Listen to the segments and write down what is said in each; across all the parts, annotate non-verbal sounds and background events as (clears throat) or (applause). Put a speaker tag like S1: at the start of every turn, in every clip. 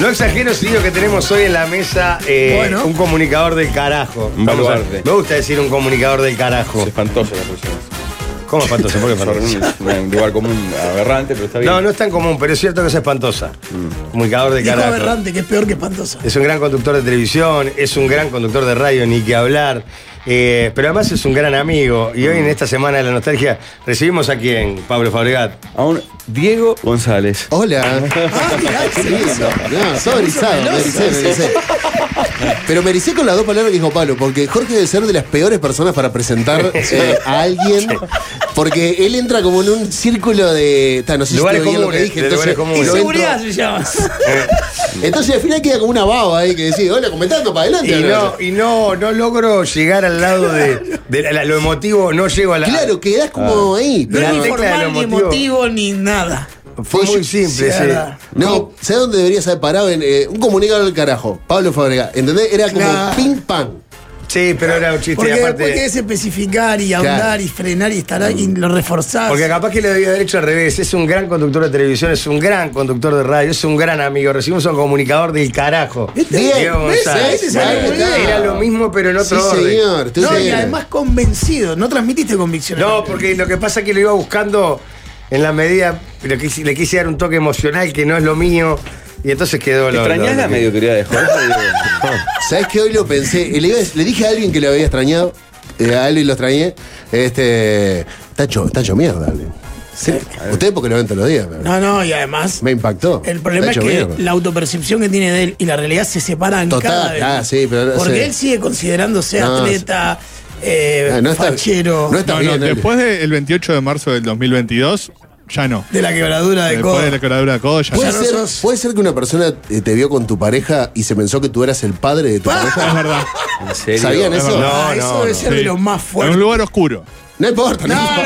S1: No exageres, tío, que tenemos hoy en la mesa eh,
S2: Bueno.
S1: un comunicador del carajo.
S3: Un
S1: Vamos a-
S3: baluarte.
S1: me gusta decir un comunicador del carajo.
S3: Es espantoso la posición.
S1: ¿Cómo espantoso? ¿Por qué
S3: Sobre
S1: espantoso?
S3: un, un lugar común aberrante, pero está bien. Mm.
S1: No, no es tan común, pero es cierto que es espantosa. Comunicador de
S2: Dijo
S1: carajo.
S2: aberrante, que es peor que espantosa.
S1: Es un gran conductor de televisión, es un gran conductor de radio, ni que hablar. Eh, pero además es un gran amigo. Y hoy en esta semana de la nostalgia recibimos a quien, Pablo Fabregat.
S3: A un Diego González. (laughs)
S4: Hola.
S2: Ah, mirá,
S4: Qué
S2: excelente.
S4: lindo.
S1: (laughs)
S4: No, todo erizado, me ericé, me ericé. Pero me ericé con las dos palabras que dijo Pablo, porque Jorge debe ser de las peores personas para
S1: (laughs)
S4: presentar eh, a alguien, porque él entra como en un círculo de... ta, no sé si
S1: Lugares
S4: estuvo bien lo que
S1: comunes,
S4: dije,
S1: de
S4: entonces,
S1: lugares comunes.
S4: lo entro-
S2: Inseguridad se llama.
S5: (laughs)
S4: entonces al final queda como una baba ahí que decís, hola, comentando para adelante.
S1: Y no, y no, no logro llegar al lado de, de la- la- lo emotivo, no llego a la. Ah.
S4: Claro, quedás como ahí.
S2: No
S1: La
S2: es ni
S4: pero-
S1: tecla del
S2: formal, ni
S1: emotivo.
S2: emotivo, ni nada.
S1: Fue muy simple, sí.
S2: Claro.
S4: No, ¿sabes dónde deberías haber parado? En, eh, un comunicador del carajo, Pablo Fábrega. ¿Entendés? Era como
S2: Claro.
S4: ping pong.
S1: Sí, pero era un chiste
S2: Porque
S1: aparte.
S2: después querés especificar y
S4: Claro.
S2: ahondar y frenar y estar ahí y lo reforzás.
S1: Porque capaz que le debía haber hecho al revés. Es un gran conductor de televisión, es un gran conductor de radio, es un gran amigo. Recibimos a un comunicador del carajo.
S2: ¿Viste?
S4: Bien,
S1: Diego
S2: ¿ves?
S1: González.
S2: Ese salió
S1: Bueno,
S2: muy bien.
S1: era lo mismo, pero en
S4: Sí,
S1: otro orden.
S4: señor. tú
S2: No, y
S4: sí.
S2: además convencido, no transmitiste convicción.
S1: No, porque lo que pasa es que lo iba buscando en la medida, pero quise- le quise dar un toque emocional que no es lo mío. Y entonces quedó lo.
S3: ¿Extrañás
S1: lo-
S3: la
S1: lo-
S3: mediocridad de
S1: (laughs)
S3: Jorge?
S4: ¿Sabes qué? Hoy lo pensé. Le, iba a- le dije a alguien que lo había extrañado. eh, a alguien lo extrañé. Este. Está hecho, está hecho mierda, alguien. Sí. Ustedes porque lo ven todos los días. pero
S2: Eh, No, no, y además.
S4: Me impactó.
S2: El problema es
S4: Está
S2: que
S4: hecho mierda.
S2: la autopercepción que tiene de él y la realidad se separan
S4: Total,
S2: cada vez.
S4: ah, sí, pero-
S2: Porque
S4: sí.
S2: él sigue considerándose
S4: No,
S2: atleta, eh,
S4: Ah, no está-
S2: fachero,
S4: no está
S6: No,
S4: bien,
S6: no,
S4: Ale.
S6: después del 28 de marzo del 2022, ya no.
S2: de la quebradura de
S6: Después
S2: codo.
S6: de la quebradura de codo, ya
S4: ¿Puede
S6: no.
S2: no
S4: ser,
S2: sos-
S4: puede ser que una persona eh, te vio con tu pareja y se pensó que tú eras el padre de tu
S6: Es
S2: (laughs)
S4: pareja.
S6: verdad.
S3: ¿En serio?
S4: ¿Sabían eso?
S1: No,
S2: Ah, eso
S1: no,
S2: debe
S1: no.
S2: ser de
S6: Sí.
S2: los más
S6: En un
S2: fuertes.
S6: lugar oscuro.
S4: No importa,
S2: No,
S4: importa.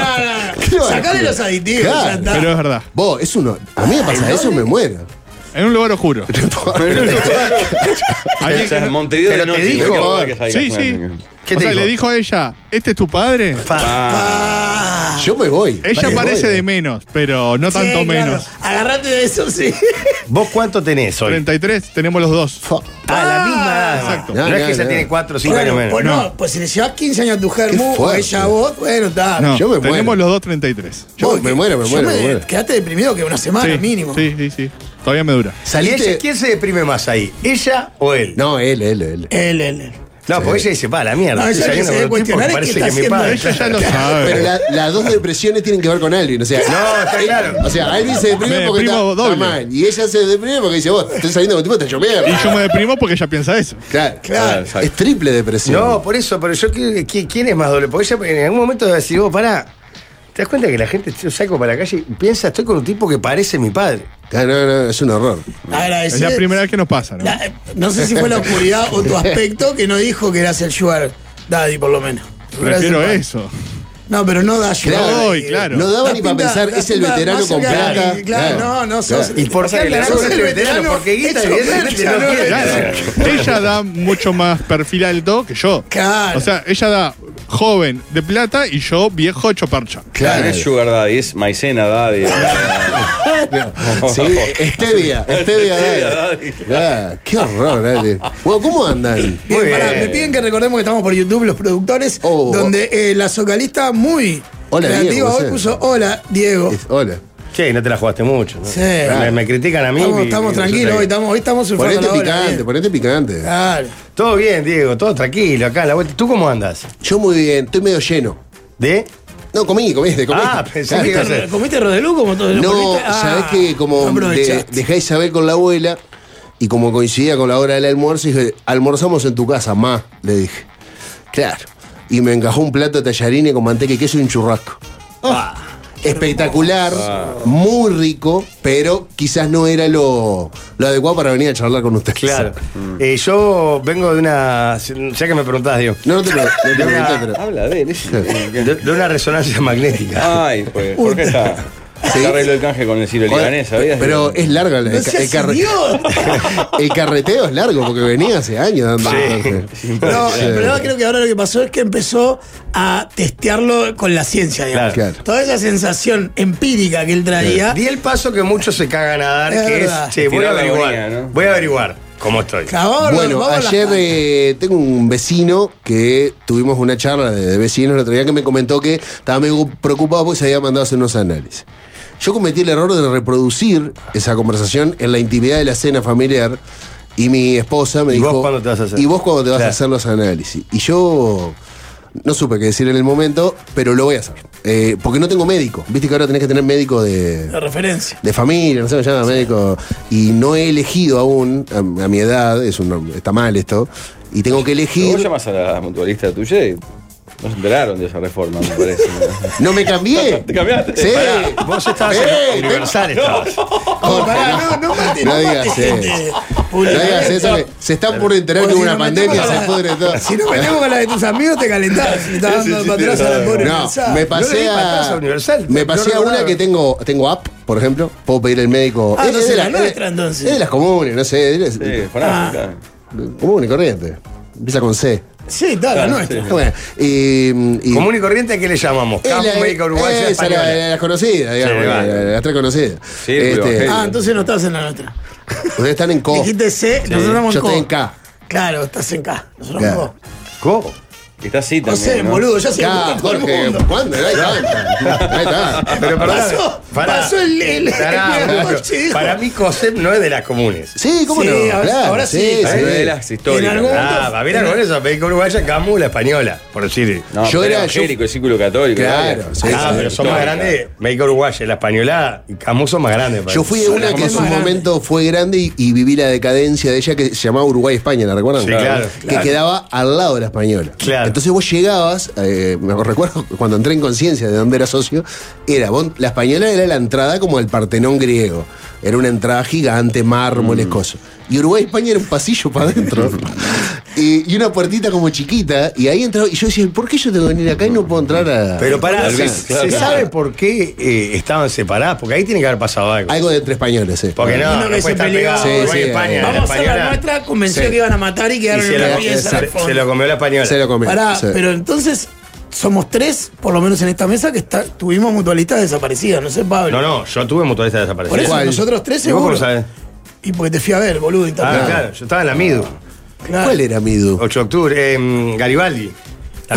S2: no,
S4: ¿Qué
S2: no.
S4: lo
S2: no.
S4: van a
S2: Sacale
S4: hacer?
S2: los aditivos.
S4: Claro.
S2: ya está.
S6: Pero es verdad.
S4: Vos, es uno. A mí me pasa eso, me muero.
S6: En un lugar
S4: (laughs)
S6: oscuro.
S3: O
S6: (laughs) Alguien
S3: sea,
S6: que-
S3: en Montevideo
S1: Pero
S3: de
S1: te
S3: noche,
S1: dijo.
S3: cualquier lugar que salgas,
S6: Sí,
S3: una
S6: sí.
S3: niña.
S1: ¿Qué
S6: o
S1: te
S6: sea,
S1: dijo?
S6: le dijo a ella, ¿este es tu padre?
S1: Pa.
S2: Ah.
S4: Yo me voy.
S6: Ella
S4: Me
S6: parece
S4: voy.
S6: de menos, pero no tanto
S2: Sí, claro.
S6: menos.
S2: Agarrate de eso, sí.
S1: ¿Vos cuánto tenés hoy?
S6: 33, tenemos los dos.
S4: Fa-
S1: A la misma
S2: (laughs)
S1: edad.
S6: Exacto.
S1: No,
S4: Ya,
S1: es
S4: ya,
S1: que ella
S4: ya.
S1: tiene 4 o 5
S2: Bueno,
S1: años menos.
S2: pues no, pues si le llevas 15 años a tu germu, o
S4: fuerte.
S2: ella a vos, bueno, está.
S6: No,
S4: yo me muero.
S6: tenemos los dos 33.
S4: Yo
S2: Vos,
S4: me
S2: que-
S4: muero, me
S2: yo
S4: muero, me muero.
S2: Quedaste deprimido que una semana
S6: sí,
S2: mínimo.
S6: Sí, sí, sí. Todavía me dura.
S1: ¿Y
S4: Saliste-
S1: ella- quién se deprime más ahí? ¿Ella o él?
S4: No, él, él, él.
S2: Él, él, él.
S1: No, porque ella dice, pa, la mierda.
S2: No,
S1: estoy
S2: ella
S1: saliendo
S2: se debe
S1: con un tipo
S2: cuestionar
S1: que
S2: qué
S1: parece
S2: está
S1: que es mi
S2: haciendo ella.
S6: Ella
S1: padre.
S6: ya lo
S4: (laughs)
S6: sabe.
S4: Pero la- las dos depresiones tienen que ver con Alvin, o sea.
S1: No, está
S4: él-
S1: claro.
S4: O sea, Alvin se deprime
S6: Me
S4: porque está,
S6: deprimo
S4: está
S6: doble.
S4: mal. Y ella se deprime porque dice, vos, estoy saliendo con tipo, te chomea.
S6: Y yo me deprimo porque ella piensa eso.
S4: Claro,
S3: Ah,
S4: claro.
S3: exacto.
S4: Es triple depresión.
S1: No, por eso, pero yo creo que qui- quién es más doble. Porque ella en algún momento debe decir, vos, pará, ¿te das cuenta que la gente yo saco para la calle y piensa, estoy con un tipo que parece mi padre?
S4: Ah, no, no, es un horror.
S2: Agradecer.
S6: Es la primera vez que nos pasa, ¿no?
S2: La- no sé si fue la oscuridad o tu aspecto que no dijo que eras el Sugar Daddy, por lo menos.
S6: Prefiero
S2: Gracias,
S6: eso.
S2: pa. No, pero no da Sugar
S4: Claro,
S2: Daddy.
S6: y claro.
S4: No daba
S2: La
S4: ni para
S2: pinta-
S4: pensar,
S2: la
S4: es el
S2: pinta
S4: veterano
S2: más
S4: con
S2: Sugar Daddy,
S4: plata.
S2: Claro, no, no sos.
S4: claro.
S1: Y por qué le
S2: Claro,
S1: sobra
S2: sos
S1: este veterano, porque guita,
S2: hecho
S1: evidentemente
S2: merca,
S1: no quiere.
S6: Claro. Ella da mucho más perfil alto que yo.
S2: Claro.
S6: O sea, ella da joven de plata y yo viejo hecho parcha.
S3: No es Sugar Daddy, es Maicena Daddy.
S4: (laughs) Sí,
S3: (laughs)
S4: Stevia, Stevia, dale. Ah, qué horror, dale. Bueno, ¿cómo andan?
S2: Bien,
S1: Muy
S2: pará,
S1: bien.
S2: me piden que recordemos que estamos por YouTube, los productores,
S4: Oh.
S2: donde eh, la socalista muy
S4: Hola,
S2: creativa
S4: Diego,
S2: hoy
S4: sí.
S2: puso Hola, Diego.
S4: Es- Hola.
S1: Che, no te la jugaste mucho. ¿no?
S2: Sí.
S1: Me, me critican a mí.
S2: Estamos,
S1: y-
S2: estamos
S1: y-
S2: tranquilos hoy, estamos, hoy estamos surfando
S4: Ponete
S2: la ola,
S4: picante,
S2: bien.
S4: ponete picante.
S2: Claro.
S1: Todo bien, Diego, todo tranquilo, acá a la vuelta. ¿Tú cómo andas?
S4: Yo muy bien, estoy medio lleno.
S1: ¿De?
S4: No, comí, comí, comí.
S1: Ah, pensé
S4: Claro.
S1: que ibas a
S2: ¿Comiste, ¿Comiste rodelú como todo el
S4: No, sabes que como de, dejé a Isabel con la abuela y como coincidía con la hora del almuerzo, dije, almorzamos en tu casa, ma, le dije. Claro. Y me encajó un plato de tallarines con manteca y queso y un churrasco.
S2: Ah,
S4: Ah, Espectacular,
S1: Ah.
S4: muy rico, pero quizás no era lo, lo adecuado para venir a charlar con ustedes. Mm.
S1: Claro. Eh, yo vengo de una. Ah, Ya que me preguntás, Diego.
S4: No, no te pregunto, no
S1: (laughs)
S4: te pregunté, pero-
S3: Habla de él. es-
S2: Ah,
S1: De, de una resonancia magnética.
S4: (laughs)
S3: Ay, pues, ¿por qué está? Se arregló el canje con el Ciro Libanés, ¿sabías?
S4: Pero es largo el,
S2: No
S4: el,
S2: seas
S4: carre-
S2: idiota.
S4: el carreteo es largo porque venía hace años dando.
S1: (laughs)
S2: No,
S4: Sí.
S2: el problema creo que ahora lo que pasó es que empezó a testearlo con la ciencia, digamos.
S4: Claro. Claro.
S2: Toda esa sensación empírica que él traía.
S1: Di el paso que muchos se cagan a dar,
S2: Es
S1: que
S2: verdad.
S1: es, che, voy a
S3: Tirar la
S1: averiguar,
S3: agonía, ¿no?
S1: voy a averiguar cómo estoy.
S2: Cabrón,
S4: Bueno,
S2: vamos a la-
S4: ayer eh, tengo un vecino que tuvimos una charla de, de vecinos el otro día que me comentó que estaba medio preocupado porque se había mandado a hacer unos análisis. Yo cometí el error de reproducir esa conversación en la intimidad de la cena familiar y mi esposa me
S1: ¿Y vos
S4: dijo...
S1: cuándo te vas a hacer?
S4: ¿Y vos cuándo te vas a
S1: Claro.
S4: hacer los análisis? Y yo no supe qué decir en el momento, pero lo voy a hacer. Eh, porque no tengo médico. Viste que ahora tenés que tener médico de
S2: de referencia.
S4: de familia, no sé, me llama médico. Y no he elegido aún, a, a mi edad, es un, está mal esto, y tengo que
S3: Vos
S4: elegir.
S3: llamas a la mutualista tuya y no se enteraron de esa reforma, me parece. ¿no?
S4: No me cambié.
S3: ¿Te cambiaste?
S4: Sí.
S1: Pará, vos estabas
S4: Eh,
S1: en Universal, estabas.
S2: No, pará, no, no mates,
S4: No
S2: no
S4: digas
S2: mates
S4: eso.
S2: gente
S4: No
S2: pública.
S4: digas eso, que se están por enterar que
S2: Porque
S4: hubo
S2: si
S4: una
S2: nos metemos
S4: pandemia,
S2: con
S4: se
S2: la-
S4: pudre todo.
S2: Si no metemos con la de tus amigos, te calentás. Si estás dando para atrás a la pobre
S4: No,
S2: pensada.
S4: me
S1: ¿No le
S4: pasé
S1: di patadas
S4: a,
S1: a Universal?
S4: me
S1: No
S4: pasé a
S1: recordaba.
S4: una que tengo tengo app, por ejemplo, puedo pedir el médico.
S2: Ah, no sé, la
S4: las- Oh, es-
S2: nuestra, entonces.
S4: es de las comunes, no sé, es de
S3: Sí,
S4: las-
S3: fanática.
S4: común y corriente. Empieza con C.
S2: Sí, está, la nuestra.
S4: Bueno, y, y-
S1: Común y corriente, ¿qué le llamamos?
S4: Es
S1: Campo
S4: eh, la-
S1: Médico Uruguaya
S4: esa, la-
S1: Española.
S4: las conocidas, digamos,
S1: Sí,
S4: la-
S1: va.
S4: las tres conocidas. Este,
S3: Círculo, Evangelio.
S2: Ah, entonces no estás en la nuestra.
S4: ustedes están en co.
S2: Dijiste C, nosotros estamos
S4: Yo
S2: en
S4: estoy en
S2: Co.
S4: K.
S2: Claro, estás en K. Nosotros en
S4: Claro.
S2: Co.
S1: ¿Cómo?
S3: Que Está así
S2: No
S3: también.
S2: sé, boludo, ya se
S4: K,
S2: lo todo el
S4: Jorge.
S2: mundo.
S4: ¿Cuándo? No hay tanta. No hay tanta.
S1: Ah, Pero pará,
S2: Pasó-
S1: pará.
S2: pasó el- el-
S4: (laughs)
S1: Pará,
S2: el-
S1: pará,
S2: el-
S1: pero Para mí, COSEP no es de las comunes.
S4: Sí, ¿cómo
S2: Sí,
S4: no?
S2: ahora-
S4: claro,
S2: ahora sí.
S3: ¿no? Es de las históricas.
S2: En algún-
S1: Ah, va a ver con eso, Médico Uruguaya, Camus, la española, por decir.
S3: No,
S4: Yo
S3: yo
S4: era-
S3: era angélico, el círculo católico.
S4: Claro,
S3: ¿no?
S4: sí,
S1: Ah,
S4: sí,
S1: pero son más grandes. Médico Uruguaya, la española, y Camus son más grandes.
S4: Yo
S1: parece.
S4: fui de una
S2: Son
S4: que en
S2: las
S4: su
S2: más grandes.
S4: momento fue grande y, y viví la decadencia de ella que se llamaba Uruguay-España, ¿la recuerdan?
S1: Sí, claro,
S4: Que
S1: claro.
S4: quedaba al lado de la española.
S1: Claro.
S4: Entonces vos llegabas, eh, me recuerdo cuando entré en conciencia de dónde era socio, era vos- la española era la entrada como al Partenón griego. Era una entrada gigante,
S1: Mm.
S4: mármoles, cosas. Y Uruguay-España era un pasillo para
S1: (laughs)
S4: adentro. y, y una puertita como chiquita. Y ahí entraba. Y yo decía, ¿por qué yo tengo que venir acá y no puedo entrar a.
S1: Pero pará,
S3: Tal
S1: ¿se,
S3: vez, claro.
S1: se sabe por qué eh, estaban separadas? Porque ahí tiene que haber pasado algo.
S4: Algo de entre españoles, eh.
S1: Porque no,
S2: Uno
S1: no
S2: que
S1: puede
S2: se
S1: estar
S2: peleó.
S1: pegado.
S4: Sí,
S1: Uruguay,
S4: sí,
S1: España, la
S2: Vamos a la
S1: española.
S2: nuestra, convenció
S4: Sí.
S2: que iban a matar y
S1: Y
S2: quedaron
S1: se,
S2: en
S1: lo,
S2: una
S4: pieza
S1: se-
S2: pieza.
S4: al
S1: se lo comió la española.
S4: Se lo comió.
S2: Pará,
S4: sí.
S2: pero entonces somos tres, por lo menos en esta mesa, que está- tuvimos mutualistas desaparecidas, no sé, Pablo.
S1: No, no, yo tuve motorista
S2: Por
S1: desaparecido.
S2: eso,
S4: ¿Cuál?
S2: nosotros tres
S1: ¿Y vos cómo
S2: seguro.
S1: sabés?
S2: Y porque te fui a ver, boludo. y tal.
S1: Ah, claro, yo estaba en la Midu.
S2: Claro.
S4: ¿Cuál era mi du?
S1: 8 de octubre, em, Garibaldi. La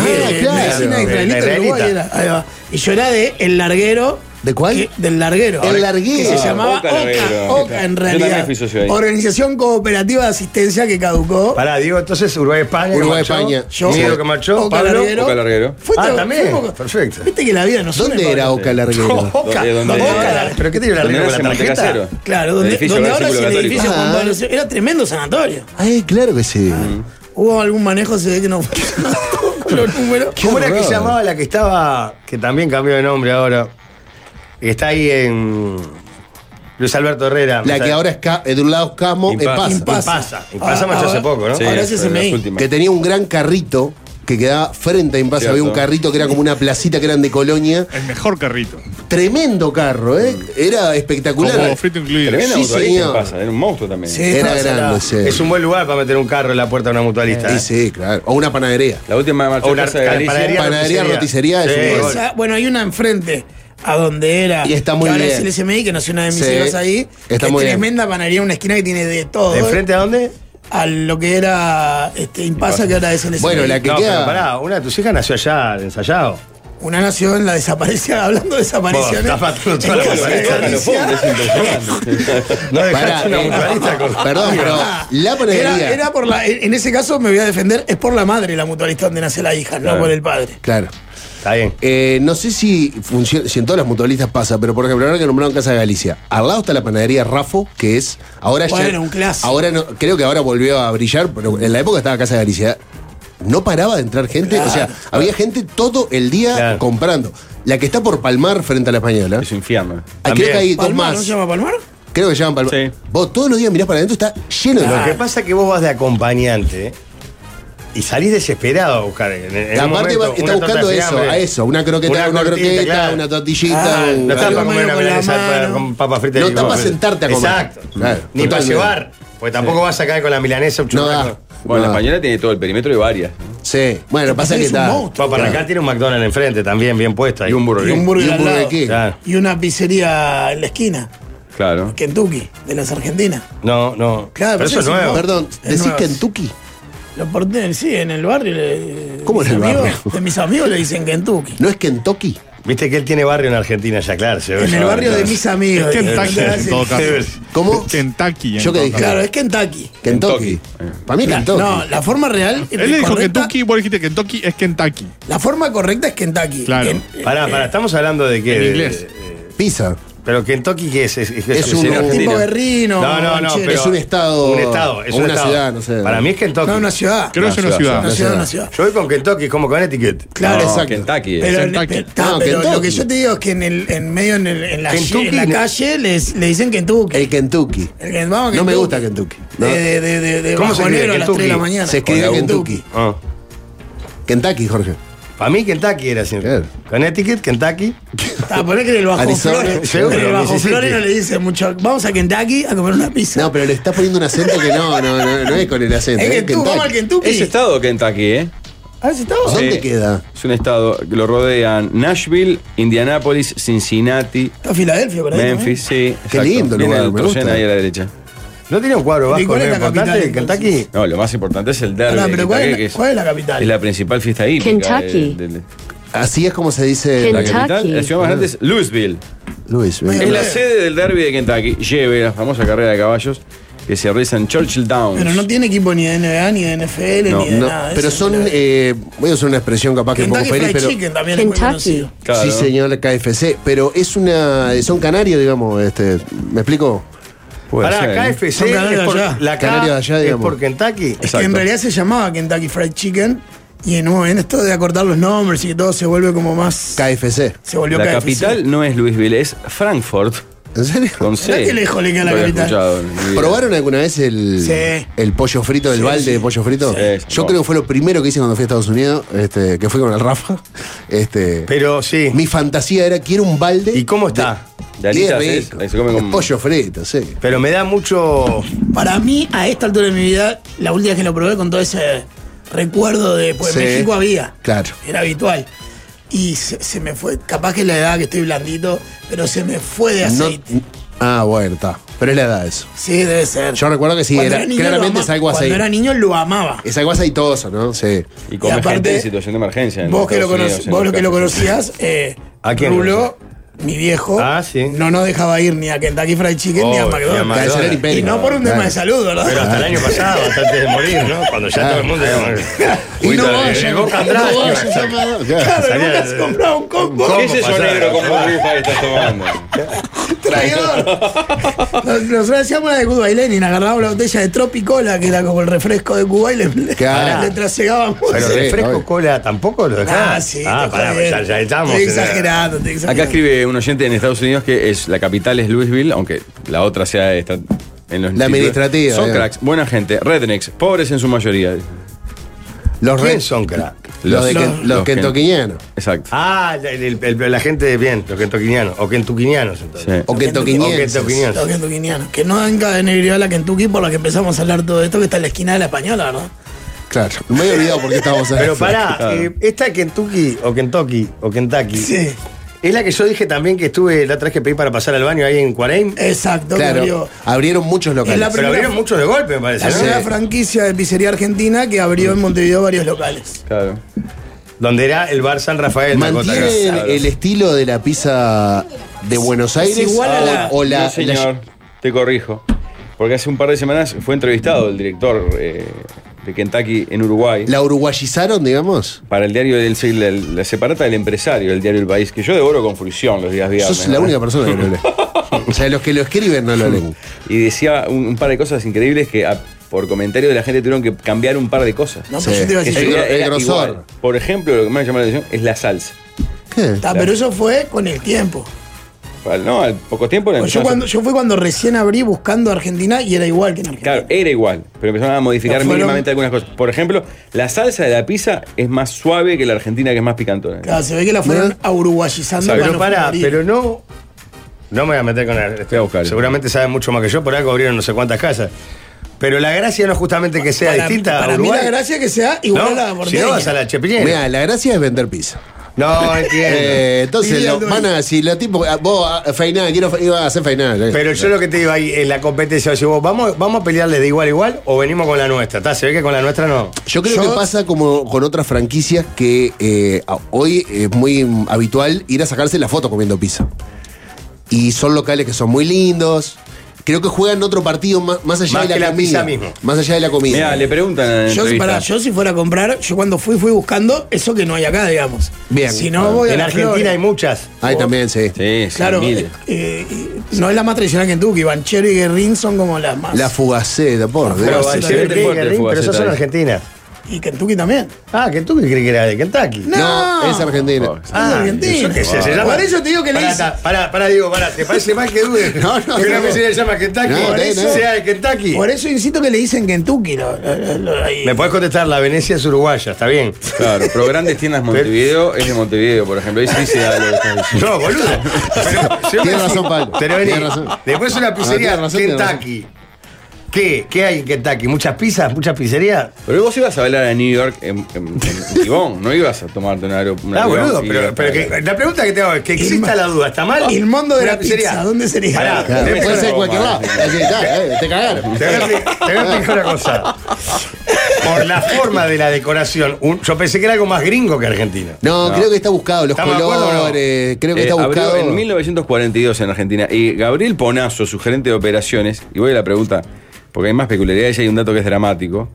S2: Ah,
S1: Midu.
S4: claro.
S2: la vecina
S1: La-
S2: israelita
S1: la
S2: de Uruguay
S1: israelita.
S2: era. Ahí va. Y yo era de El Larguero.
S4: ¿De cuál?
S2: que- del Larguero.
S4: El
S2: Que
S4: Larguero.
S2: se
S4: Ah,
S2: llamaba
S3: Oca
S2: Oca,
S3: Larguero.
S2: Oca, en
S3: Yo
S2: realidad.
S3: también fui socio ahí.
S2: Organización Cooperativa de Asistencia que caducó.
S1: Pará, digo, entonces Uruguay-España.
S4: Uruguay-España.
S1: Yo. Mido Camacho,
S2: Oca
S1: Pablo.
S2: Larguero.
S3: Oca Larguero.
S1: Ah, también.
S2: fuimos-
S1: Perfecto.
S2: Viste que la vida nos une,
S4: ¿Dónde era
S2: Pablo?
S4: Oca Larguero?
S1: Oca,
S3: ¿Dónde- dónde-
S1: Oca, la- ¿Pero qué tiene la
S3: ¿Dónde
S1: regla
S3: nace
S1: con la tarjeta?
S3: Montecasero?
S2: Claro,
S3: El
S2: donde,
S3: edificio
S2: donde
S3: del
S2: ahora es el
S3: Círculo Católico.
S2: edificio Juan
S4: Ah.
S2: Pablo II. Era tremendo sanatorio.
S4: Ay, claro que sí.
S3: Mm.
S2: Hubo algún manejo, se ve que no fue (laughs) con los números.
S1: ¿Cómo era que
S4: horror.
S1: se llamaba la que estaba, que también cambió de nombre ahora? Que está ahí en Luis Alberto Herrera.
S4: La que ahora es ca- eh, de un lado es Camo, es
S3: Impasa. Ah,
S4: Paz.
S1: Impasa. Impasa. Impasa marchó hace poco, ¿no?
S3: Sí,
S2: Ah, Ahora es
S3: fue de las
S2: SMI.
S3: últimas.
S4: Que tenía un gran carrito que quedaba frente a Impasa.
S3: Cierto.
S4: Había un carrito que era como una placita que eran de Colonia.
S6: El mejor carrito.
S4: Tremendo carro,
S3: Mm.
S4: ¿eh? Era
S6: Como
S4: espectacular.
S6: frito incluido.
S3: Tremenda
S4: Sí,
S3: mutualista
S4: señor.
S3: en pasa, era un monstruo también.
S2: Sí.
S4: Era
S2: Estaba
S4: grande, sí.
S1: Es un buen lugar para meter un carro en la puerta de una mutualista.
S4: Sí,
S1: ¿eh?
S4: sí, claro. O una panadería.
S3: La última marcha
S1: O una
S3: de Galicia.
S1: panadería,
S4: Panadería, roticería, es un gol.
S2: Esa- bueno, hay una enfrente a donde era.
S4: Y está muy
S2: que ahora
S4: bien.
S2: es el SMI, que nació una de mis
S4: Sí,
S2: hijas ahí.
S4: está
S2: que
S4: muy
S2: es
S4: bien.
S2: tremenda panadería, una esquina que tiene de todo.
S1: ¿De frente a dónde?
S2: A lo que era este, Impasa, que ahora es el SMI.
S4: Bueno, la que
S1: No,
S4: queda.
S1: pero pará, una de tus hijas nació allá, de ensayado.
S2: Una nación, la desaparición, (laughs) hablando de
S1: Vos,
S2: desapariciones.
S1: estás matando toda la
S2: en
S1: mutualista.
S2: casa de
S3: Tocan los fondos,
S2: Galicia.
S3: es impresionante.
S1: No
S4: Pará,
S1: dejaste una
S4: eh,
S1: mutualista con.
S2: (laughs)
S4: Perdón, pero la panadería.
S2: Era, era por la, en en ese caso me voy a defender, es por la madre la mutualista donde nace la hija, no
S3: Claro.
S2: por el padre.
S4: Claro.
S1: Está bien.
S4: Eh, no sé si, funciona, si en todas las mutualistas pasa, pero por ejemplo, ahora que nombraron Casa Galicia, al lado está la panadería Rafo, que es. Ahora
S2: Bueno,
S4: ya-
S2: un clásico.
S4: Ahora no, creo que ahora volvió a brillar, pero en la época estaba Casa Galicia. No paraba de entrar gente, o sea, había gente todo el día
S1: Claro.
S4: comprando. La que está por Palmar frente a la española.
S3: Es un infierno.
S4: Ah, creo
S1: También.
S4: que hay dos
S2: ¿Palmar? ¿No
S4: más.
S2: se llama Palmar?
S4: Creo que se llaman Palmar.
S3: Sí.
S4: Vos todos los días mirás para adentro, está lleno de
S1: Lo que
S4: gente.
S1: pasa es que vos vas de acompañante y salís desesperado a buscar. En, en
S4: Y
S1: un
S4: aparte
S1: momento,
S4: va- está
S1: una torta
S4: buscando
S1: de
S4: eso,
S1: fiambre,
S4: a eso. Una croqueta, una,
S1: cortita,
S4: croqueta,
S1: claro.
S4: una tortillita.
S2: Ah,
S4: un-
S1: No está
S2: Algo
S1: para comer
S2: medio
S1: una
S2: con la
S1: milanesa para-
S2: mano.
S1: con papas fritas.
S4: No
S1: y
S4: está
S1: papas
S4: para
S1: fritas.
S4: sentarte a comer.
S1: Exacto.
S4: Claro,
S1: Ni para
S4: totalmente.
S1: llevar. Porque tampoco vas a caer con la milanesa un
S4: No
S1: churrasco.
S4: da.
S3: Bueno,
S4: no
S3: la
S4: da.
S3: española tiene todo el perímetro y varias. ¿no?
S4: Sí. Bueno, pasa
S2: Es
S4: que
S2: un
S4: está.
S2: monstruo.
S1: Bueno, para acá tiene un McDonald's enfrente también, bien puesto ahí.
S3: Y un burger.
S2: Y un burger,
S4: Y un
S2: al
S4: Burger
S2: lado.
S4: King.
S1: Claro.
S2: Y una pizzería en la esquina,
S3: Claro.
S2: Kentucky, de las Argentinas.
S1: No, no.
S2: Claro, pero
S1: pero eso es
S2: sí,
S1: nuevo.
S4: Perdón,
S2: Es
S4: ¿decís
S2: nueva.
S4: Kentucky?
S2: Lo porté, sí, en el barrio. le-
S4: ¿Cómo
S2: mis
S4: en el
S2: amigos-
S4: barrio?
S2: De mis amigos le dicen
S1: (laughs)
S2: Kentucky.
S4: ¿No es Kentucky?
S1: Viste que él tiene barrio en Argentina, ya claro. se ve
S2: En
S1: eso,
S2: el barrio de
S1: claro.
S2: mis amigos.
S6: Es
S1: (laughs)
S2: digo, no
S6: Kentucky,
S2: te hagas-
S6: en todo caso.
S4: ¿Cómo?
S6: Kentucky. en
S4: Yo que
S6: todo
S4: dije.
S6: caso.
S2: Claro, es Kentucky.
S4: Kentucky.
S3: Kentucky.
S4: Para mí es
S2: La-
S4: Kentucky.
S2: No, la forma real.
S6: Él le dijo
S2: correcta-
S6: Kentucky, vos dijiste Kentucky, es Kentucky.
S2: La forma correcta es Kentucky.
S6: Claro.
S2: En- eh,
S1: Pará, pará, estamos hablando de qué.
S6: En
S1: de-
S6: inglés.
S4: Pizza.
S1: Pero Kentucky, ¿qué es? Es,
S4: Es un-
S1: en
S4: un
S1: Argentina.
S2: tipo berrino,
S1: No, no, no.
S2: ranchero.
S1: pero-
S4: Es un estado-
S1: Un estado. Es
S4: o
S1: un
S4: una
S1: estado.
S4: ciudad, no sé.
S1: Para mí es Kentucky.
S2: No, una ciudad.
S6: Creo que es una
S3: Una
S6: ciudad.
S2: Una ciudad, una ciudad.
S1: Yo voy con Kentucky como Connecticut.
S2: Claro,
S3: No,
S4: exacto.
S1: eh.
S3: Kentucky.
S2: Pero, en-
S6: Kentucky.
S2: pero-
S4: No,
S2: pero
S4: Kentucky.
S2: lo que yo te digo es que en el en medio en, el- en la,
S1: Kentucky
S2: ye- en la
S1: no-
S2: calle les, le dicen Kentucky.
S4: El Kentucky.
S2: El que- vamos,
S4: No me gusta Kentucky. No.
S2: De, de, de, de, de
S1: ¿Cómo se
S2: bajonero
S1: escribe
S2: a las 3 de la
S1: Kentucky?
S2: mañana.
S4: Se escribe
S2: Con la U.
S4: Kentucky.
S1: Ah.
S4: Kentucky, Jorge.
S1: Para mí Kentucky era así.
S4: Claro.
S1: Connecticut, Kentucky.
S2: Ah, poné que en el bajo
S4: Arizona,
S2: flores.
S1: seguro,
S2: en el bajo
S1: Mississippi.
S2: flores no le dicen mucho. Vamos a Kentucky a comer una pizza.
S4: No, pero le estás poniendo un acento que no, no, no, no es con el acento.
S2: es
S4: Es
S2: Kentucky, vamos al
S4: Kentucky.
S2: Kentucky.
S3: Es estado Kentucky, ¿eh?
S2: Ah, ¿sí está?
S4: ¿Dónde
S3: Sí.
S4: queda?
S3: Es un estado que lo rodean Nashville, Indianápolis, Cincinnati,
S2: Está Filadelfia, por ahí.
S3: Memphis, sí. exacto.
S4: ¿eh? lindo
S3: Viene
S4: lugar,
S3: el
S4: me
S3: Troyen
S4: gusta.
S3: ahí a la derecha.
S1: ¿No tiene un cuadro
S2: ¿Y
S1: vasco
S2: cuál es
S1: medio
S2: la capital,
S1: importante de Kentucky?
S2: entonces?
S3: No, lo más importante es el derby.
S2: Pará,
S3: de
S2: pero ¿cuál es la-
S3: que
S2: cuál es la capital?
S3: Es la principal fiesta hípica.
S7: Kentucky.
S3: eh, de- de-
S4: Así es como se dice
S3: la
S7: Kentucky.
S3: capital, la ciudad más grande es Louisville.
S4: Luis.
S2: Bueno,
S3: Es
S4: venga.
S3: la sede del derby de Kentucky. Lleve la famosa carrera de caballos que se realiza en Churchill Downs.
S2: Pero no tiene equipo ni de NBA, ni de NFL,
S3: No,
S2: ni de
S4: No,
S2: nada. de
S4: pero
S2: eso,
S4: son, eh, voy a usar una expresión capaz que un poco
S2: Kentucky
S4: feliz,
S2: Fried
S4: pero
S2: Chicken también es muy
S7: Kentucky.
S2: conocido.
S3: Claro.
S4: sí señor KFC, pero es una, eh, son canarios, digamos, este, ¿me explico?
S3: Puede
S1: Pará,
S3: ser, ¿eh?
S1: KFC
S2: Son canarios
S1: es por,
S2: allá.
S1: la K
S4: Canarios allá,
S1: es
S4: digamos.
S1: por Kentucky.
S2: Es que en
S3: Exacto.
S2: realidad se llamaba Kentucky Fried Chicken y en un momento esto de acortar los nombres y que todo se vuelve como más...
S4: KFC.
S2: se volvió
S3: La
S2: KFC.
S3: capital no es Louisville, es Frankfurt.
S4: ¿En serio?
S3: Con C.
S2: Mirá qué lejos le queda la
S3: Lo había
S2: capital.
S3: escuchado en mi vida.
S4: ¿Probaron alguna vez el,
S2: Sí.
S4: el pollo frito, el balde de pollo frito?
S3: Sí.
S4: Yo creo que fue lo primero que hice cuando fui a Estados Unidos, este, que fui con el Rafa. (laughs) Este,
S1: Pero sí.
S4: mi fantasía era quiero un balde.
S1: ¿Y cómo está?
S3: De
S4: Y es
S3: alitas es,
S4: rico.
S3: ahí se come con-
S4: Es pollo frito, sí.
S1: Pero me da mucho.
S2: Para mí, a esta altura de mi vida, la última vez que lo probé con todo ese recuerdo de... Pues
S4: Sí.
S2: en México había.
S4: Claro.
S2: Era habitual. Y se, se me fue, capaz que es la edad que estoy blandito, pero se me fue de
S4: No-
S2: aceite.
S4: ah, bueno, está. Pero es la edad eso.
S2: Sí, debe ser.
S4: Yo recuerdo que sí,
S2: Cuando
S4: era-
S2: niño
S4: claramente
S2: lo ama-
S4: es algo
S2: Cuando
S4: así.
S2: era niño lo amaba.
S4: Es algo aceitoso, ¿no? Sí.
S3: Y come
S2: Y aparte,
S3: gente en situación de emergencia. en
S2: Vos que, lo
S3: Estados
S2: conoc-
S3: Unidos, en
S2: vos
S3: los
S2: que lo
S3: casos.
S2: conocías, eh,
S1: ¿A quién
S2: Rulo, mi viejo,
S1: Ah, sí.
S2: no nos dejaba ir ni a Kentucky Fried Chicken ni a
S1: Oh, ni a
S2: McDonald's.
S1: McDonald's.
S4: Cancelar
S2: Y
S4: imperio.
S2: no por un tema
S4: Claro.
S2: de salud, ¿verdad?
S1: Pero hasta el año pasado, hasta antes de morir, ¿no? Cuando ya todo el mundo.
S4: Y no
S1: vayas.
S4: vayan.
S1: Boca
S4: No
S1: atrás.
S4: vayan, llamado. Claro.
S2: Claro,
S1: Salía-
S2: nunca has comprado un combo.
S1: ¿Cómo
S3: ¿Qué es eso
S1: pasar?
S3: negro con burbuja que estás tomando?
S2: traidor. Nos- Nosotros hacíamos la de Cuba y Lenin, agarrábamos la botella de Tropicola, que era como el refresco de Cuba, y le, le-
S4: Claro.
S2: le trasegábamos.
S1: Pero
S4: Sí,
S1: refresco
S4: obvio.
S1: cola tampoco lo dejás.
S2: Ah, sí.
S1: Ah,
S2: te
S1: pará,
S2: jodés.
S1: ya, ya estamos.
S2: Estoy
S1: en la-
S2: exagerando, estoy exagerando.
S3: Acá escribe un oyente en Estados Unidos que es la capital es Louisville, aunque la otra sea esta. En los
S4: La administrativa,
S3: Son
S4: digamos.
S3: cracks, buena gente, rednecks, pobres en su mayoría.
S4: Los
S1: ¿Quién
S4: re-
S1: son crack?
S4: Los, de
S3: Los-
S4: que- los
S3: los que-
S4: kentuckianos.
S3: Exacto.
S1: Ah, el- el- el- la gente de bien, los kentuquiñanos. O kentuquiñanos, entonces.
S3: Sí.
S4: O kentuckienses.
S1: O kentuquiñenses.
S2: Los kentuquianos, Que no dan negridad a la Kentucky por la que empezamos a hablar todo esto, que está en la esquina de la española, ¿verdad?
S4: Claro. Me había olvidado por qué estábamos ahí.
S1: Pero pará,
S3: Claro.
S1: eh, esta Kentucky o Kentucky o Kentucky.
S2: Sí.
S1: Es la que yo dije también que estuve la otra vez que pedí para pasar al baño ahí en Cuareim.
S2: Exacto,
S4: Claro.
S2: abrió.
S4: Abrieron muchos locales.
S2: Es la
S1: Pero
S2: primera-
S1: abrieron muchos de golpe, me parece,
S2: La
S1: ¿no?
S2: primera
S4: Sí.
S2: franquicia de pizzería argentina que abrió en Montevideo varios locales.
S3: Claro.
S1: Donde era el bar San Rafael. la Cota
S4: ¿Mantienen
S1: Casa.
S4: el estilo de la pizza de Buenos Aires?
S2: igual a
S4: o-
S2: la-
S4: o la,
S3: No, señor, te corrijo. Porque hace un par de semanas fue entrevistado el director eh, de Kentucky en Uruguay.
S4: la- la uruguayizaron, digamos?
S3: Para el diario del sí, la, la separata del empresario, el diario El País, que yo devoro con fruición los días viernes.
S4: Sos la
S3: ¿no?
S4: única persona que lo lee.
S3: (laughs)
S4: O sea, los que lo escriben no lo leen.
S3: Y decía un, un par de cosas increíbles que a- por comentario de la gente tuvieron que cambiar un par de cosas.
S2: No,
S4: Sí.
S2: pero yo te iba a
S3: Que
S2: decir.
S4: El
S3: era-
S4: gro- el
S3: era
S4: grosor.
S3: igual. Por ejemplo, lo que más me llamó la atención es la salsa.
S4: ¿Qué?
S2: Ta, Pero eso fue con el tiempo.
S3: al- no, al poco tiempo la
S2: Pues yo,
S3: empezaron a
S2: cuando, yo fui cuando recién abrí buscando Argentina y era igual que en Argentina.
S3: Claro, era igual, pero empezaron a modificar
S2: No, fueron-
S3: mínimamente algunas cosas. Por ejemplo, la salsa de la pizza es más suave que la argentina, que es más picantona.
S2: Claro, se ve que la fueron a uruguayizando. para
S1: Pero
S2: no
S1: pará,
S2: fundir.
S1: pero no. No me voy a meter con él.
S3: Voy a buscar.
S1: Seguramente saben mucho más que yo, por algo abrieron no sé cuántas casas. Pero la gracia no es justamente que sea
S2: Para-
S1: distinta
S2: Para
S1: a
S2: mí
S1: Uruguay.
S2: la gracia es que sea igual
S1: no,
S2: a la
S1: si
S2: bordeña.
S1: no vas a la chepillera.
S4: Mira, la gracia es vender pizza.
S1: No, entiendo.
S4: Eh, entonces,
S2: Diría
S4: lo-
S2: Luis.
S4: van a decir, la tipo, ah, vos, ah, feiná, quiero fe- iba a hacer feiná. eh.
S1: Pero yo lo que te digo ahí, en la competencia, o sea, vos, ¿vamos, ¿vamos a pelearle de igual a igual o venimos con la nuestra? ¿Tá? Se ve que con la nuestra no.
S4: Yo creo
S2: Yo-
S4: que pasa como con otras franquicias que eh, a- hoy es muy mm, habitual ir a sacarse la foto comiendo pizza. Y son locales que son muy lindos. Creo que juegan otro partido ma- más, allá
S1: Más
S4: de la,
S1: que la
S4: comida.
S1: pizza mismo.
S4: Más allá de la comida.
S3: Mira, le preguntan en la
S2: Yo,
S3: entrevista.
S2: pará, yo si fuera a comprar, yo cuando fui fui buscando eso que no hay acá, digamos.
S4: Bien.
S2: Si no voy a
S1: en
S2: la
S1: Argentina
S2: Flores.
S1: hay muchas.
S4: Ahí también, sí.
S3: Sí, sí,
S2: Claro,
S3: miles.
S2: eh, eh, no es la más tradicional que en Tuki. Banchero y Guerrín son como las más.
S4: La fugaceta, por
S1: Pero,
S4: Dios.
S3: sí,
S1: Vallejo,
S3: sí,
S1: Enrique,
S3: fuerte,
S1: Guerrín,
S3: fugaceta
S1: pero esas son
S3: ahí.
S1: argentinas.
S2: y Kentucky también.
S1: Ah, que tú que crees que era de Kentucky.
S2: No,
S4: No, es Argentina.
S3: Por
S2: Es
S1: Ah,
S2: Argentina.
S1: yo qué sé, se
S2: Por
S1: llama-
S2: eso te digo que le
S1: Pará,
S2: hice-
S1: ta, Pará, pará, digo, pará. ¿Te parece mal que dude?
S4: (laughs) No, no,
S1: que una
S4: no.
S1: oficina se llama Kentucky,
S4: No,
S1: por
S4: no,
S1: eso
S4: no.
S1: sea de Kentucky.
S2: Por eso insisto que le dicen Kentucky. lo- lo- lo- ahí.
S1: Me puedes contestar, la Venecia es uruguaya, está bien.
S3: Claro, pero grandes tiendas Montevideo es de Montevideo, por ejemplo. Ahí sí se da lo que estás diciendo.
S1: No, boludo. (laughs) Pero, si vos
S4: Tiene
S1: decís-
S4: razón, Pablo.
S1: Pero vení,
S4: Tiene razón.
S1: Después una pizzería
S4: tiene razón, tiene
S1: Kentucky. ¿Qué? ¿Qué hay en Kentucky? ¿Muchas pizzas? ¿Muchas pizzerías?
S3: Pero vos ibas a bailar a New York en, en, en Gibón, no ibas a tomarte un aeropuerto.
S1: Ah, boludo, pero, pero que- la pregunta que te hago es que exista la duda, ¿está mal?
S2: El mundo de
S1: Una
S2: la pizza, ¿dónde sería?
S1: Pará,
S4: Claro,
S1: te voy a
S4: puede ser
S1: explicar-
S4: cualquier lado. Así, ya, eh, Te cagaron.
S1: te voy a explicar- te voy a explicar una cosa. Por la forma de la decoración, un- yo pensé que era algo más gringo que argentino.
S4: No, creo que está buscado. Los
S1: ¿Estamos de acuerdo o no?
S4: colores, creo que
S3: Eh,
S4: está
S3: abrió
S4: buscado.
S3: en 1942 en Argentina. Y Gabriel Ponazo, su gerente de operaciones, y voy a la pregunta, porque hay más peculiaridades y hay un dato que es dramático.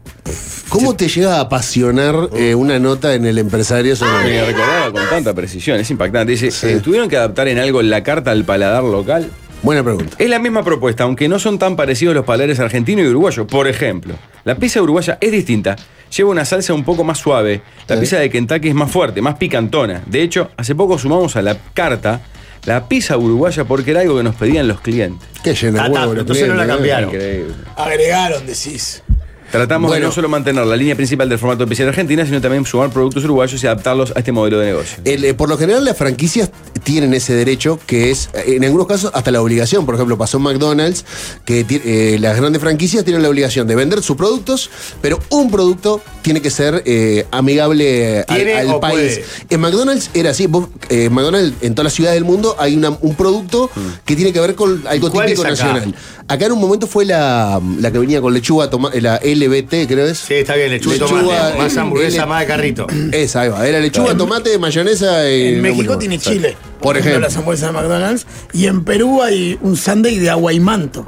S4: ¿Cómo te llega a apasionar eh, una nota en el empresario sobre
S3: Me recordaba con tanta precisión, es impactante. Dice, eh, ¿tuvieron que adaptar en algo la carta al paladar local?
S4: Buena pregunta.
S3: Es la misma propuesta, aunque no son tan parecidos los paladares argentino y uruguayo. Por ejemplo, la pizza uruguaya es distinta. Lleva una salsa un poco más suave. La pizza de Kentucky es más fuerte, más picantona. De hecho, hace poco sumamos a la carta la pizza uruguaya porque era algo que nos pedían los clientes.
S4: Qué llena
S1: Ah,
S4: de huevo.
S1: está, pero
S4: los
S1: entonces no la
S4: clientes, ¿eh?
S1: cambiaron.
S3: Increíble.
S2: Agregaron, decís.
S3: Tratamos
S4: Bueno.
S3: de no solo mantener la línea principal del formato de pizzería argentina, sino también sumar productos uruguayos y adaptarlos a este modelo de negocio.
S4: El, eh, por lo general las franquicias tienen ese derecho que es, eh, en algunos casos, hasta la obligación. Por ejemplo, pasó en McDonald's, que ti- eh, las grandes franquicias tienen la obligación de vender sus productos, pero un producto tiene que ser eh, amigable eh, al,
S1: ¿Tiene
S4: al
S1: o
S4: país.
S1: puede?
S4: En McDonald's era así. vos, eh, en McDonald's, en todas las ciudades del mundo, hay una- un producto que tiene que ver con algo
S1: Mm. ¿Cuál
S4: típico
S1: es acá?
S4: nacional. Acá en un momento fue la, la que venía con lechuga, toma- eh, la LBT, creo es.
S1: Sí, está bien, lechuga, y
S4: Lechuga,
S1: tomate,
S4: eh,
S1: más hamburguesa,
S4: eh,
S1: más de carrito.
S4: (clears throat) Esa, ahí va. Era lechuga, tomate, mayonesa y.
S2: En México
S4: bueno,
S2: tiene
S4: exacto.
S2: Chile.
S4: Por ejemplo.
S2: Las hamburguesas de McDonald's. Y en Perú hay un sundae de aguaimante.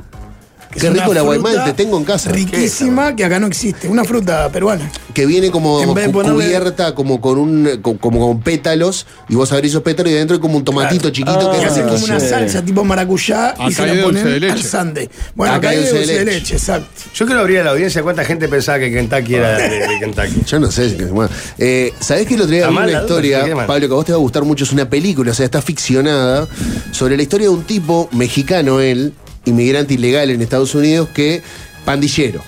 S2: que
S4: Qué
S2: es una
S4: rico el aguaimante,
S2: fruta
S4: tengo en casa.
S2: Riquísima, que acá no existe. Una fruta peruana.
S4: Que viene como
S2: En vez de
S4: cu-
S2: ponerle-
S4: cubierta, como con un. co- como con pétalos. Y vos abrís esos pétalos y adentro hay como un tomatito chiquito que
S3: Ah,
S4: Ah.
S2: que
S4: es
S2: hacen Ah, como una
S4: riquísimo.
S2: salsa tipo maracuyá
S6: Acá
S2: y se
S6: hay
S2: la
S6: dulce de
S2: ponen
S6: leche.
S2: al sundae. Bueno,
S4: Acá
S2: acá,
S4: hay
S2: hay
S4: dulce de
S2: dulce de
S4: leche.
S2: leche, exacto.
S1: Yo quiero abrir a la audiencia cuánta gente pensaba que
S4: (laughs)
S1: Kentucky era de, de Kentucky.
S4: Ah. Yo no sé. si- bueno. Eh, ¿Sabés que el otro día
S1: Está
S4: vi
S1: mal
S4: una
S1: la duda,
S4: historia,
S1: sí, qué mal.
S4: Pablo, que a vos te va a gustar mucho? Es una película, o sea, está ficcionada, sobre la historia de un tipo mexicano, él, inmigrante ilegal en Estados Unidos, que pandillero.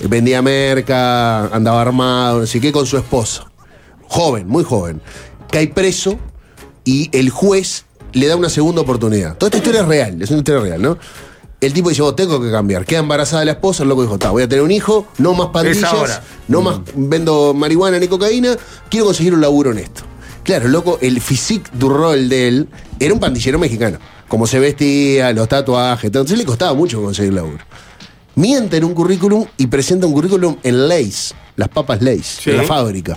S4: Eh, Vendía merca, andaba armado, no sé qué, con su esposa. Joven, muy joven. Cae preso y el juez le da una segunda oportunidad. Toda esta historia es real, es una historia real, ¿no? El tipo dice, vos tengo que cambiar. Queda embarazada la esposa, el loco dijo, está, voy a tener un hijo, no más pandillas,
S1: ahora.
S4: no más vendo marihuana ni cocaína, quiero conseguir un laburo honesto. Claro, loco, el physique du rol de él era un pandillero mexicano. Como se vestía, los tatuajes, todo. entonces le costaba mucho conseguir laburo. Miente en un currículum y presenta un currículum en Leis, las papas Leis, en la fábrica.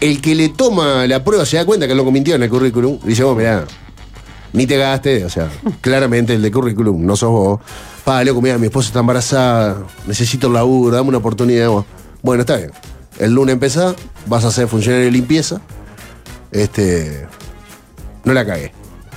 S4: El que le toma la prueba se da cuenta que lo mintió en el currículum. Y dice, vos, mirá, ni te gastes. O sea, claramente el de currículum, no sos vos. Pa, loco, mirá, mi esposa está embarazada, necesito el laburo, dame una oportunidad. vos. Bueno, está bien. El lunes empezá, vas a ser funcionario de limpieza. Este. No la cagué.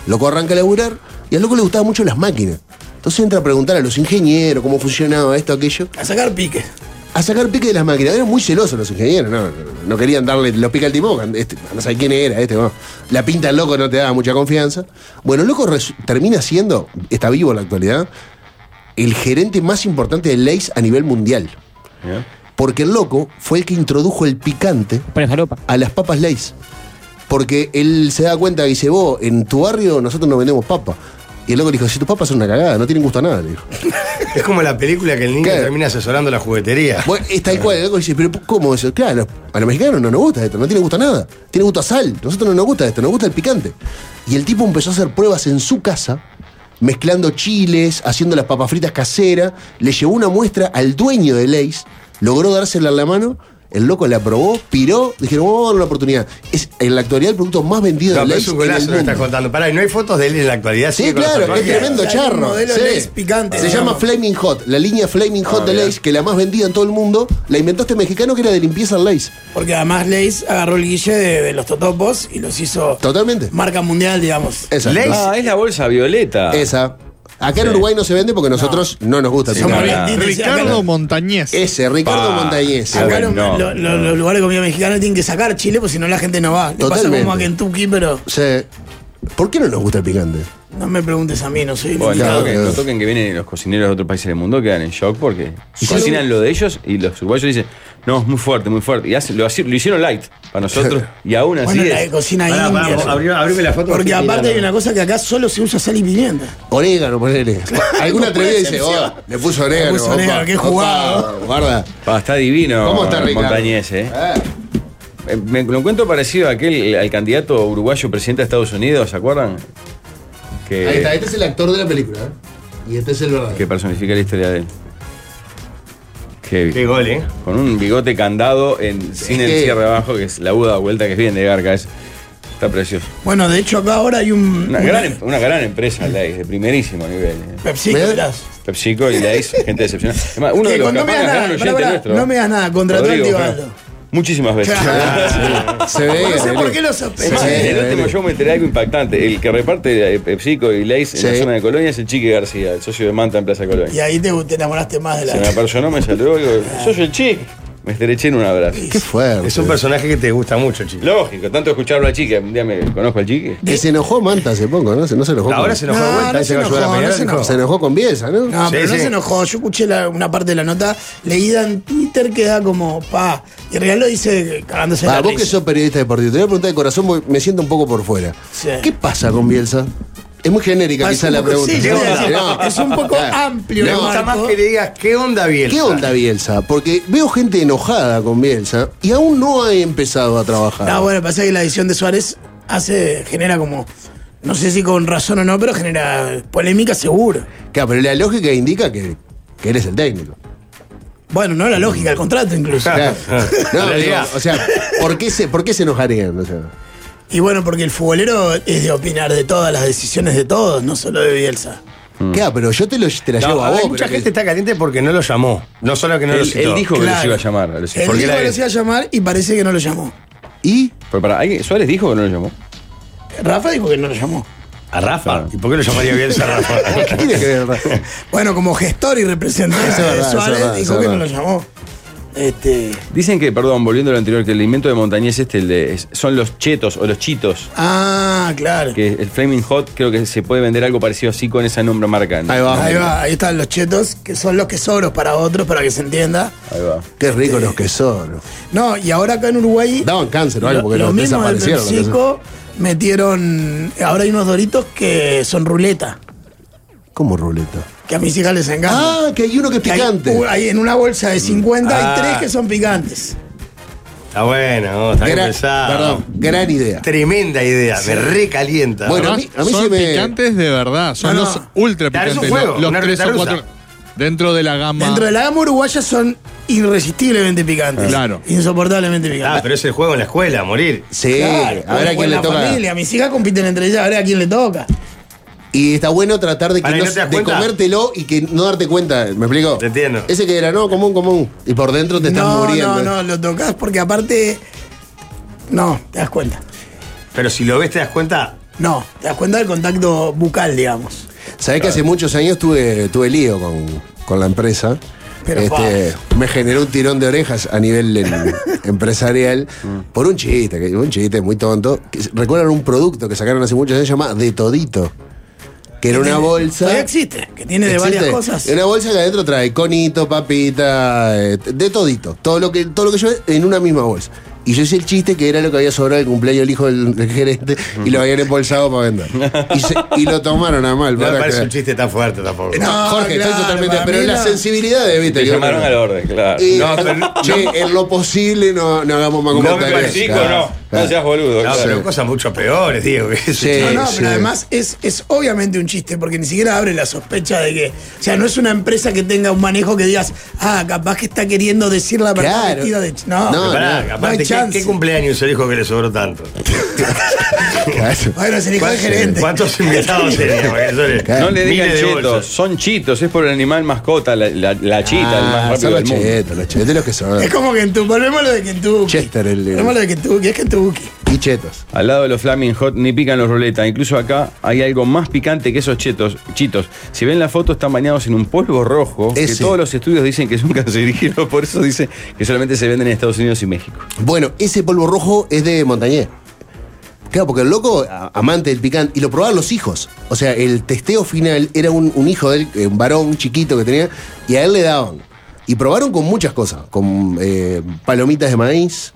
S4: Loco arranca a laburar y al loco le gustaban mucho las máquinas. Entonces entra a preguntar a los ingenieros cómo funcionaba esto, aquello.
S2: A sacar pique.
S4: a sacar pique de las máquinas. Eran muy celosos los ingenieros, no, no, no querían darle los piques al timón. Este, no sé quién era, este, bueno. La pinta del loco no te daba mucha confianza. Bueno, el loco resu- termina siendo, está vivo en la actualidad, el gerente más importante de Leis a nivel mundial.
S3: Mirá.
S4: Porque el loco fue el que introdujo el picante
S7: Pones jalopa.
S4: a las papas Lays. Porque él se da cuenta y dice, vos, en tu barrio nosotros no vendemos papa. Y el loco le dijo, si tus papas son una cagada, no tienen gusto a nada, le dijo.
S1: Es como la película que el niño
S4: Claro.
S1: termina asesorando la juguetería.
S4: Bueno, es tal cual, el loco dice, pero ¿cómo eso? Claro, a los mexicanos no nos gusta esto, no tiene gusto a nada. Tiene gusto a sal, nosotros no nos gusta esto, nos gusta el picante. Y el tipo empezó a hacer pruebas en su casa, mezclando chiles, haciendo las papas fritas caseras, le llevó una muestra al dueño de Leis, logró dársela en la mano. El loco la probó, piró, dijeron, vamos a darle una oportunidad. Es en la actualidad el producto más vendido
S1: No,
S4: de
S1: pero
S4: Leis
S1: es un
S4: en el
S1: golazo lo que estás
S4: mundo.
S1: contando. Pará, ¿y no hay fotos de él en la actualidad?
S4: Sí,
S1: ¿Sigue con la
S4: claro, es
S1: tatuaje?
S4: tremendo
S2: Hay un
S4: charro.
S2: modelo
S4: sí.
S2: Lay's picante,
S4: Se
S2: digamos.
S4: llama Flaming Hot, la línea Flaming Hot
S1: Oh,
S4: de Lays, que la más vendida en todo el mundo, la inventó este mexicano que era de limpieza en Lays.
S2: Porque además Leis agarró el guille de, de los totopos y los hizo
S4: Totalmente.
S2: marca mundial, digamos.
S4: Esa.
S1: Lay's.
S3: Ah, es la bolsa violeta.
S4: Esa. Acá en Uruguay no se vende porque nosotros no, nos gusta. el
S2: Somos
S4: picante.
S3: claro.
S2: bien- dice, acá
S6: Ricardo
S2: no-
S6: Montañés.
S4: Ese, Ricardo
S3: Pa.
S4: Montañés.
S3: Ah,
S2: acá no-
S3: bueno.
S2: lo- lo- los lugares de comida mexicana tienen que sacar Chile, porque si no la gente no va. Le pasa
S4: Totalmente.
S2: como a Kentucky, pero
S4: Sí. ¿Por qué no nos gusta el picante?
S2: no me preguntes a mí, no soy
S3: Bueno,
S2: limitado.
S4: Claro,
S3: no toquen,
S4: claro.
S3: no toquen que vienen los cocineros de otros países del mundo, quedan en shock porque
S4: Y si
S3: cocinan
S4: lo-
S3: lo de ellos y los uruguayos dicen, no, es muy fuerte, muy fuerte. Y hacen- lo, haci- lo hicieron light
S2: (laughs)
S3: para nosotros y aún así
S2: Bueno, la de
S3: es.
S2: cocina
S1: Pará,
S2: india.
S1: pará, abrí- abrime la foto.
S2: porque
S1: estoy
S2: aparte
S1: mirando.
S2: hay una cosa que acá solo se usa sal y pimienta. (laughs)
S4: Orégano, ponele. Alguna
S2: No
S4: atrevida
S2: puede
S4: dice,
S2: ser,
S4: oh,
S2: sí.
S4: le puso orégano.
S2: Le puso orégano, qué jugado.
S4: Guarda.
S3: Pa, está divino
S4: ¿Cómo está Ricardo?
S3: Montañés, eh.
S4: Eh,
S3: Eh, Me lo encuentro parecido a aquel al candidato uruguayo presidente de Estados Unidos, ¿se acuerdan? Que,
S4: Ahí está, este es el actor de la película. ¿eh? Y este es el
S3: que
S4: verdadero.
S3: personifica la historia de él. Heavy.
S1: Qué gol, ¿eh?
S3: Con un bigote candado en, sin el
S4: Sí.
S3: cierre abajo, que es la uda vuelta que es bien de garca. Es, está precioso.
S2: Bueno, de hecho acá ahora hay un.
S3: Una gran, em- una gran empresa, Lays, de primerísimo nivel. eh.
S2: Pepsi,
S4: ¿Ves?
S2: verás.
S3: PepsiCo y Lays, gente decepcionada. Es más, uno
S2: Que
S3: de los
S2: con- no me
S3: capaz
S2: das
S3: más
S2: nada,
S3: gran
S2: pará,
S3: oyente
S2: pará,
S3: nuestro.
S2: no me das nada, contrató al
S3: Rodrigo,
S2: tío
S3: pero-
S2: Aldo.
S3: Muchísimas veces. (laughs)
S4: Se ve.
S2: No sé
S4: se
S2: por
S4: ve.
S2: qué lo
S3: Es más,
S4: Sí.
S2: sospeché.
S3: en el último show me enteré de algo impactante. El que reparte eh, PepsiCo y Lays en la
S4: Sí.
S3: zona de Colonia es el Chique García, el socio de Manta en Plaza
S2: Y
S3: Colonia.
S2: ahí te, te enamoraste más de la.
S3: Se me apersonó, me saludó y digo, sos el Chique. Me estreché en un abrazo.
S4: Qué fuerte.
S1: Es un personaje que te gusta mucho, chico.
S3: Lógico, tanto escucharlo al Chique. Un día me conozco al Chique.
S4: Que se enojó Manta hace poco, ¿no? Se- No se enojó.
S1: Ahora
S4: con-
S1: se enojó
S2: No,
S1: de vuelta,
S2: no
S1: ahí se
S2: se
S1: cayó
S2: enojó,
S1: la
S2: no
S1: pelea.
S2: se
S1: dijo,
S2: enojó.
S4: se enojó con Bielsa, ¿no?
S2: No,
S1: Sí,
S2: pero no
S1: sí.
S2: se enojó. Yo escuché la- una parte de la nota leída en Twitter que da como pa. Y en realidad lo dice cagándose en
S4: Para
S2: la
S4: vos que
S2: risa.
S4: sos periodista deportivo, te voy a preguntar de corazón porque me siento un poco por fuera.
S2: Sí.
S4: ¿Qué pasa con Bielsa? Es muy genérica
S2: Pasa
S4: quizá
S2: un
S4: la
S2: poco-
S4: pregunta.
S2: sí, sí, sí. (laughs) Es un poco
S4: Claro.
S2: amplio,
S1: Me
S2: No.
S1: gusta más
S2: Marco.
S1: que le digas, ¿qué onda, Bielsa?
S4: ¿Qué onda Bielsa? Porque veo gente enojada con Bielsa y aún no ha empezado a trabajar.
S2: No, Ah, bueno, pasa que la edición de Suárez hace, genera como. No sé si con razón o no, pero genera polémica seguro.
S4: Claro, pero la lógica indica que, que eres el técnico.
S2: Bueno, no la lógica, el contrato incluso. (laughs)
S4: Claro. No,
S1: En realidad.
S4: digo, o sea, ¿por qué se, por qué se enojarían? O sea,
S2: Y bueno, porque el futbolero es de opinar de todas las decisiones de todos, no solo de Bielsa.
S4: Mm. claro, pero yo te, lo, te la
S1: No,
S4: llevo a
S1: a ver,
S4: vos.
S1: mucha
S4: pero
S1: gente
S4: que-
S1: está caliente porque no lo llamó. No solo que no lo
S3: Él,
S1: citó.
S3: él dijo que los
S2: Claro.
S3: iba a llamar. a los-
S2: Él
S1: Porque
S2: dijo
S1: la
S2: que
S1: de-
S2: los iba a llamar y parece que no lo llamó.
S4: ¿Y?
S3: Pero para, ¿alguien- ¿Suárez dijo que no lo llamó?
S2: Rafa dijo que no lo llamó.
S1: A Rafa.
S3: Claro.
S1: ¿Y por qué lo llamaría
S2: (laughs)
S1: Bielsa
S4: (laughs)
S1: a
S4: ¿Qué
S1: Rafa?
S4: tiene que ver?
S2: Bueno, como gestor y representante
S4: Eso es verdad,
S2: de
S4: eso es
S2: Suárez,
S4: verdad, eso
S2: dijo
S4: es
S2: que no
S4: verdad.
S2: lo llamó. Este.
S3: Dicen que, perdón, volviendo a lo anterior, que el invento de Montañés este el de- es- son los chetos o los chitos.
S2: Ah, claro.
S3: Que el Flaming Hot creo que se puede vender algo parecido así con esa nombre marca. ¿no?
S4: Ahí va.
S2: Ahí va, ahí están los chetos, que son los quesoros para otros, para que se entienda.
S3: Ahí va.
S4: Qué ricos los que son. ¿no?
S2: No, y ahora acá en Uruguay.
S4: Daban cáncer o algo
S2: lo,
S4: porque
S2: lo
S4: los
S2: mismo del
S4: desaparecieron. lo que sea.
S2: Pepsico metieron. Ahora hay unos doritos que son ruleta,
S4: ¿Cómo ruleta?
S2: que a mis hijas les encanta.
S4: Ah, que hay uno que es
S2: Que hay-
S4: picante.
S2: u- hay en una bolsa de 50
S1: Ah.
S2: hay tres que son picantes.
S1: Está bueno, no, está bien
S4: Gran-
S1: pensado.
S4: perdón, gran idea.
S1: Tremenda idea, me recalienta.
S4: Bueno,
S6: Además,
S4: a mí- a mí
S6: son
S4: se me-
S6: picantes de verdad, son
S2: No, no.
S6: los ultra
S1: Claro, es
S6: picantes.
S1: un
S6: ¿no?
S1: juego,
S6: los
S1: una
S6: tres o
S1: ruleta
S6: cuatro.
S1: rusa.
S6: Dentro de la gama.
S2: Dentro de la gama uruguaya son irresistiblemente
S4: Ah.
S2: picantes.
S6: Claro.
S2: Insoportablemente
S1: Ah,
S2: picantes.
S1: pero es el juego en la escuela, morir.
S4: Sí,
S2: Claro,
S4: a ver a
S2: con
S4: quién le
S2: la
S4: toca.
S2: Familia. Mis hijas compiten entre ellas, a ver a quién le toca.
S4: Y está bueno tratar de, que
S1: Para, ¿y
S4: no-
S1: no te das
S4: de
S1: cuenta?
S4: comértelo y que no darte cuenta. ¿Me explico?
S1: Te entiendo.
S4: Ese que era, no, común, común. Y por dentro te estás
S2: no,
S4: muriendo.
S2: no, no, lo tocas porque aparte. No, te das cuenta.
S1: Pero si lo ves, te das cuenta.
S2: No, te das cuenta del contacto bucal, digamos.
S4: Sabés que hace muchos años tuve, tuve lío con, con la empresa.
S2: Pero,
S4: Este, me generó un tirón de orejas a nivel en- empresarial por un chiste, que- un chiste muy tonto. que se- ¿Recuerdan un producto que sacaron hace muchos años llamado De Todito? Que era una bolsa.
S2: Todavía existe, que tiene de
S4: Existe.
S2: varias cosas.
S4: Una bolsa que adentro trae conito, papita, eh, de todito. Todo lo que, todo lo que yo en una misma bolsa. Y yo hice el chiste que era lo que había sobrado el cumpleaños del hijo del, del gerente y lo habían embolsado para vender. Y, se- y lo tomaron a mal.
S1: No me
S4: para
S1: parece
S4: que-
S1: un chiste tan fuerte tampoco.
S4: No, Jorge,
S2: claro,
S4: estoy totalmente.
S2: para
S4: Pero
S2: mí
S4: la
S2: no.
S4: sensibilidad de viste.
S3: Te
S4: que uno-
S3: llamaron al orden, claro.
S4: Y-
S1: No, pero-
S4: che, en lo posible no, no hagamos más
S1: No me
S4: comentarios.
S1: parece,
S3: Chico,
S4: Claro,
S3: no. No
S4: claro.
S3: seas boludo.
S1: No,
S3: claro.
S1: pero cosas mucho peores, Diego. que ese
S4: Sí.
S1: chiste.
S2: No, no,
S4: sí.
S2: pero además es, es obviamente un chiste, porque ni siquiera abre la sospecha de que. O sea, no es una empresa que tenga un manejo que digas, ah, capaz que está queriendo decir la persona
S4: Claro.
S2: vestida de. ch-". No,
S4: No,
S1: Pará,
S4: no.
S1: aparte,
S2: No hay
S1: ¿qué,
S2: chance.
S1: qué cumpleaños el hijo que le sobró tanto?
S4: Claro.
S2: bueno, es el hijo del
S1: ¿Cuántos-
S2: gerente.
S4: (laughs)
S1: ¿Cuántos invitados tenía? (laughs) Porque eso le-
S4: Claro.
S3: No le digan
S1: Miles de
S3: chetos,
S1: bolsas.
S3: son chitos, es por el animal mascota, la, la- la chita, el más
S4: Ah, son
S3: rápido
S4: los
S3: del mundo.
S4: chetos, los chetos los que son.
S2: Es como que en tu. Volvemos a lo de Kentucky.
S4: Chester, el-
S2: Volvemos a lo de Kentucky, es Kentucky.
S4: Y chetos.
S3: Al lado de los Flaming Hot ni pican los ruletas. Incluso acá hay algo más picante que esos chetos, chitos. Si ven la foto, están bañados en un polvo rojo.
S4: Ese.
S3: Que todos los estudios dicen que es un cancerígeno, por eso dicen que solamente se venden en Estados Unidos y México.
S4: Bueno, ese polvo rojo es de Montañé. Claro, porque el loco, a- amante del picante, y lo probaban los hijos. O sea, el testeo final era un, un hijo de él, eh, un varón chiquito que tenía, y a él le daban. Y probaron con muchas cosas, con eh, palomitas de maíz,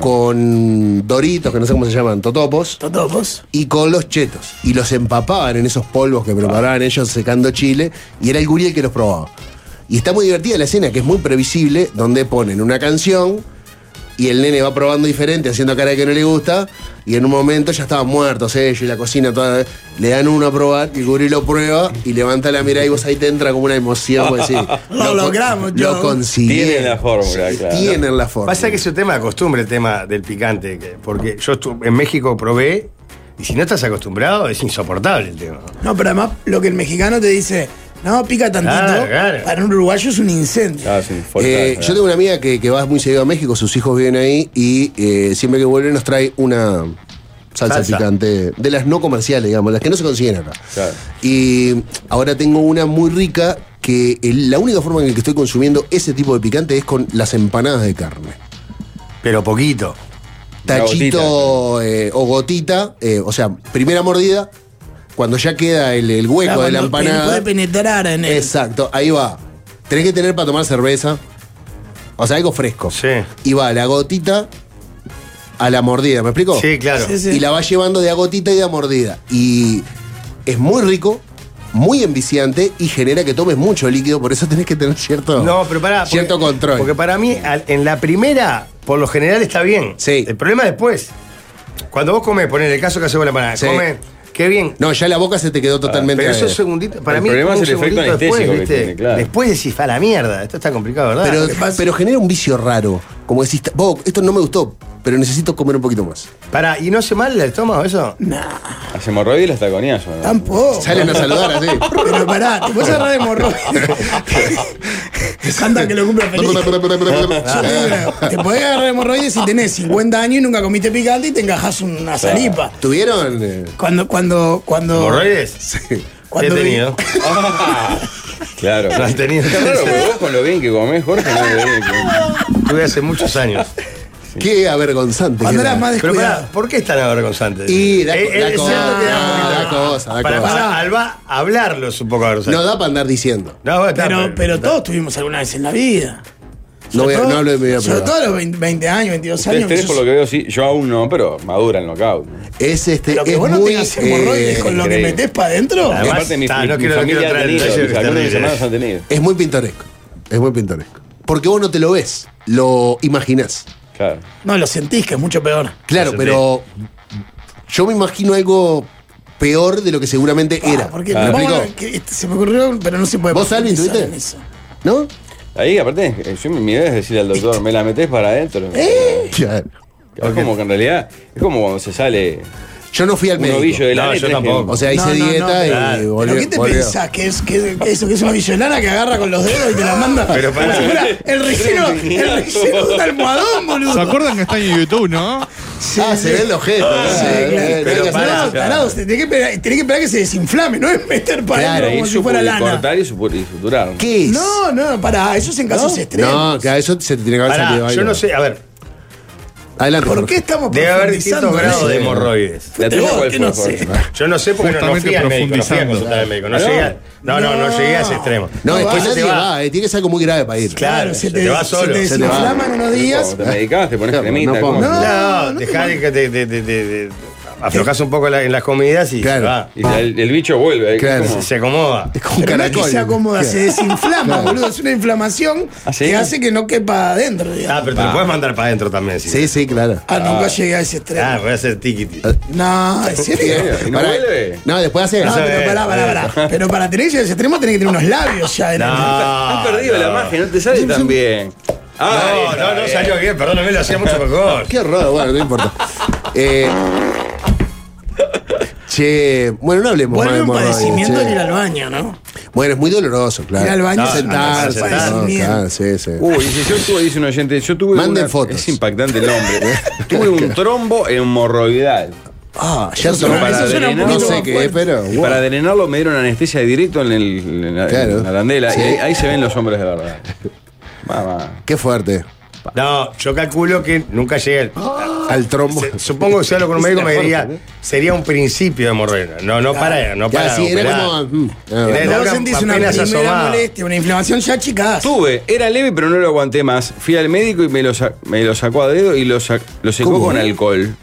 S4: con doritos, que no sé cómo se llaman, totopos,
S2: Totopos.
S4: y con los chetos. Y los empapaban en esos polvos que preparaban ellos secando chile, y era el gurí el que los probaba. Y está muy divertida la escena, que es muy previsible, donde ponen una canción y el nene va probando diferente, haciendo cara de que no le gusta, y en un momento ya estaban muertos ellos y la cocina toda. Le dan uno a probar, y el gurí lo prueba y levanta la mirada y vos ahí te entra como una emoción, pues sí.
S2: Lo
S4: con-
S2: logramos,
S4: Lo
S2: John.
S4: consiguieron.
S3: Tienen la fórmula, claro.
S4: Tienen la fórmula.
S1: Pasa que es un tema de costumbre, el tema del picante. que- Porque yo estu- en México probé y si no estás acostumbrado es insoportable el tema.
S2: No, pero además lo que el mexicano te dice, no, pica tantito.
S1: Claro, claro.
S2: Para un uruguayo es un incendio.
S3: Ah, sí, fuerza,
S4: Eh,
S3: claro.
S4: yo tengo una amiga que, que va muy seguido a México, sus hijos viven ahí y eh, siempre que vuelve nos trae una salsa,
S1: Salsa.
S4: picante de las no comerciales, digamos, las que no se consiguen acá.
S3: Claro.
S4: Y ahora tengo una muy rica que el- la única forma en la que estoy consumiendo ese tipo de picante es con las empanadas de carne.
S1: Pero poquito.
S3: La
S4: Tachito eh, o gotita, eh, o sea, primera mordida, cuando ya queda el, el hueco
S2: Claro,
S4: de la
S2: cuando pe-
S4: empanada.
S2: Puede penetrar en el.
S4: Exacto, ahí va. Tenés que tener para tomar cerveza. O sea, algo fresco.
S1: Sí.
S4: Y va la gotita a la mordida, ¿me explico?
S1: Sí, claro.
S2: Sí, sí.
S4: Y la va llevando de a gotita y de a mordida. Y es muy rico, muy enviciante y genera que tomes mucho líquido, por eso tenés que tener cierto,
S1: No, pero pará. porque-
S4: cierto control.
S1: Porque para mí, al- en la primera, por lo general está bien.
S4: Sí.
S1: El problema es después. Cuando vos comés, ponés el caso que hacemos la empanada,
S4: Sí.
S1: comés, qué bien. Ah,
S4: No, ya la boca se te quedó totalmente.
S1: Pero esos
S4: eh,
S1: segunditos, para
S3: el
S1: mí,
S3: problema
S1: como
S3: es el
S1: un
S3: efecto
S1: segundito después,
S3: anestésico que
S1: ¿viste?
S3: tiene, claro.
S1: Después decís, a la mierda, esto está complicado, ¿verdad?
S4: pero,
S1: Lo que pasa-
S4: pero genera un vicio raro. Como decís, "Bo, esto no me gustó, pero necesito comer un poquito
S1: (laughs)
S4: más.
S1: Pará, ¿y no hace mal el estómago eso?
S3: Las hemorroides y las taconías. ¿no?
S2: Tampoco.
S4: Salen a saludar así.
S2: Pero pará, te puedes agarrar de
S4: (laughs)
S2: hemorroides. Anda que lo cumpla feliz. te podés agarrar de hemorroides si tenés 50 años y nunca comiste picante y te engajas una salipa.
S4: ¿Tuvieron? eh,
S2: Cuando, cuando, cuando.
S1: ¿Hemorroides? He
S2: Cuando vi-
S4: (laughs)
S1: tenido.
S3: Ah, claro.
S1: No has tenido.
S3: Está raro, porque vos con lo bien que comés, Jorge, no lo bien que-
S1: Tuve hace muchos años.
S4: (laughs) Qué avergonzante.
S2: Cuando
S4: que
S2: eras
S4: era.
S2: más
S1: Pero pará,
S2: descuidado.
S1: ¿por qué es tan avergonzante?
S4: Y da-
S1: Eh,
S4: da
S1: eh, es
S4: cosa,
S1: cierto que da un poquito-
S4: da cosa, da
S1: Para,
S4: cosa.
S1: para, Alba, hablarlo es un poco avergonzante.
S4: No da para andar diciendo.
S1: No, bueno, está,
S2: Pero, pero todos tuvimos alguna vez en la vida.
S4: No, voy a-
S2: Sobre
S4: no hablo de mi vida
S2: Sobre
S4: privada.
S2: todo a los 20, 20 años, 22
S3: Ustedes
S2: años.
S3: tres,
S2: que
S3: por
S2: sos-
S3: lo que veo, sí. Yo aún no, pero madura el knockout.
S4: Es este.
S2: Pero que
S4: es
S2: vos no
S4: muy,
S2: tengas hemorroides
S4: eh,
S2: con lo que
S3: increíble.
S2: metés para adentro.
S1: Además,
S3: Aparte, mi,
S4: ah,
S1: está,
S3: mi-
S1: no
S3: mi
S1: quiero- no
S3: familia
S1: quiero
S3: ha
S1: entrar en
S3: tenido, mis
S1: detalles,
S3: hermanos y mis
S1: terrible.
S3: hermanas han tenido.
S4: Es muy pintoresco. Es muy pintoresco. Porque vos no te lo ves, lo imaginás.
S3: Claro.
S2: No, lo sentís, que es mucho peor.
S4: Claro,
S1: Lo
S4: pero yo me imagino algo peor de lo que seguramente era.
S2: Porque
S3: Ah,
S2: vamos
S4: ¿me
S2: a-
S4: explico?
S2: que- este, se me ocurrió, pero no se puede
S4: ¿Vos, Alvin,
S2: profundizar
S4: tuviste?
S2: en eso.
S4: ¿No?
S3: Ahí, aparte, eh, yo, mi mi idea es decirle al doctor, me la metés para
S2: (laughs)
S3: adentro.
S2: Eh.
S4: Claro.
S3: Es como que en realidad, es como cuando se sale
S4: Yo no fui al
S3: un
S4: médico.
S3: ovillo de
S1: No,
S3: la
S1: yo tampoco.
S4: O sea, hice
S2: No, no, no,
S4: dieta y
S1: claro. Pero
S4: volvió.
S2: ¿Pero qué te
S4: volvió.
S2: pensás? ¿Que es, que, que eso, que es una villonara que agarra con los dedos y te la manda?
S1: Pero pará.
S2: Como si fuera el relleno, el relleno de un almohadón,
S6: ¿Se
S2: boludo.
S6: acuerdan que está en YouTube, no?
S4: Ah, se ven los gestos.
S2: Sí,
S4: claro.
S2: claro.
S4: Eh, tiene
S2: Pero
S4: que hacer-
S2: pará,
S3: eso.
S2: tarado, usted tiene que esperar, tiene que esperar que se desinflame, no es meter para
S4: Claro,
S2: adentro
S3: y
S2: como si fuera
S3: supo- y
S2: lana.
S3: cortar y supo- y suturar.
S4: ¿Qué es?
S2: No, no, para, eso es en casos extremos.
S4: No, claro, eso se te tiene que haber
S1: Pará,
S4: salido ahí.
S1: yo no sé, a ver,
S4: Adelante.
S2: ¿Por
S4: Jorge.
S2: qué estamos
S1: debe haber
S2: profundizando
S1: distintos
S2: en eso?
S1: grados de
S4: Sí.
S1: hemorroides.
S3: ¿La tuya
S2: No,
S3: cuál
S2: que
S3: fue,
S2: no
S4: (laughs)
S3: Jorge?
S2: sé.
S1: Yo no sé porque no- no
S6: Justamente
S1: fui al médico, no fui a
S6: profundizando.
S1: consultar al médico. No,
S3: No.
S1: llegué a- no, no, no
S2: No.
S1: llegué a ese extremo.
S4: No, es que
S1: Después se te
S4: nadie va, eh, tiene que ser algo muy grave para ir.
S1: Claro, se te va solo.
S2: te
S1: Se
S4: te va.
S2: desinflama en unos días.
S3: Te medicás, te pones
S4: Claro,
S3: cremita.
S4: no
S3: ¿cómo?
S4: pongo.
S1: No,
S2: No, no
S1: dejá de que te, te- te- te- te- aflojás un poco la- en las comidas y
S4: Claro.
S1: se va.
S3: Y el, el bicho vuelve. ¿eh?
S4: Claro.
S3: ¿Cómo?
S1: Se acomoda.
S4: Es como un
S2: Pero no es
S4: caracol.
S2: que se acomoda, se desinflama, boludo. Es una inflamación
S3: ¿Ah, sí?
S2: que hace que no quepa adentro.
S1: Ah,
S2: digamos.
S1: pero te lo puedes mandar para adentro también. Si
S4: Sí, sí, claro.
S2: Ah, nunca llegué a ese extremo.
S1: Ah, voy a hacer tiquiti.
S2: No, en serio.
S3: ¿Y no
S4: Ah, Pará,
S3: vuelve?
S4: no, después hace.
S2: No,
S1: se ve,
S2: pero pará, pará, pará. Pero para tener ese extremo tenés que tener unos labios ya. en el-
S1: No,
S3: Has perdido
S1: no.
S3: la magia, no te sale tan bien. Ah, Ay,
S1: No, no, no
S3: ay,
S1: salió bien, perdóname, lo hacía
S3: (laughs)
S1: mucho mejor.
S4: Qué horror, bueno, no importa. Eh, che, bueno, no hablemos más
S2: Vuelve
S4: de
S2: un
S4: hemorroides,
S2: padecimiento
S4: che.
S2: en ir al baño, ¿no?
S4: Bueno, es muy doloroso, claro.
S2: Ir al baño
S1: No,
S2: es un
S4: Sentarse,
S1: no,
S4: no,
S2: padecimiento.
S4: claro, sí, sí.
S3: Uy, dice, yo tuve, dice un oyente, yo tuve
S4: Manden
S3: una-
S4: fotos.
S3: Es impactante el hombre.
S4: (laughs)
S3: tuve un trombo hemorroidal.
S4: Ah, ya
S2: Eso suena-
S3: para
S2: eso suena un
S3: drenar.
S4: No
S2: poquito
S4: sé
S2: más
S4: qué es,
S2: fuerte.
S4: pero.
S3: Y
S4: wow.
S3: para drenarlo me dieron anestesia directo en, el, en la, en
S4: Claro.
S3: la arandela.
S4: Sí.
S3: Y ahí, ahí se ven los hombres de verdad. Mamá.
S4: Qué fuerte.
S1: No, yo calculo que nunca llegué. al-
S4: Al trombo.
S1: Se- Supongo que si hablo con un médico me diría, sería un principio de hemorroida. No, no para, no para.
S4: Ya, sí, era
S1: operar.
S4: como. mm, ah,
S1: Era-
S2: Cuando vos
S1: Ahora
S2: sentís una
S1: apenas
S2: primera
S1: asomado.
S2: molestia, una inflamación ya, chicas.
S3: Tuve, era leve pero no lo aguanté más. Fui al médico y me lo, sa- me lo sacó a dedo y lo, sa- lo secó
S4: ¿Cómo? eh?
S3: con alcohol.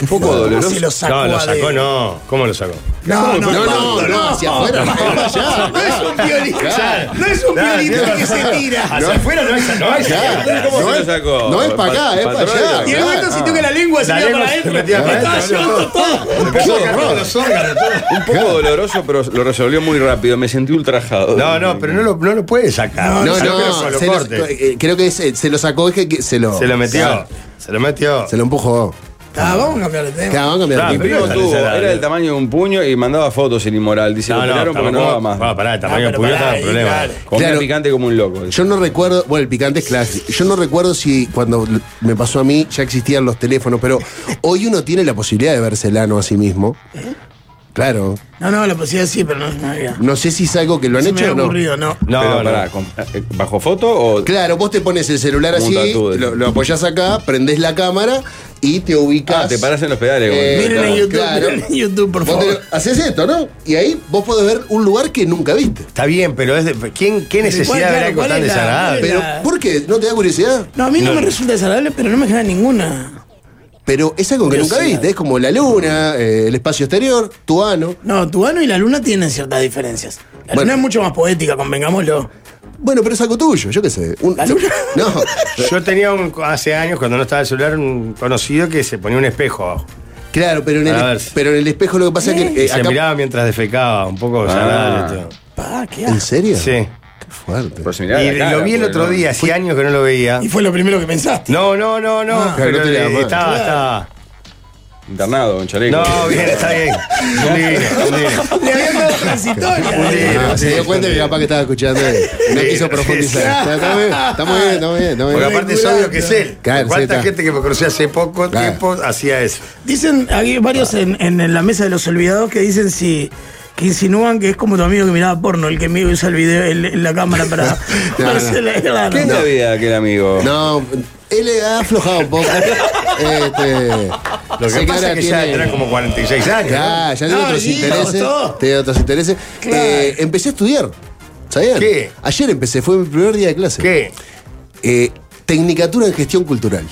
S3: Un poco
S2: ¿Cómo
S3: doloroso.
S2: se Ah, lo sacó?
S1: No, lo
S2: a dedo?
S1: sacó, no. ¿Cómo lo sacó?
S2: No, no,
S4: No,
S2: Pablo,
S4: no, no, hacia afuera. para allá.
S2: No es un violín.
S4: Claro.
S2: No es un
S1: Claro,
S2: violín
S1: tiene
S2: que se
S1: razón.
S2: tira.
S1: Hacia afuera no es, no es.
S4: Claro.
S3: ¿Cómo
S4: No
S3: se
S4: es-
S3: lo sacó?
S4: no es pa' acá, es
S3: Pa-
S4: pa'
S3: patrón,
S4: allá.
S2: Y el momento
S4: Ah.
S2: sintió que la lengua se
S1: La
S2: iba para
S1: lengua se
S2: adentro.
S1: metía para
S2: Estaba
S1: adentro,
S2: llorando todo.
S1: Empezó a agarrar los órganos, todo.
S3: Un poco doloroso, pero lo resolvió muy rápido. Me sentí ultrajado.
S1: No, no, pero no lo, no lo puede sacar.
S4: No,
S1: Sacó
S4: no,
S1: con los
S4: se lo-
S1: cortes.
S4: eh, creo que se, se lo sacó, es que, que se lo.
S1: Se lo metió.
S4: Claro,
S1: Se lo metió.
S4: Se lo empujó.
S2: Ah, vamos a cambiar de tema.
S4: Claro, vamos a cambiar de
S1: Claro,
S4: equipo.
S3: Mi primo
S1: Pero
S3: tuvo,
S1: esa es la-
S3: era del tamaño de un puño y mandaba fotos sin inmoral. Dice, lo operaron porque no daba más.
S1: No, pará, el tamaño
S2: Ah,
S1: del
S2: pero
S1: puño
S2: pará,
S1: estaba en
S2: ahí,
S1: problema.
S2: claro.
S3: Comía
S4: Claro.
S3: picante como un loco. dice.
S4: Yo no recuerdo, bueno, el picante es clásico. Yo no recuerdo si cuando l- me pasó a mí ya existían los teléfonos, pero hoy uno tiene la posibilidad de verse el ano a sí mismo. Claro.
S2: No, no, la posibilidad sí, pero no, no había.
S4: No sé si es algo que lo han
S2: Se me
S4: hecho
S2: había
S4: o no.
S2: ocurrido, no.
S1: No,
S3: pero
S1: no.
S3: pará, con- eh, ¿bajo foto o.?
S4: Claro, vos te pones el celular
S3: Como un
S4: así,
S3: tatú de-
S4: lo, lo apoyás acá, prendés la cámara y te ubicás.
S3: Ah, te parás en los pedales. como-
S4: Eh,
S2: Miren en
S4: claro,
S2: YouTube,
S4: claro.
S2: miren en YouTube, por
S4: Vos te-
S2: favor.
S4: haces esto, ¿no? Y ahí vos podés ver un lugar que nunca viste.
S1: Está bien, pero es de- ¿quién, ¿qué necesidad
S2: ¿Cuál,
S1: de ver
S2: claro,
S1: algo
S2: cuál
S1: tan
S2: es la-
S1: desagradable?
S4: Pero,
S2: Claro.
S4: ¿por qué? ¿No te da curiosidad?
S2: No, a mí no,
S1: No.
S2: me resulta desagradable, pero no me genera ninguna.
S4: Pero es algo que nunca
S2: Curiosidad.
S4: viste. Es como la luna, eh, el espacio exterior, tu ano.
S2: No, tu ano y la luna tienen ciertas diferencias. La
S4: Bueno.
S2: luna es mucho más poética, convengámoslo.
S4: Bueno, pero es algo tuyo, yo qué sé. Un-
S2: ¿La luna?
S4: No.
S1: Yo tenía un, hace años, cuando no estaba el celular, un conocido que se ponía un espejo abajo.
S4: Claro, pero en,
S1: A
S4: el,
S1: ver.
S4: pero en el espejo lo que pasa es que.
S1: Y
S4: eh,
S1: se
S4: acá-
S1: miraba mientras defecaba, un poco
S3: Ah.
S1: desagradable todo.
S2: Pa, qué
S4: ¿En
S2: asco.
S4: serio?
S1: Sí.
S4: Qué fuerte.
S3: Pero si mirá
S1: Y
S3: la cara,
S1: lo vi el
S3: porque
S1: otro
S3: no-
S1: día, hacía años que no lo veía.
S2: Y fue lo primero que pensaste.
S1: No, no, no, no.
S2: Ah,
S1: pero
S4: no te le da
S1: eh,
S4: más.
S1: estaba, estaba.
S3: Internado, en chaleco.
S1: No, bien, está bien. Un divino, un divino.
S2: Le habían dado
S1: Sí.
S2: transitoria.
S4: Ah, se dio cuenta que capaz que estaba escuchando. eh. No
S1: Sí,
S4: quiso
S1: sí,
S4: profundizar.
S1: sí.
S4: Está-
S2: (laughs)
S4: está bien, Estamos bien, estamos bien, estamos
S1: Porque
S4: bien.
S1: aparte es obvio que es él.
S4: Claro, sí,
S1: ¿Cuánta
S4: está.
S1: gente que me conocí hace poco
S4: Claro.
S1: tiempo hacía eso?
S2: Dicen, hay
S4: Ah.
S2: varios en, en- en la mesa de los olvidados que dicen si. que insinúan que es como tu amigo que miraba porno, el que me usa el video, el- la cámara
S4: (laughs)
S2: para. (laughs)
S3: (laughs)
S2: para hacer la- claro.
S3: ¿Qué es la vida de aquel amigo?
S4: No, él ha aflojado un poco. Este,
S1: Lo que
S4: sé
S1: pasa
S4: ahora
S1: es que ya
S4: tiene-
S1: eran como 46 años. ¿no?
S4: Ya, ya tiene
S2: No,
S4: otros
S2: hijos,
S4: intereses.
S2: todo.
S4: Tiene otros intereses.
S2: Claro.
S4: Eh, empecé a estudiar. ¿Sabían?
S1: ¿Qué?
S4: Ayer empecé, fue mi primer día de clase.
S1: ¿Qué?
S4: Eh, Tecnicatura en gestión cultural.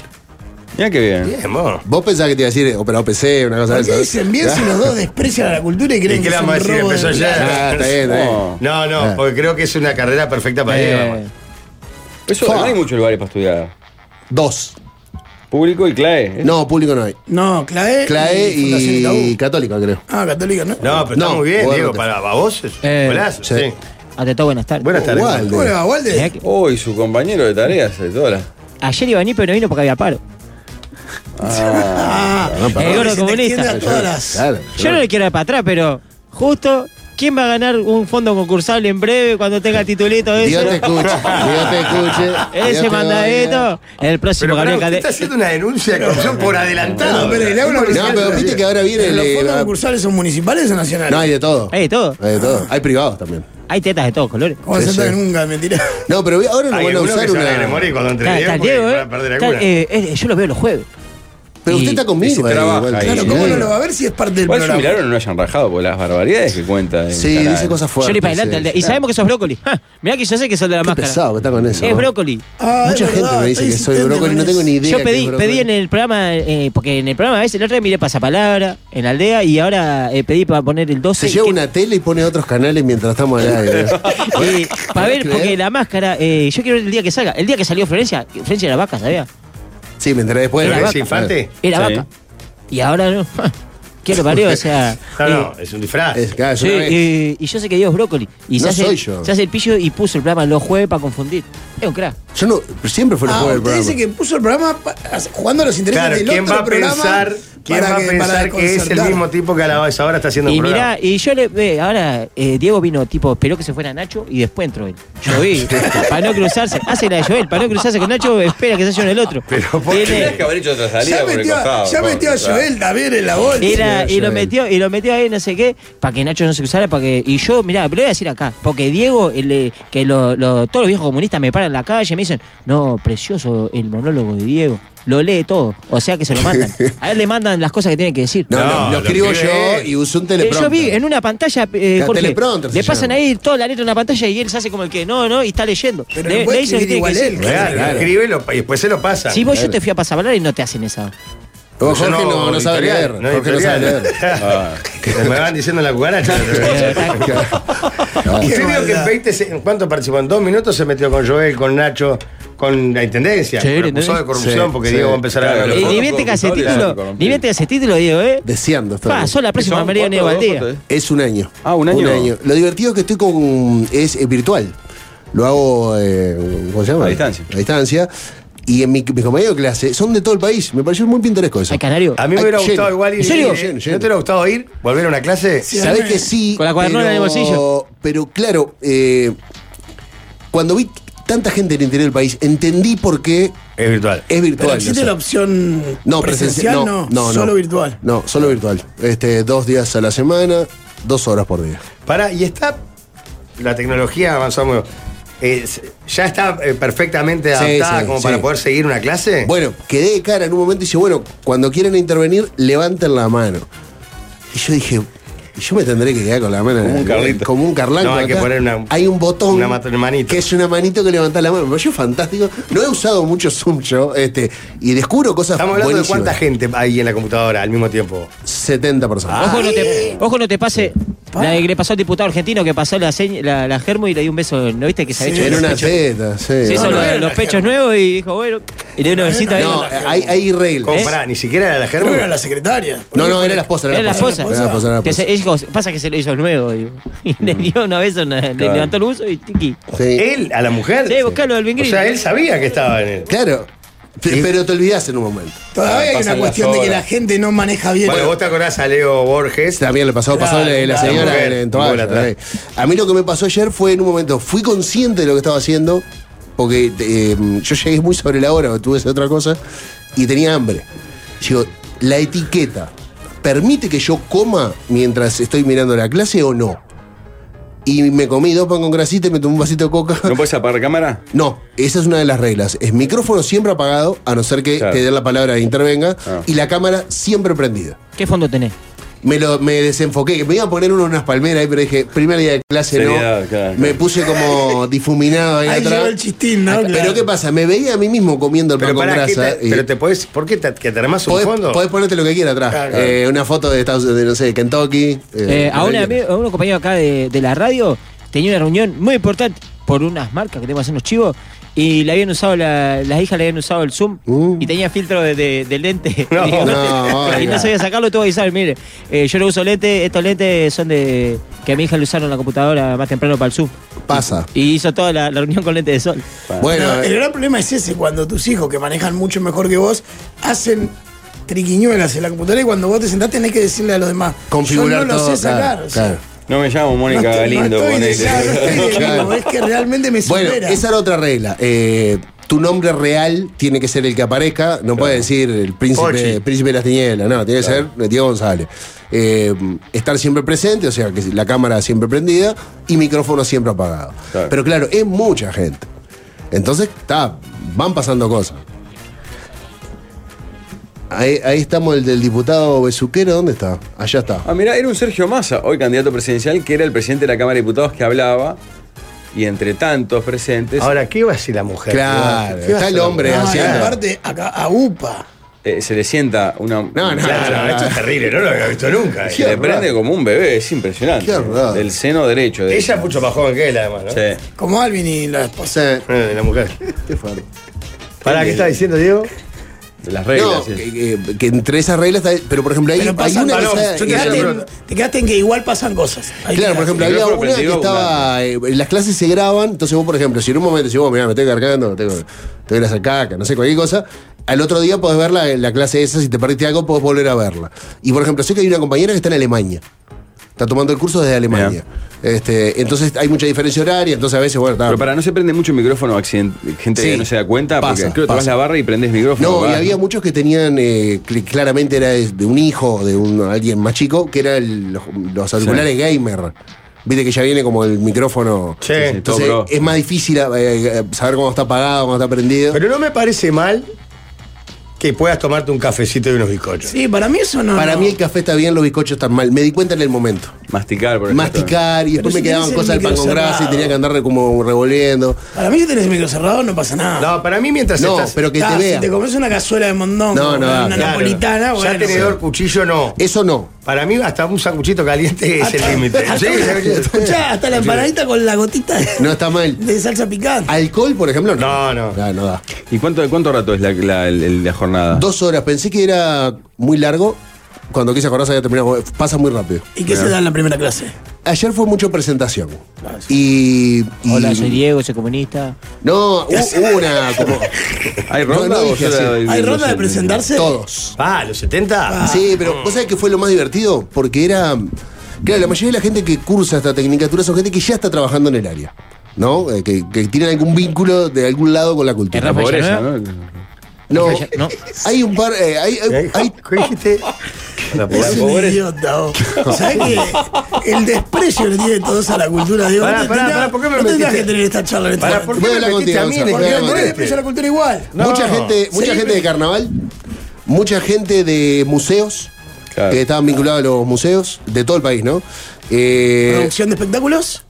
S3: Mirá qué bien.
S1: Bien, vos.
S4: Vos pensás que te iba a decir
S1: "Oh,
S4: eh, operado PC, una cosa
S2: ¿Por
S4: de
S2: qué
S4: eso.
S2: dicen bien si los dos desprecian a la cultura y creen
S1: ¿Y qué
S2: que
S1: le
S2: es un
S1: vamos a decir?
S2: robo
S1: Empezó
S2: de-
S1: ya.
S4: Ah, está bien, está bien.
S3: Oh.
S1: No,
S2: Ah.
S1: no, porque creo que es una carrera perfecta para
S7: Eh,
S1: ellos.
S3: Eso
S4: Fa.
S3: no hay muchos lugares para estudiar.
S4: Dos.
S3: Público y CLAE. ¿eh?
S4: No, público no hay.
S2: No, CLAE.
S4: CLAE
S2: Eh, Fundación
S4: y,
S2: Itaú.
S4: Católica, creo.
S2: Ah, Católica, ¿no?
S1: No, pero está
S4: No,
S1: muy bien,
S4: bueno,
S1: Diego.
S4: te-
S1: Para, para vos es un
S7: Eh,
S1: golazo,
S4: sí.
S1: sí.
S7: Ante todo, buenas tardes.
S1: Buenas tardes.
S4: Walde.
S2: ¿Cómo le va, Walde?
S7: Mirá que-
S3: Hoy su compañero de tareas eh, de todas las.
S7: Ayer iba a venir, pero no vino porque había paro.
S2: Ah,
S4: Perdón,
S7: El
S4: perdón.
S2: se
S7: gordo Eh,
S2: te extiende
S7: comunista.
S2: a todas las-
S4: Claro.
S7: Yo no le quiero dar para atrás, pero justo ¿Quién va a ganar un fondo concursable en breve cuando tenga titulito de
S4: Dios
S7: ese?
S4: te escuche, Dios te escuche. Dios
S7: Ese
S4: te oiga.
S7: mandadito. El próximo
S1: Pero pará,
S7: Gabriel
S1: usted está
S7: Calderón.
S1: haciendo una denuncia de corrupción por adelantado.
S2: No, pero el aula
S4: No, pero viste que ahora viene el.
S2: ¿Los
S4: eh,
S2: fondos
S4: va-
S2: concursales son municipales o nacionales?
S4: No, hay de todo.
S7: Hay de todo.
S4: Hay de todo.
S1: Ah.
S4: Hay privados también.
S7: Hay tetas de todos colores.
S2: ¿Cómo se
S4: Sí, sí.
S2: trata nunca? Mentira.
S4: No, pero ahora nos van
S1: Hay
S4: a
S1: algunos que
S4: usar
S1: se van a
S4: una.
S1: Gremory cuando entre
S7: Está, está el Diego,
S1: van
S7: ¿eh?
S1: a perder
S7: Está-
S1: alguna.
S7: eh, eh, yo los veo los jueves.
S4: Pero usted
S7: Y
S4: está conmigo,
S3: ese
S4: ahí,
S3: trabaja
S4: igual.
S3: ahí.
S2: Claro, ¿cómo no lo va a ver si es parte del
S3: Igual es un milagro
S2: programa?
S3: que no lo hayan rajado por las barbaridades que cuenta. en
S4: Sí,
S3: Canal.
S4: dice cosas
S7: Yo
S4: fuertes.
S7: le iba adelante. al de-
S4: sí.
S7: Y sabemos que sos brócoli. (laughs) Ja, mirá que yo sé que sos de la
S4: Qué
S7: máscara.
S4: pesado que está con eso. eh?
S7: Es
S4: ¿no?
S7: brócoli.
S2: Ah, es
S4: Mucha gente
S2: verdad,
S4: me
S2: está
S4: dice que soy
S2: insistente
S4: brócoli,
S2: con
S4: no tengo
S2: eso.
S4: ni idea.
S7: Yo
S4: que
S7: pedí,
S4: es
S7: pedí en
S4: brócoli.
S7: el programa, eh, porque en el programa a veces el otro día miré pasapalabra en la aldea y ahora eh, pedí para poner el 12.
S4: Se lleva una tele y pone otros canales mientras estamos
S7: (laughs)
S4: al
S1: (laughs)
S4: aire.
S7: para Eh, ver,
S4: ¿Podés
S7: porque
S4: creer?
S7: la máscara, eh, yo quiero ver el día que salga. El día que salió Florencia, Florencia era vaca, ¿sabía?
S4: Sí, me enteré después.
S1: ¿Pero
S7: Era
S1: es
S7: vaca.
S1: infante?
S7: Era
S3: Sí.
S7: vaca. Y ahora no. (laughs) ¿Qué lo parió? O sea.
S1: (laughs) No,
S7: eh,
S1: no, es un disfraz.
S4: Es, claro, es
S7: Sí,
S4: una vez.
S7: y, y yo sé que Dios brócoli. Y
S4: No
S7: se, hace,
S4: soy yo.
S7: se hace el pillo y puso el programa los jueves para confundir. Es un crack.
S4: Yo no, siempre fue el
S2: Ah,
S4: juego del
S2: usted
S4: programa.
S2: dice que puso el programa pa- jugando a los intereses
S1: Claro,
S2: del
S1: ¿quién
S2: otro
S1: va a
S2: programa
S1: pensar, quién
S2: para
S1: va a
S2: que- para
S1: pensar que es el
S2: desconcertar?
S1: mismo tipo que a la esa hora está haciendo
S7: Y
S1: un programa?
S7: mirá, y yo le. ve, ahora eh, Diego vino, tipo, esperó que se fuera Nacho y después entró él. Yo lo
S1: (laughs)
S7: vi. para no cruzarse. Hace la de Joel. Para no cruzarse con Nacho, espera que se haya uno el otro.
S1: Pero, ¿por
S7: Tiene-
S1: qué?
S3: Tendrías que haber hecho otra salida
S2: Ya
S3: por el
S2: metió, a-
S3: costado,
S2: ya
S3: por
S2: metió a
S3: detrás.
S2: Joel también en la bolsa.
S7: Era- y lo
S4: Joel.
S7: metió y lo metió ahí no sé qué para que Nacho no se cruzara para que y yo mirá pero voy a decir acá porque Diego el, eh, que lo- lo- todos los viejos comunistas me paran en la calle y me dicen no precioso el monólogo de Diego lo lee todo o sea que se lo
S4: (laughs)
S7: mandan a él le mandan las cosas que tiene que decir
S4: No,
S1: No,
S4: lo, lo
S1: lo
S4: escribo
S1: escribe
S4: yo y uso un
S7: Eh,
S4: teleprompter.
S7: yo vi en una pantalla, eh,
S4: La
S7: Jorge,
S4: teleprompter se
S7: le pasan
S4: llama.
S7: ahí toda la letra en una pantalla y él se hace como el que no, no, y está leyendo.
S2: Pero
S7: le,
S2: lo puede
S7: le dicen que
S2: escribir
S7: tiene que
S2: igual
S7: decir.
S2: él.
S1: Claro,
S4: Claro.
S1: escribe y, lo- y después se lo pasa.
S7: Si vos yo
S4: Claro.
S7: te fui a pasar y no te hacen esa.
S4: Vos, Jorge, no, no, sabe leer.
S1: editorial,
S4: No Jorge no sabe
S1: editorial.
S4: leer.
S1: (laughs)
S3: Ah.
S1: Me van diciendo la cucaracha.
S4: (laughs) No.
S1: Usted vio que
S2: maldad.
S1: en 20, se- ¿en cuánto participó? En dos minutos se metió con Joel, con Nacho, con la intendencia.
S7: Sí,
S1: Lo acusó
S7: ¿entendés?
S1: de corrupción
S4: Sí,
S1: porque
S4: sí.
S1: Diego va a empezar a
S3: Claro,
S1: ver.
S3: los
S7: Y
S3: fondos
S7: ni bien te que ese
S3: concursales
S7: título,
S3: son corrompidos.
S7: ni bien te que ese título, Diego, ¿eh?
S4: Deseando estoy.
S7: Pa, sos la próxima
S3: ¿Son
S7: María
S3: cuatro,
S7: Neo
S3: dos,
S7: Valdía.
S3: cuatro, eh?
S4: Es un año.
S3: Ah, un año.
S4: Lo divertido es que estoy con. es eh, virtual. Lo hago. eh, ¿Cómo se llama?
S3: A distancia.
S4: A distancia. Y en mi, mis compañeros de clase son de todo el país. Me pareció muy pintoresco eso.
S7: Ay, canario.
S1: A mí me hubiera
S4: Ay,
S1: gustado
S4: lleno.
S1: igual ir.
S4: Ah, ¿En serio?
S1: eh,
S4: Lleno,
S1: ¿No te
S4: lleno.
S1: hubiera gustado ir? ¿Volver a una clase?
S4: Sabés que sí.
S7: Con la cuadernola
S4: pero-
S7: en el bolsillo.
S4: Pero claro, eh, cuando vi tanta gente en el interior del país, entendí por qué
S1: Es virtual.
S4: es virtual.
S2: Pero
S4: o
S2: existe
S4: sea.
S2: la opción
S4: No,
S2: presencial, no, solo virtual.
S4: No, solo virtual. Este, dos días a la semana, dos horas por día.
S1: Para, y está. La tecnología avanzó muy. eh, se- ¿Ya está eh, perfectamente
S4: Sí,
S1: adaptada
S4: sí,
S1: como
S4: sí.
S1: para poder seguir una clase?
S4: Bueno, quedé de cara en un momento y dije, bueno, cuando quieran intervenir, levanten la mano. Y yo dije, yo me tendré que quedar con la mano.
S3: Como un Carlito.
S4: Como un carlanco
S1: No, hay que
S4: acá.
S1: poner una-
S4: Hay un botón.
S1: una mat- manito.
S4: Que es una manito que levanta la mano. Me pareció fantástico. No he usado mucho Zoom yo. Este, y descubro cosas
S1: Estamos hablando
S4: buenísimas.
S1: de cuánta gente hay en la computadora al mismo tiempo.
S4: 70 personas. Ah,
S7: Ojo no, te, ojo no te pase la de que le pasó al diputado argentino que pasó la, señ- la, la germo y le dio un beso. ¿No viste que se había hecho
S4: en
S7: los
S4: una
S7: pechos?
S4: teta, sí. Ah,
S7: Se hizo
S4: No,
S7: lo-
S4: no,
S7: los, pechos nuevos y dijo, bueno, y le dio una besita ahí.
S4: no, hay, hay reglas.
S1: Comprá, ni siquiera era la
S2: Creo
S1: germo.
S2: que era la secretaria.
S4: No, no, era la esposa.
S7: Era la esposa.
S4: Era la esposa, era la
S7: Que
S4: esposa.
S7: se- dijo, pasa que se lo hizo el nuevo. digo. (laughs) Y le dio una vez, una- le
S3: Claro.
S7: levantó el uso y tiki.
S4: Sí.
S1: ¿Él? ¿A la mujer?
S7: Sí, buscalo al
S1: O
S7: Bingrini.
S1: sea, él sabía que estaba en él.
S4: Claro. Pe- Pero te olvidás en un momento.
S2: Todavía hay una
S3: Pasan las
S2: cuestión de que la
S3: horas.
S2: gente no maneja bien.
S1: Bueno, vos te acordás a Leo Borges.
S4: También le pasó, pasó
S2: Claro,
S4: la, la
S2: claro.
S4: señora
S1: La mujer,
S4: en- en
S1: un
S4: toalla,
S1: gol atrás.
S4: ¿eh? A mí lo que me pasó ayer fue en un momento, fui consciente de lo que estaba haciendo, porque eh, yo llegué muy sobre la hora, tuve esa otra cosa, y tenía hambre. Digo, la etiqueta, ¿permite que yo coma mientras estoy mirando la clase o no? Y me comí dos pan con grasita y me tomé un vasito de coca.
S3: ¿No puedes apagar cámara?
S4: No, esa es una de las reglas. Es micrófono siempre apagado, a no ser que
S3: Claro.
S4: te den la palabra e intervenga,
S3: Ah.
S4: y la cámara siempre prendida.
S7: ¿Qué fondo tenés?
S4: Me, lo, me desenfoqué, me iba a poner uno en unas palmeras ahí, pero dije, primer día de clase
S3: Seriedad,
S4: no.
S3: claro,
S4: Me
S3: claro.
S4: puse
S1: (laughs)
S4: como difuminado ahí,
S2: Ahí
S4: atrás.
S2: llegó el chistín, ¿no?
S4: Pero
S2: Claro.
S4: ¿qué pasa? Me veía a mí mismo comiendo el
S1: Pero
S4: pan con
S1: pará, ¿qué
S4: grasa.
S1: te,
S4: y
S1: pero te podés, ¿por qué te, que te armás un
S4: podés,
S1: fondo?
S4: podés ponerte lo que quieras atrás.
S1: Claro.
S4: Eh, una foto de Estados de, no sé, de Kentucky. eh,
S7: Eh, a,
S4: lo
S7: un
S4: que
S7: amigo- a un compañero acá de, de la radio tenía una reunión muy importante por unas marcas que tengo que hacer unos chivos y le habían usado la- las hijas le habían usado el zoom y tenía filtro de, de- de lente (laughs)
S1: No.
S7: Digo,
S4: No,
S7: y
S4: oiga.
S7: no sabía sacarlo tuvo que avisar mire eh, yo no uso lente estos lentes son de que a mi hija le usaron en la computadora más temprano para el zoom
S4: quieras. Pasa.
S7: y hizo toda la, la reunión con lente de sol
S4: Bueno,
S2: Pero el
S4: eh,
S2: gran problema es ese, cuando tus hijos, que manejan mucho mejor que vos, hacen triquiñuelas en la computadora y cuando vos te sentás tenés que decirle a los demás.
S4: configurar
S2: yo no lo
S4: todo.
S2: sé sacar.
S4: claro,
S2: o sea,
S4: claro.
S3: No me llamo Mónica
S2: estoy-
S3: Galindo.
S2: no estoy de
S3: ponele.
S2: ya, no
S3: (laughs)
S2: estoy de nuevo, es que realmente me supera.
S4: Bueno, esa era otra regla. Eh, tu nombre real tiene que ser el que aparezca. No puede decir el príncipe,
S1: Pochi.
S4: príncipe de las tinieblas. No, tiene que ser Diego González. Eh, estar siempre presente, o sea, que la cámara siempre prendida y micrófono siempre apagado.
S3: Claro.
S4: Pero claro, es mucha gente. Entonces, está, van pasando cosas. Ahí, ahí estamos el del diputado Besuquero, ¿dónde está? Allá está.
S3: Ah, mirá, era un Sergio Massa, hoy candidato presidencial, que era el presidente de la Cámara de Diputados que hablaba, y entre tantos presentes,
S1: Ahora, ¿qué va a decir la mujer?
S4: Claro,
S1: ¿Qué
S4: está
S1: va a hacer
S4: el
S1: la
S4: hombre
S2: No, y
S4: haciendo.
S2: aparte, acá, a UPA.
S3: eh, se le sienta una.
S4: No, no,
S1: Claro,
S4: no, no.
S1: esto es terrible, no lo había visto nunca. eh.
S3: Se le prende como un bebé, es impresionante.
S4: Qué raro.
S3: Del seno derecho. de
S1: Ella es mucho más joven que él, además, ¿no?
S3: Sí.
S2: Como Alvin y la
S4: O
S2: esposa.
S4: sea,
S1: Eh, La mujer.
S4: qué fuerte.
S1: Pará, ¿qué está diciendo, Diego?
S3: De las reglas.
S4: No,
S3: es.
S4: que, que- que entre esas reglas, está- pero por ejemplo, ahí,
S2: Pero
S4: hay
S2: pasan
S4: una que
S2: cosas.
S4: está-
S2: Te
S4: que
S2: quedaste,
S4: está-
S2: en, te quedaste en que igual pasan cosas. Ahí
S4: Claro,
S2: quedaste.
S4: por ejemplo,
S3: El
S4: había
S3: micrófono
S4: una que
S3: prendido,
S4: estaba. eh, las clases se graban, entonces vos, por ejemplo, si en un momento decís, vos, mirá, me estoy cargando, tengo, tengo que ir a hacer caca, no sé, cualquier cosa, al otro día podés ver la, la clase esa, si te perdiste algo, podés volver a verla. Y por ejemplo, sé que hay una compañera que está en Alemania. Está tomando el curso desde Alemania. Este, entonces hay mucha diferencia horaria, entonces a veces, bueno, está.
S3: Pero para no se prende mucho el micrófono, accident- gente
S4: Sí.
S3: que no se da cuenta, porque
S4: Pasa,
S3: creo que te vas
S4: pasa.
S3: la barra y prendes micrófono.
S4: No, y
S3: vas.
S4: había muchos que tenían, eh, cl- claramente era de de un hijo, de un, alguien más chico, que eran los, los auriculares gamer. Viste que ya viene como el micrófono.
S1: Sí.
S4: Entonces
S3: Todo pro.
S4: es más difícil eh, saber cómo está apagado, cómo está prendido.
S1: Pero no me parece mal que puedas tomarte un cafecito y unos bizcochos.
S2: Sí, para mí eso no.
S4: Para
S2: no.
S4: mí el café está bien, los bizcochos están mal. Me di cuenta en el momento.
S3: Masticar, por ejemplo.
S4: Masticar y
S2: Pero
S4: después me
S2: si
S4: quedaban
S2: tenés el
S4: cosas del pan
S2: micro
S4: con grasa y
S2: cerrado.
S4: tenía que andar como revolviendo.
S2: Para mí, si tenés el micro cerrado, no pasa nada.
S1: No, para mí mientras
S4: No,
S1: estás...
S4: pero que
S2: Ah,
S4: te
S2: Si
S4: vean.
S2: te comes una cazuela de mondongo,
S4: No, no,
S2: una
S4: claro.
S2: napolitana, bueno.
S1: Ya tenedor, cuchillo, no.
S4: Eso no.
S1: Para mí hasta un sanguchito caliente es el límite.
S2: Hasta,
S1: Sí, sí, sí.
S2: escuchá, hasta la empanadita con la gotita de,
S4: No está mal.
S2: de salsa picante.
S4: Alcohol, por ejemplo, no.
S1: No, no.
S4: Ah, no da.
S3: ¿Y cuánto, cuánto rato es la, la- el- el- la jornada?
S4: Dos horas. Pensé que era muy largo. Cuando quise acordarse había terminado. Pasa muy rápido.
S2: ¿Y qué se da en la primera clase?
S4: Ayer fue mucho presentación. Y. y-
S7: Hola, soy Diego, soy comunista.
S4: No, hu- hubo una. Como,
S3: (laughs) ¿Hay ronda
S4: No, no
S3: o
S4: dije
S3: solo
S4: así.
S3: el-
S2: ¿Hay
S3: no
S2: ronda
S3: sé,
S2: de presentarse?
S4: todos.
S1: Ah, los 70.
S4: Sí, pero ¿vos sabés que fue lo más divertido? Porque era. Claro, la mayoría de la gente que cursa esta tecnicatura son gente que ya está trabajando en el área. ¿No? Eh, que, que tienen algún vínculo de algún lado con la
S7: Es
S4: cultura.
S3: La
S7: Rafael
S3: pobreza,
S7: Llanueva.
S3: ¿no?
S4: No,
S7: No.
S4: (laughs) hay un par. eh, hay, hay- hay-
S1: ¿Qué dijiste? La
S2: Es
S1: pobreza.
S2: un idiota, vos. ¿Sabés que el desprecio que tiene todos a la cultura de
S1: Pará,
S2: No
S1: pará,
S2: tendría-
S1: pará, ¿por qué me
S2: No tendrías
S1: metiste?
S2: que tener esta charla en este
S1: Pará,
S2: momento.
S1: ¿por qué
S4: Voy a
S1: me
S4: hablar contigo,
S1: metiste a
S4: Gonzalo,
S1: mí? ¿Por
S4: voy a
S1: qué
S4: hablar
S1: me
S4: contigo.
S1: metiste?
S2: desprecio a la cultura igual.
S1: No.
S4: Mucha gente, mucha gente de carnaval, eh, mucha gente de museos,
S3: Claro.
S4: que estaban vinculados a los museos, de todo el país, ¿no? Eh,
S2: ¿Producción de espectáculos?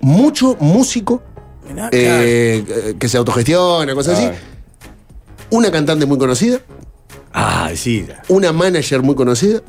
S4: mucho músico
S2: Mirá,
S4: eh, que se autogestiona, cosas así. Una cantante muy conocida,
S1: Ah, sí.
S4: una manager muy conocida.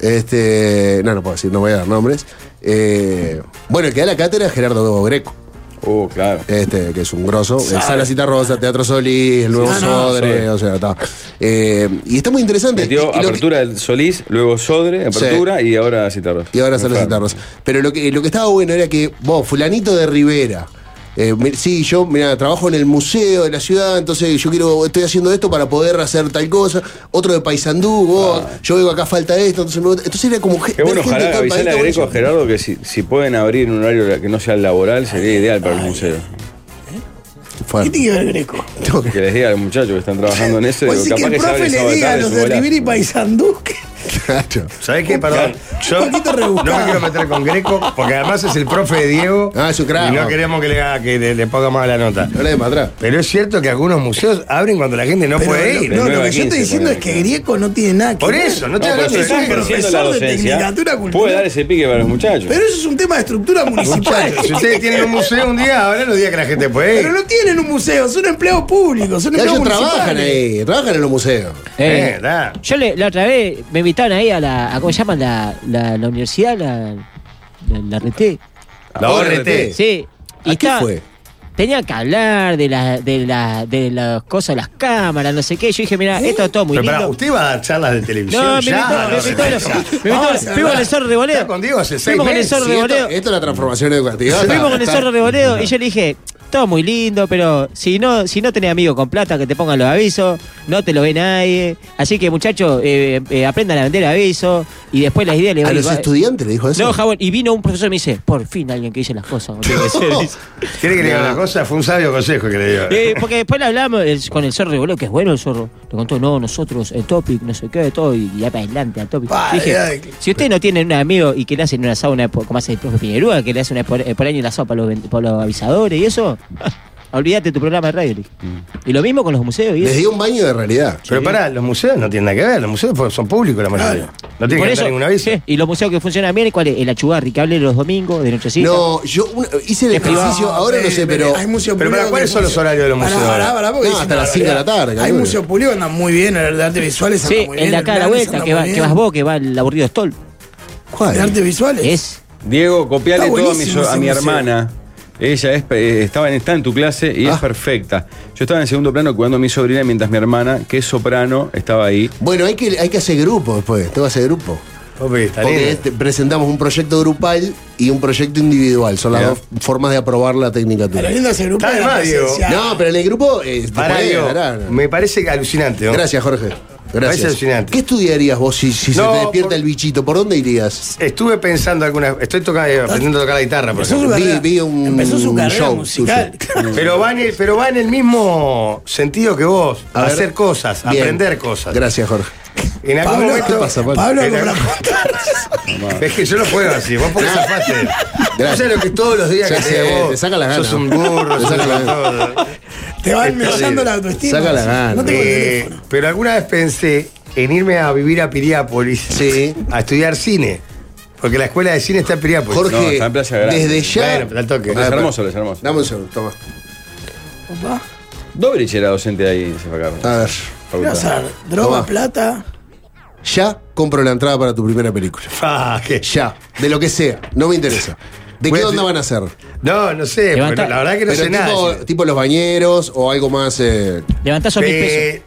S4: Este, no, no puedo decir, no voy a dar nombres. Eh, bueno, el que da la cátedra es Gerardo Greco,
S3: Uh, claro.
S4: este, que es un grosso. Eh, Sala Cita Rosa, Teatro Solís, el nuevo
S2: Ah, no.
S4: Sodre, o sea, está. Eh, y está muy interesante. Y- y
S3: Metió
S4: lo que-
S3: apertura del Solís, luego Sodre, apertura y ahora Citarros.
S4: Y ahora sale
S3: Claro.
S4: citarros. Pero lo que, lo que estaba bueno era que, vos, fulanito de Rivera. eh, mi- sí, yo mira, trabajo en el museo de la ciudad, entonces yo quiero, estoy haciendo esto para poder hacer tal cosa. Otro de Paysandú, vos, yo veo que acá falta esto, entonces me gusta- Entonces era como ge-
S3: Ah. Qué
S4: ver
S3: bueno,
S4: gente de
S3: ojalá
S4: todo el país,
S3: avisarle a
S4: está
S3: Greco a
S4: buenísimo.
S3: Gerardo que si, si pueden abrir un horario que no sea el laboral sería ideal para el museo.
S2: ¿Qué
S4: Fuerte.
S2: tiene que ver Greco?
S3: Que les diga a los muchachos que están trabajando en eso.
S2: Pues
S3: digo,
S2: sí que el
S3: se abre
S2: profe
S3: el
S2: le
S3: sábado
S2: diga a
S3: tarde,
S2: los
S3: se
S2: de
S3: vuela.
S2: Rivera y Paysandú que
S4: Claro.
S1: ¿Sabés qué? Perdón. Yo
S2: Un poquito rebuscado.
S1: no me quiero meter con Greco, porque además es el profe de Diego.
S4: Ah, es un crack,
S1: Y no
S4: no.
S1: queremos que le, haga- que le- le ponga más la nota.
S4: Habla de para atrás.
S1: Pero es cierto que algunos museos abren cuando la gente no
S2: Pero
S1: puede
S2: lo-
S1: ir.
S2: No,
S3: De
S2: lo
S3: 9
S2: que
S3: a
S2: yo estoy
S3: 15
S2: diciendo es
S3: ponen
S2: que
S3: acá.
S2: Greco no tiene nada que
S1: Por
S2: ver.
S1: eso, no te
S3: No, pero
S1: hagas
S3: si
S2: es
S1: de
S2: un
S3: están
S1: Greco.
S3: ejerciendo la
S2: profesor de
S3: docencia,
S2: tecnicatura cultural.
S3: puede dar ese pique para los muchachos.
S2: Pero eso es un tema de
S7: (laughs)
S2: estructura municipal.
S1: Muchachos, si ustedes tienen un museo un día, ahora los días que la gente puede
S2: Pero
S1: ir.
S2: no tienen un museo, son empleados públicos, son
S4: Ya
S2: empleados
S4: ellos
S2: municipales.
S4: trabajan ahí, trabajan en los museos.
S1: Eh,
S7: Eh,
S1: da.
S7: yo le- la otra vez me invitaron ahí a la. A, ¿Cómo se llama? La, la, la universidad, la, la, la RT.
S1: La
S4: ORT.
S1: ORT.
S7: Sí. Y
S4: ¿A qué
S7: estaba-
S4: fue?
S7: Tenía que hablar de las de la, de las cosas, las cámaras, no sé qué. Yo dije, mira, Ah, esto es todo muy
S1: Pero pará,
S7: lindo.
S1: ¿usted va a dar charlas de televisión?
S7: no, me
S1: ya,
S7: invitó, me
S1: no se
S7: invitó, los- (laughs)
S1: puede.
S7: me invitó-
S2: Vamos a
S7: fuimos con el zorro
S1: Está
S7: Reboleo.
S1: con Diego hace seis
S7: Fuimos con el
S1: meses.
S7: zorro
S4: Sí, esto,
S7: Reboleo.
S4: esto es la transformación educativa.
S7: Fuimos
S4: Está-
S7: con el
S4: está-
S7: zorro Reboleo y yo le dije, todo muy lindo, pero si no, si no tenés amigos con plata que te pongan los avisos, no te lo ve nadie. Así que muchachos, eh, eh, aprendan a vender avisos y después las ideas le
S4: A
S7: van
S4: los
S7: va-
S4: estudiantes le dijo eso.
S7: No, jabón. Y vino un profesor y me dice, por fin alguien que dice las cosas. como
S4: (laughs)
S1: (laughs)
S7: tiene que ser", dice.
S1: ¿Quiere que le diga una cosa? Fue un sabio consejo que le dio.
S7: Eh, porque después le hablamos el- con el zorro, boludo, que es bueno el zorro. Le contó, no, nosotros, el topic, no sé qué, todo, y ya para adelante al topic.
S2: Pa,
S7: Dije,
S2: ya, que-
S7: si ustedes no tienen un amigo y que le hacen una asado, una, po- como hace el profe Piñerúa, que le hace una por, eh, por año un asado para los, ven- para los avisadores y eso, (laughs) olvídate tu programa de radio. le dije.
S2: Mm.
S7: Y lo mismo con los museos. Y
S4: Les
S7: eso.
S4: dio un baño de realidad.
S1: Pero pará, los museos no tienen nada que ver, los museos fue- son públicos la mayoría. No tienen
S7: Ah. Por
S1: que
S7: eso,
S1: dar ninguna visa.
S7: sí, y los museos que funcionan bien, ¿cuál es? El achugarri, que hable los domingos, de nochecita.
S4: No, yo una- hice el
S7: Es privado.
S4: ejercicio, ahora
S1: Eh,
S4: no sé, pero.
S2: Eh, Hay museos
S1: pero para,
S2: públicos
S1: ¿cuáles
S2: que
S1: son los
S2: funcionan-
S1: horarios de los
S2: Pará,
S1: museos?
S2: pará, pará, porque
S4: No,
S2: es
S4: hasta
S2: una
S4: las cinco de la
S2: barbaridad.
S4: tarde,
S2: Hay
S4: cabrón.
S2: museos públicos que andan muy bien, el de artes visuales
S7: Sí,
S2: andan muy bien.
S7: el de acá a la
S2: Hernández
S7: vuelta,
S2: anda
S7: que, va-
S2: muy
S7: que
S2: bien.
S7: vas vos, que va el aburrido Stol.
S4: ¿Cuál?
S2: De artes visuales.
S7: Es
S3: Diego, copiale
S2: Está
S3: todo a mi,
S2: buenísimo
S3: so- a
S2: ese
S3: mi
S2: museo.
S3: hermana. Ella es, pe- eh, estaba en, está en tu clase y es
S4: Ah.
S3: perfecta. Yo estaba en segundo plano cuidando a mi sobrina mientras mi hermana, que es soprano, estaba ahí.
S4: Bueno, hay que, hay que hacer grupo después, tengo que hacer grupo.
S1: Papi, está
S4: Porque
S1: lindo.
S4: este, presentamos un proyecto grupal y un proyecto individual. Son las
S3: Mirá.
S4: dos formas de aprobar la técnica
S2: Pero
S4: tuya.
S2: lindo ese grupo
S1: Está de
S2: de
S1: más,
S2: la
S1: Diego.
S2: presencia.
S4: No, pero en el grupo. eh, te
S1: Pará,
S4: podés
S1: digo,
S4: ganar.
S1: me parece alucinante. ¿no?
S4: Gracias, Jorge.
S1: Parece
S4: Gracias.
S1: alucinante.
S4: ¿Qué estudiarías vos si, si
S1: No,
S4: se te despierta
S1: por-
S4: el bichito? ¿Por dónde irías? Ah.
S1: Estuve pensando algunas. Estoy toca- eh, aprendiendo a tocar la guitarra, por
S2: Empezó su
S1: ejemplo.
S2: carrera,
S4: Vi- vi un
S2: empezó su carrera
S4: show
S1: (laughs)
S2: musical.
S1: Pero va, en el, pero va en el mismo sentido que vos.
S4: A ver.
S1: hacer cosas,
S4: Bien.
S1: aprender cosas.
S4: Gracias, Jorge.
S1: En algún
S2: Pablo,
S1: momento.
S2: ¿qué pasa, Pablo? Pablo,
S1: en algún-
S4: Ah.
S1: Es que yo no puedo así, vos porque zafaste. Vos sabés lo que todos los días
S4: Ya
S1: que
S4: sé,
S1: te vos.
S4: te saca las ganas.
S1: Sos un burro,
S4: Te
S1: sos
S4: saca
S1: un
S4: las
S1: todo.
S2: te va
S1: Está
S2: enmellando
S1: bien.
S2: la autoestima.
S4: Saca la gana.
S2: No tengo
S1: Eh,
S2: teléfono.
S1: pero alguna vez pensé en irme a vivir a Piriápolis
S4: Sí.
S1: a estudiar cine. Porque la escuela de cine está en Piriápolis.
S4: Jorge,
S3: No, está en Playa Grande.
S4: desde ya.
S1: Bueno, pero al toque.
S4: Ah,
S1: Es
S3: hermoso, es hermoso.
S4: Dame un segundo, toma.
S2: Papá,
S3: Dobrich era docente ahí en Cefacarro.
S4: A
S2: ¿qué
S4: ver.
S2: vas a
S3: Facultad.
S2: hacer? Droga,
S4: Toma.
S2: plata.
S4: Ya compro la entrada para tu primera película.
S1: Ah, ¿qué?
S4: Ya. De lo que sea. No me interesa. ¿De
S1: Voy
S4: qué
S1: a-
S4: onda van a ser?
S1: No, no sé,
S7: Levanta-
S1: pero la verdad que no
S4: Pero
S1: sé nada.
S4: tipo, tipo los bañeros o algo más. eh,
S7: Levantás esos mil pesos.
S1: Eh,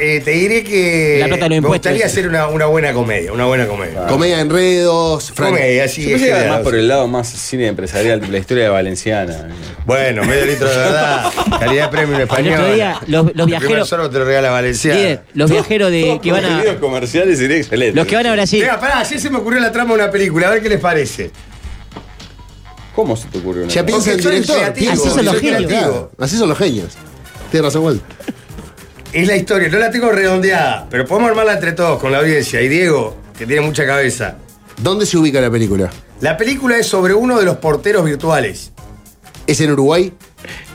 S1: eh, te diré que
S7: La plata de los
S1: me
S7: impuestos,
S1: gustaría
S7: ese.
S1: hacer una, una buena comedia, una buena comedia.
S4: comedia de enredos. Fran-
S1: Comedia, sí.
S3: Yo pensé que
S1: es
S3: era más
S1: general.
S3: por el lado más cine empresarial, la historia de Valenciana.
S1: Bueno, medio litro de verdad. Calidad de premio en español.
S7: otro día, los- los
S1: El primer
S7: viajeros-
S1: sorbo te lo regala Valenciana.
S7: Bien, los viajeros de que van a.
S3: Los comerciales sería excelente.
S7: Los que van a Brasil.
S1: Venga, pará, ayer se me ocurrió la trama de una película, a ver qué les parece.
S3: ¿Cómo se te ocurrió una
S4: Ya
S3: cosa?
S4: piensa el
S1: Porque soy
S4: director.
S1: creativo,
S4: piensa.
S7: Así son los
S4: Soy
S7: genios.
S4: creativo. Así son los genios. Tienes razón, Walt.
S1: Es la historia, no la tengo redondeada, pero podemos armarla entre todos con la audiencia. Y Diego, que tiene mucha cabeza.
S4: ¿Dónde se ubica la película?
S1: La película es sobre uno de los porteros virtuales.
S4: ¿Es en Uruguay?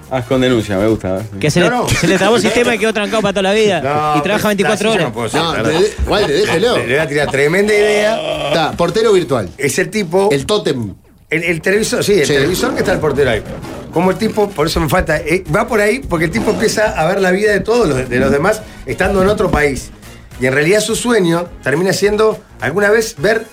S3: Ah, es con denuncia, me gusta. ¿eh?
S7: Que se,
S1: No,
S7: le,
S1: no.
S7: se le trabó el sistema y quedó trancado para toda la vida.
S1: No,
S7: y trabaja
S1: pues,
S7: 24
S1: así yo
S7: horas.
S1: No, puedo ser,
S4: No,
S1: la
S4: te
S1: verdad.
S4: de- Walt, déjelo.
S1: Le voy a tirar tremenda idea.
S4: Está, portero virtual.
S1: Es el tipo.
S4: El tótem.
S1: El, el televisor, sí, el
S4: Sí.
S1: televisor que está el portero ahí. Como el tipo, por eso me falta, eh, va por ahí porque el tipo empieza a ver la vida de todos los, de los demás estando en otro país. Y en realidad su sueño termina siendo alguna vez ver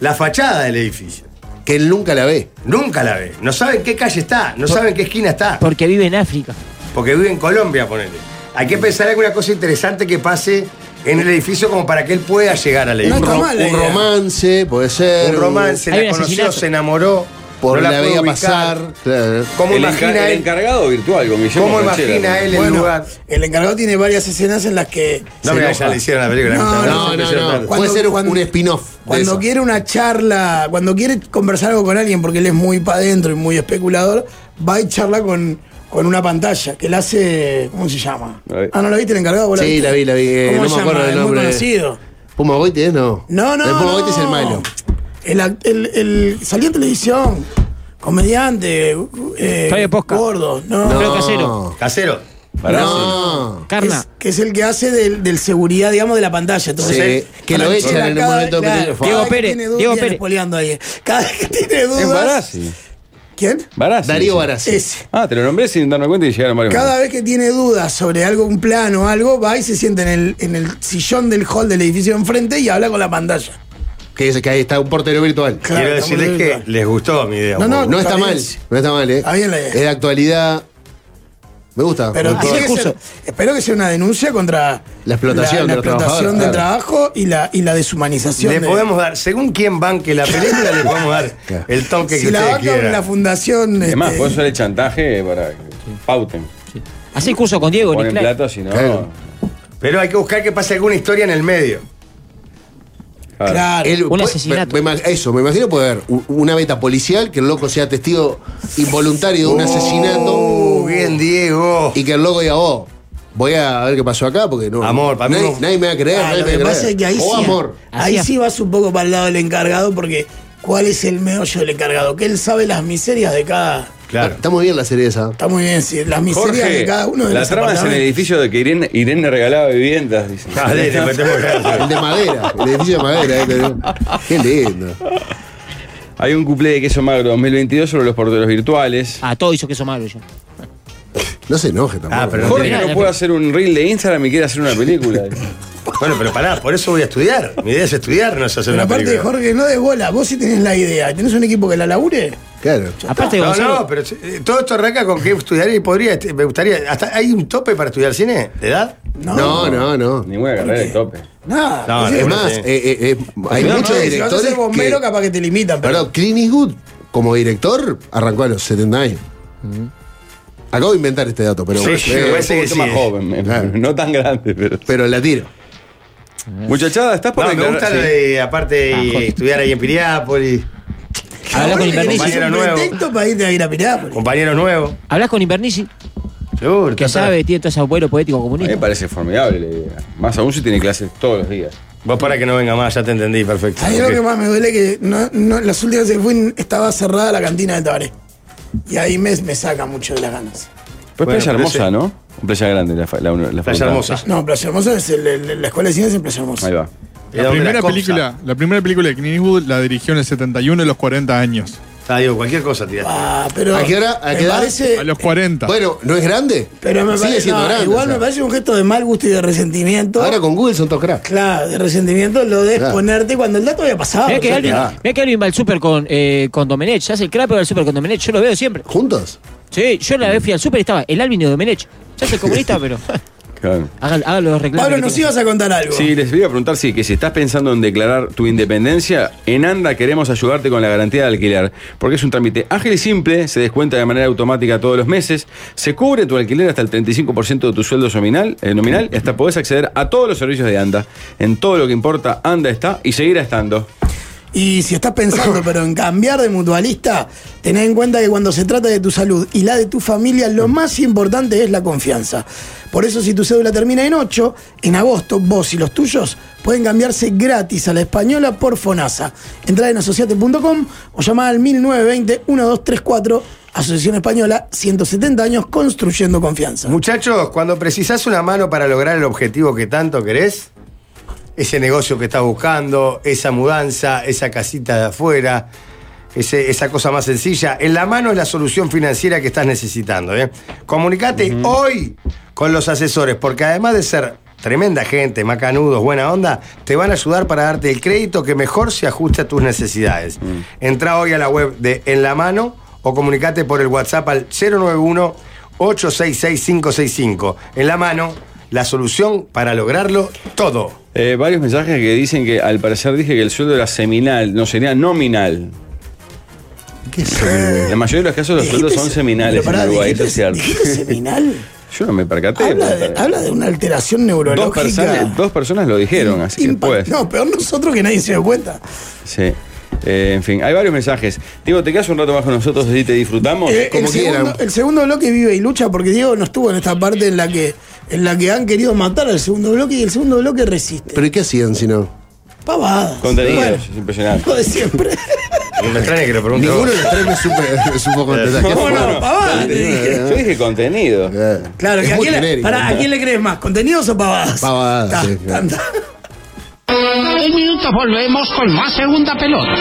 S1: la fachada del edificio.
S4: Que él nunca la ve.
S1: Nunca la ve. No saben qué calle está, no saben qué esquina está.
S7: Porque vive en África.
S1: Porque vive en Colombia, ponele. Hay que pensar alguna cosa interesante que pase en el edificio como para que él pueda llegar al
S2: No
S1: edificio.
S4: Un,
S2: está
S4: ro-
S2: mal la
S4: un
S2: idea.
S4: romance, puede ser.
S1: Un romance,
S7: Hay
S1: la
S7: un
S1: conoció,
S7: asesinato.
S1: se enamoró.
S4: Por
S1: no
S4: la,
S1: pudo
S4: veía
S1: ubicar.
S4: pasar. Claro.
S1: ¿Cómo
S3: el,
S1: imagina
S3: encar- el
S1: él?
S3: encargado virtual con Guillermo
S1: ¿Cómo
S3: Franchella,
S1: imagina
S3: ¿no?
S1: él el
S2: Bueno,
S1: lugar?
S2: el encargado tiene varias escenas en las que
S1: No,
S4: Se
S1: mira,
S4: enoja.
S1: ya le hicieron la película.
S2: No,
S1: Muchas
S4: No,
S1: gracias,
S4: no,
S1: impresionante.
S4: no. Puede ser un spin-off. de
S2: Cuando
S4: eso.
S2: quiere una charla, cuando quiere conversar algo con alguien, porque él es muy para adentro y muy especulador, va y charla con, con una pantalla que la hace. ¿Cómo se llama?
S3: La vi.
S2: Ah, ¿no la viste el encargado? ¿Vos
S4: Sí,
S2: viste?
S4: la vi, la vi, eh,
S2: ¿Cómo
S4: no
S2: se
S4: me acuerdo
S2: llama?
S4: del
S2: Es muy
S4: nombre.
S2: conocido.
S4: Puma Goiti, ¿eh? No.
S2: No, no.
S4: El Puma Goiti
S2: no.
S4: es el malo.
S2: El, act- el, el- salió en televisión. Comediante. eh,
S7: Fabio Posca.
S2: Gordo. No.
S7: Creo
S4: No.
S7: que Casero.
S1: Casero.
S3: Pará,
S4: No.
S7: Carna.
S2: Es- que es el que hace del, del seguridad, digamos, de la pantalla. Entonces,
S4: Sí, que lo
S2: Franchella
S4: echan en el
S2: cada-
S4: momento
S2: claro,
S4: de-
S2: cada
S7: Diego
S2: vez que
S7: Pérez,
S2: tiene dudas,
S7: Diego
S2: ya le
S7: Pérez.
S2: espoleando ahí. eh. Cada vez que tiene
S3: Es
S2: dudas.
S3: Barassi.
S2: ¿Quién?
S3: Barassi.
S4: Darío
S3: Sí.
S4: Barassi.
S2: Ese.
S3: Ah, te lo nombré sin darme cuenta y llegaron varios.
S2: Cada vez que tiene dudas sobre algo, un plan o algo, va y se sienta en el, en el sillón del hall del edificio enfrente y habla con la pantalla.
S4: Que dice que ahí está un portero virtual.
S2: Claro,
S1: Quiero
S2: está muy bien,
S1: decirles que
S2: claro.
S1: les gustó mi idea.
S2: No, no,
S4: No está
S2: Está
S4: mal,
S2: bien.
S4: no está mal, ¿eh?
S2: Está bien la idea.
S4: Es de actualidad. Me gusta.
S2: Pero
S4: me gustó.
S2: tiene que ser- espero que sea una denuncia contra
S4: La explotación
S2: la- la
S4: de los
S2: explotación del
S4: trabajadores,
S2: trabajo y la, y la deshumanización.
S1: Le
S2: de-
S1: podemos dar, según quien banque la película,
S2: (laughs)
S1: le podemos dar el toque
S2: si
S1: que
S2: la
S1: ustedes
S2: vaca en la
S1: quieran.
S2: fundación.
S3: Además,
S2: este,
S3: puedes usar el chantaje para. pauten.
S7: Hacé el curso con Diego,
S3: Ponen
S7: Niclay.
S3: plata, si no.
S4: Claro.
S1: Pero hay que buscar que pase alguna historia en el medio.
S3: claro.
S4: El-
S7: un
S4: puede-
S7: asesinato.
S4: me- me imag- eso, me imagino puede haber u- una beta policial, que el loco sea testigo involuntario de un
S1: Oh,
S4: asesinato
S1: bien, Diego.
S4: y que el loco diga, oh, voy a ver qué pasó acá porque no.
S1: Amor, para mí
S4: nadie,
S1: no-
S4: nadie me va a creer.
S2: Ah,
S4: nadie
S2: lo
S4: me
S2: que
S4: va a
S2: pasa
S4: creer.
S2: es que ahí,
S4: oh,
S2: sí,
S4: amor.
S2: ahí
S7: Hacía-
S2: sí vas un poco para el lado del encargado porque ¿cuál es el meollo del encargado? Que él sabe las miserias de cada...
S1: Claro.
S4: Está muy bien la serie esa.
S2: Está muy bien, sí, las miserias de
S3: Jorge,
S2: cada uno de
S3: la
S2: los
S3: trama es en el
S2: apartamentos.
S3: edificio de que Irene, Irene regalaba viviendas. Dice.
S4: (laughs)
S1: Dale, te Ah, metemos
S4: El de madera, el edificio de madera. eh, que- Qué lindo.
S3: Hay un cuplé de queso magro 2022 sobre los porteros virtuales.
S7: Ah, todo hizo queso malo yo.
S4: No se enoje tampoco.
S1: Ah, pero
S3: Jorge
S7: no,
S3: no
S7: no,
S3: puede
S7: pero-
S3: hacer un reel de Instagram y quiere hacer una película.
S1: (laughs) Bueno, pero pará, por eso voy a estudiar. Mi idea es estudiar, no es hacer
S2: Pero
S1: una
S2: aparte,
S1: película.
S2: Jorge, no de bola, vos sí tenés la idea. ¿Tenés un equipo que la labure?
S4: Claro.
S7: Aparte,
S1: No,
S7: Gonzalo,
S1: no, pero eh, todo esto arranca con que estudiar y podría, este, me gustaría, hasta hay un tope para estudiar cine, ¿de edad?
S4: No, no, no.
S3: Ninguna carrera de tope.
S2: Nada.
S1: No,
S2: Sí,
S4: Es
S1: Bueno,
S4: más,
S1: sí.
S4: eh, eh, eh, hay
S2: no,
S4: muchos
S2: no, si vas a
S4: directores.
S2: ser bombero,
S4: que,
S2: capaz que te limitan. Pero...
S4: Perdón, Clint Eastwood, como director, arrancó a los 70 años. Acabo de inventar este dato, pero,
S1: Sí,
S4: eh,
S1: me
S3: Pero
S1: parece
S3: es mucho
S1: que sí,
S3: más
S1: eh.
S3: joven, me-
S4: Claro.
S3: no tan grande, pero.
S4: pero la tiro.
S3: Muchachada, estás
S1: No,
S3: para
S1: me gusta lo de, aparte,
S7: Ah, Jorge.
S1: estudiar ahí en Piriápolis,
S7: hablás con
S2: Jorge,
S1: Invernici.
S7: Invernici.
S2: tenés
S1: Compañero
S2: un
S1: nuevo.
S2: pretexto para irte a ir a Pirápolis.
S1: compañeros nuevos.
S7: Hablás con Invernici,
S1: Seguro.
S7: que
S1: está-
S7: sabe, tiene todo ese abuelo poético
S3: A mí me
S7: comunista.
S3: parece formidable la idea. Más aún si tiene clases todos los días.
S1: Vos para que no venga más, ya te entendí,
S3: Ah,
S1: perfecto.
S2: A mí lo
S1: Ok.
S2: que más me duele es que no, no- las últimas veces que fui estaba cerrada la cantina de Tabaré. Y ahí me, me saca mucho de las ganas.
S3: Pues
S1: Bueno,
S3: Playa
S1: pero
S3: Hermosa,
S1: sí.
S3: ¿no? O Playa Grande, la, fa- la, la
S1: Playa
S3: facultad.
S1: Hermosa.
S2: No, Playa Hermosa es el- el- la escuela de cine es en Playa Hermosa.
S3: Ahí va.
S6: La primera, película, la primera película de Clint Eastwood la dirigió en el 71 a los 40 años.
S1: Ah, digo, cualquier cosa tiraste.
S2: Ah, pero
S4: ¿A qué hora- a
S2: me
S4: qué edad?
S2: parece-
S6: A los 40.
S4: Bueno, ¿no es grande?
S2: pero me
S4: Sigue
S2: parece-
S4: siendo
S2: no,
S4: grande.
S2: igual
S4: o sea.
S2: me parece un gesto de mal gusto y de resentimiento.
S4: Ahora con Google son todos cracks.
S2: Claro, de resentimiento lo de
S4: Claro.
S2: exponerte cuando el dato había pasado.
S7: Mirá que,
S2: Ya
S7: Alvin,
S2: queda.
S7: mirá que Alvin va al súper con, eh, con Domenech. Se hace el crap y va al súper con Domenech. Yo lo veo siempre.
S4: ¿Juntos?
S7: Sí, yo la vez fui al súper y estaba el Alvin de Domenech. Se hace comunista, pero
S3: Claro.
S7: hagan, hagan los reclamos.
S2: Pablo,
S7: que
S2: nos
S7: tienen.
S2: ibas a contar algo.
S3: Sí, les voy a preguntar si que si estás pensando en declarar tu independencia, en ANDA queremos ayudarte con la garantía de alquiler, porque es un trámite ágil y simple, se descuenta de manera automática todos los meses, se cubre tu alquiler hasta el 35% de tu sueldo nominal, eh, nominal, y hasta podés acceder a todos los servicios de ANDA. En todo lo que importa, ANDA está y seguirá estando.
S2: Y si estás pensando, pero en cambiar de mutualista, tened en cuenta que cuando se trata de tu salud y la de tu familia, lo más importante es la confianza. Por eso, si tu cédula termina en 8, en agosto, vos y los tuyos pueden cambiarse gratis a la española por FONASA. Entrá en asociate.com o llamá al 1920-1234, Asociación Española, 170 años construyendo confianza.
S1: Muchachos, cuando precisás una mano para lograr el objetivo que tanto querés, ese negocio que estás buscando, esa mudanza, esa casita de afuera, ese- esa cosa más sencilla, en la mano es la solución financiera que estás necesitando. ¿eh? Comunicate hoy con los asesores, porque además de ser tremenda gente, macanudos, buena onda, te van a ayudar para darte el crédito que mejor se ajuste a tus necesidades. Entra hoy a la web de En la mano o comunicate por el WhatsApp al 091 866-565. En la mano, la solución para lograrlo todo.
S3: Eh, varios mensajes que dicen que al parecer dije que el sueldo era seminal, no sería nominal.
S4: ¿Qué es
S3: En la mayoría de los casos los sueldos son
S2: Dijiste-
S3: seminales
S2: pero pará,
S3: en Uruguay, eso es
S2: dijiste-
S3: cierto.
S2: dijiste seminal?
S3: (laughs) Yo no me percaté.
S2: habla, de,
S3: pero-
S2: habla de una alteración neurológica.
S3: dos, personas, dos personas lo dijeron, así que
S2: Impa-
S3: pues.
S2: No, peor nosotros que nadie se dio cuenta.
S3: Sí. Eh, en fin, hay varios mensajes. Diego, ¿te quedas un rato más con nosotros así te disfrutamos?
S2: Eh,
S4: como
S2: el, segundo,
S4: quieran.
S2: el segundo bloque vive y lucha porque Diego no estuvo en esta parte en la que en la que han querido matar al segundo bloque y el segundo bloque resiste.
S4: ¿Pero y qué hacían si no?
S2: Pavadas.
S3: Contenidos,
S2: Bueno,
S3: es impresionante.
S2: lo de siempre.
S1: Me extraña que lo pregunte
S4: Ninguno de
S1: vos.
S4: los tres me supo, me supo contestar. ¿Qué
S3: No,
S4: fue?
S3: no,
S2: pavadas, te dije.
S3: Yo dije contenido.
S4: Eh,
S2: Claro,
S4: es
S2: que a,
S4: muy
S2: quién le,
S4: genérico.
S2: pará, ¿a quién le crees más? ¿Contenidos o pavadas?
S4: Pavadas,
S2: Ta,
S4: sí, claro.
S2: ta, ta.
S8: En minutos volvemos con más segunda pelota.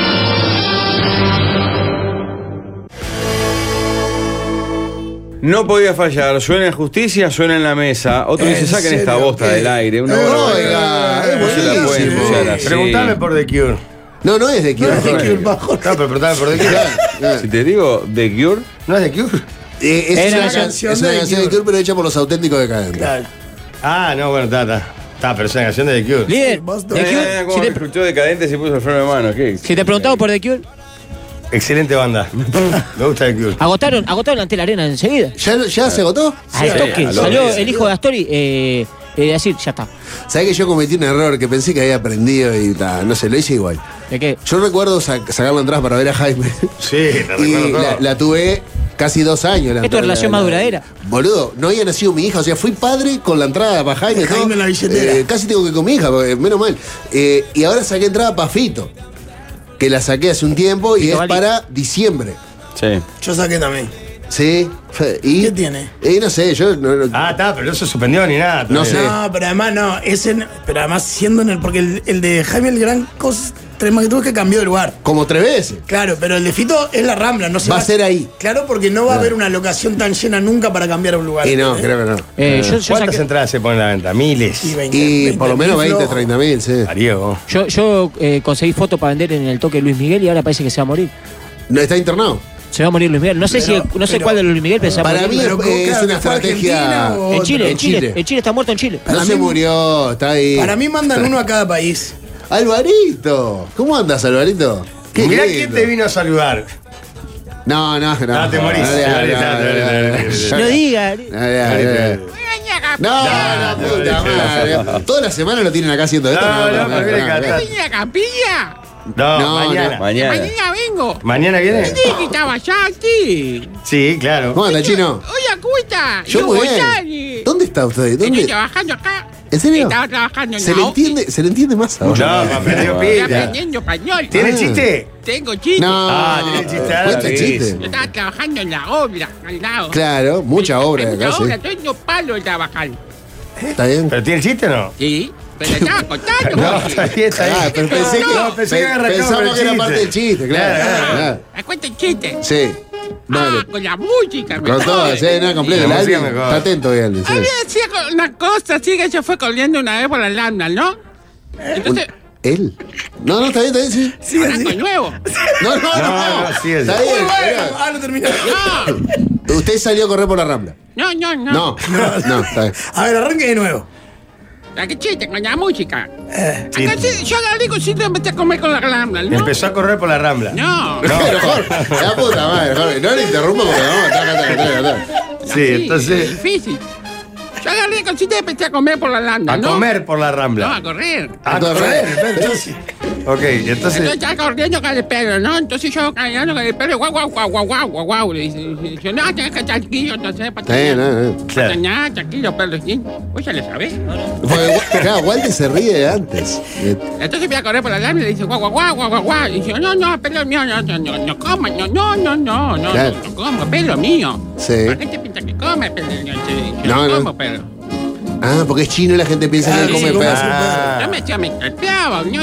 S3: No podía fallar. Suena en justicia, suena en la mesa. Otro dice,
S2: ¿En
S3: saquen esta
S2: serio?
S3: bosta
S2: ¿Qué?
S3: del aire. Una
S4: Eh,
S3: hora.
S4: oiga, es
S3: No se la pueden
S4: buenísimo.
S3: escuchar así.
S1: eh, Preguntame por The Cure.
S4: No, no es de Kill.
S1: es de
S4: Jorge.
S1: Cure, pa, Jorge. No, pero preguntame por The Cure.
S3: Si te digo The Cure,
S1: ¿No es The Cure?
S4: Eh, es,
S7: Era
S4: una
S7: la
S4: can-
S2: canción
S4: es una
S2: de
S4: canción de
S2: Cure.
S4: Cure, pero hecha por los auténticos decadentes.
S2: Claro.
S1: Ah, no, bueno, está, está. Está, pero es una canción de The Cure.
S7: Líder,
S2: Sí, vos
S7: The
S2: dos.
S3: Eh,
S7: Cure,
S3: como
S7: si,
S3: que
S7: te,
S3: escuchó decadente se puso el freno de mano. ¿Qué?
S7: si te preguntaba por The Cure,
S1: Excelente banda. Me gusta el club.
S7: Agotaron, agotaron ante la arena enseguida.
S4: ¿Ya, ya se agotó?
S7: Al toque.
S3: al
S7: Salió
S3: toque.
S7: el hijo de Astori eh, eh, decir, ya está.
S4: ¿Sabés que yo cometí un error que pensé que había aprendido y ta, no sé, lo hice igual?
S7: ¿De qué?
S4: Yo recuerdo sa- sacar la entrada para ver a Jaime.
S1: Sí, te
S4: (laughs)
S1: recuerdo
S4: Y
S1: todo.
S4: la, la tuve casi dos años. La
S7: ¿Es tu
S4: entrada,
S7: relación
S4: la-
S7: más
S4: la-
S7: duradera?
S4: Boludo, no había nacido mi hija. O sea, fui padre con la entrada para Jaime.
S2: Jaime
S4: todo.
S2: en la billetera.
S4: Eh, casi tengo que ir con mi hija, porque- menos mal. Eh, y ahora saqué entrada para Fito, que la saqué hace un tiempo y
S7: Fito
S4: es
S7: Bali.
S4: para diciembre.
S3: Sí.
S2: Yo saqué también.
S4: ¿Sí? Fe- Y,
S2: ¿Qué tiene?
S4: Y Eh, no sé, yo... No, no-
S1: Ah, está, pero no se suspendió ni nada.
S4: No
S1: todavía.
S4: sé.
S2: No, pero además no, ese no- pero además siendo en el. Porque el, el de Jaime el gran cosa tema que tuvo es que cambió de lugar.
S4: Como tres veces.
S2: Claro, pero el de Fito es la rambla, no se
S4: Va a ser ahí.
S2: Claro, porque no va a haber una locación tan llena nunca para cambiar un lugar.
S4: Y no, creo que no.
S7: Eh, yo, yo
S1: ¿Cuántas
S7: saqué-
S1: entradas se ponen a la venta? Miles.
S2: Y 20,
S4: Y por lo menos 20,
S2: 30
S4: 30 mil, sí.
S1: Ariego.
S7: yo- yo, eh, conseguí foto para vender en el toque de Luis Miguel y ahora parece que se va a morir.
S4: ¿No está internado?
S7: Se va a morir Luis Miguel. No sé,
S2: Pero-
S7: si, no sé
S2: pero-
S7: cuál de los Luis Miguel, pero se va a
S4: Para mí
S7: morir.
S2: Pero,
S4: eh, es
S2: claro,
S4: una
S2: ¿que fue
S4: estrategia...
S2: Argentina o-
S7: En Chile, en
S4: en
S7: Chile.
S4: Chile.
S7: En Chile está muerto en Chile.
S4: No se murió, está ahí.
S2: Para mí mandan uno a cada país.
S4: Alvarito, ¿cómo andas, Alvarito? Qué
S1: Mirá
S4: lindo.
S1: quién te vino a saludar.
S4: No, no, no.
S1: Ah, te morís.
S4: No, no, no, no, no, no.
S7: No diga.
S4: No, no, no, puta madre. Toda la semana lo tienen acá haciendo esto.
S1: No, no, pero viene acá.
S9: Piña Campilla,
S1: No,
S4: No,
S1: mañana.
S4: no.
S3: Mañana.
S9: mañana vengo.
S1: ¿Mañana viene?
S9: Sí, que estaba ya aquí.
S1: Sí, claro.
S4: ¿Cómo anda, chino?
S9: Oye, acuita.
S4: Yo muy bien.
S9: González.
S4: ¿Dónde está usted?
S9: Estoy
S4: ¿Dónde?
S9: trabajando acá.
S4: ¿En serio?
S9: Estaba trabajando en
S4: Se
S9: la
S4: le
S9: OFI.
S4: entiende, se le entiende más
S1: No,
S4: ahora.
S1: Ah, me aprendió
S9: Estoy
S1: pila.
S9: aprendiendo español.
S1: ¿Tiene
S4: Ah.
S1: chiste?
S9: Tengo chiste.
S4: No.
S1: Ah, tiene chiste. ah,
S4: Cuenta
S1: sí.
S9: Yo
S4: chiste.
S9: estaba trabajando en la obra, al lado.
S4: Claro, mucha obra
S9: Hay
S4: de acá,
S9: Mucha obra,
S4: sí.
S9: tengo palo de trabajar.
S4: Está bien.
S1: ¿Pero tiene chiste o no? Ah,
S9: Sí, pero estaba contando.
S1: No, (laughs)
S9: porque-
S1: está bien, está bien.
S4: Ah, pero pensé que,
S1: No, pensé que
S4: pe-
S1: arrancaba por el
S4: pensamos que era
S1: chiste.
S4: parte del chiste, claro.
S1: Claro,
S4: claro,
S9: Ah,
S4: claro.
S9: ¿me cuenta el chiste?
S4: Sí,
S9: Ah,
S4: dale.
S9: con la música. me
S4: Con todo,
S9: jode.
S4: sí, nada completo. El
S1: Sí, sí,
S4: Aldi
S1: mejor.
S4: está atento hoy, Aldi. sí.
S9: Había decía una cosa así que se fue corriendo una vez por la lana, ¿no? Entonces,
S4: ¿Él? No, no, está bien, está bien, sí.
S9: ahora con nuevo.
S4: No, no,
S1: No,
S4: no.
S1: no, sí, es-
S4: Está bien, está
S2: Ah, no terminó.
S9: No,
S4: bien. Usted salió a correr por la rambla.
S9: no, no, no.
S4: No, no, está bien.
S2: A ver, arranque de nuevo.
S9: La que chiste con la música. Acá sí, yo la digo simplemente a comer con la rambla, ¿no?
S1: Empezó a correr por la rambla.
S9: No.
S4: (laughs) Pero, Jorge, la puta madre, Jorge. No le interrumpo porque vamos a estar acá, acá, acá, acá, acá.
S1: Sí, entonces.
S9: Es difícil. Yo agarré el cochito y empecé a comer por la landa,
S1: A
S9: ¿no?
S1: comer por la
S9: No, a
S1: rambla.
S9: correr.
S1: A correr, entonces. Ok,
S9: Entonces
S1: entonces.
S9: estaba corriendo con el perro, ¿no? Entonces yo caminando con el perro, guau, guau, guau, guau, guau, guau, guau. Le dice, yo, no, tenés que estar tranquilo, entonces, para
S4: Está bien, no, no.
S1: Claro.
S9: Nada, tranquilo, perro. ¿sí? Vos ya lo sabés.
S4: Porque, claro, Walter se ríe de antes.
S9: Entonces voy a correr por la alarma y le dice guau, guau, guau, guau, guau, guau. Y yo, no, no, pelo mío, no, no, no, no coma, no, no, no, no, no,
S4: Claro.
S9: no como, pelo mío.
S4: Sí.
S9: ¿Por qué te pinta que come, pelo? Yo, yo,
S4: No,
S9: no,
S4: no.
S9: como, pelo.
S4: Ah, porque es chino y la gente piensa que
S2: Claro,
S4: come
S2: sí,
S4: perro.
S2: come-
S9: Yo
S1: Ah,
S9: me decía, me encreplaba, no,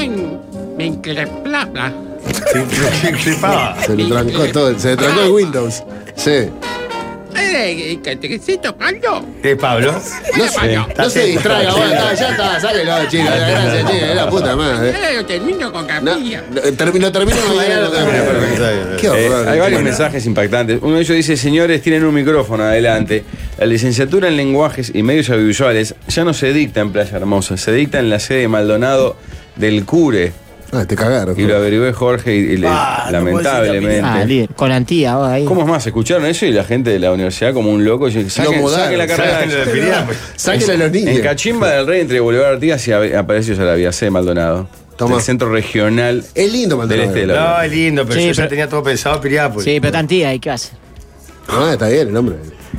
S9: me encreplaba.
S1: se flipaba.
S4: Se le trancó todo, se le trancó el Windows. Sí.
S9: Eh, eh, que te estoy tocando.
S1: ¿Qué, Eh, Pablo?
S4: No
S9: Hola,
S4: se,
S9: Pablo.
S4: no se distraiga, bueno, está, ya está, sáquelo,
S1: Ah,
S4: chino. Gracias, chino, es la puta madre.
S9: Ahora lo termino con
S4: No,
S9: capilla.
S4: no, termi- lo termino mañana. lo termino. Qué
S3: Eh,
S4: horror.
S3: hay varios
S4: Bueno.
S3: mensajes impactantes. Uno de ellos dice, señores, tienen un micrófono adelante. La licenciatura en lenguajes y medios audiovisuales ya no se dicta en Playa Hermosa, se dicta en la sede de Maldonado del Cure.
S4: Ah, te cagaron.
S3: Y lo averigüé Jorge y, y le-
S2: Ah, no
S3: lamentablemente.
S7: Ah, líder. Con Antía ahora ahí.
S3: ¿Cómo es más? Escucharon eso y la gente de la universidad como un loco. dice, Saquen,
S4: mudaron,
S3: saquen la carrera.
S1: Sáquenlo de Piriá, pues.
S4: Sáquenle a los
S3: En
S4: niños.
S3: Cachimba del Rey, entre Bolívar Artigas y Ave- Aparicio Salavia, C. Maldonado.
S4: Toma.
S3: El centro regional
S4: Es lindo
S3: del
S4: Maldonado.
S3: este de la
S1: No, es lindo, pero
S7: Sí,
S1: yo ya
S7: pero-
S1: tenía todo pensado pues. Piriápolis.
S7: Sí, pero está Antía, ¿y qué hace?
S4: Ah, está bien el nombre.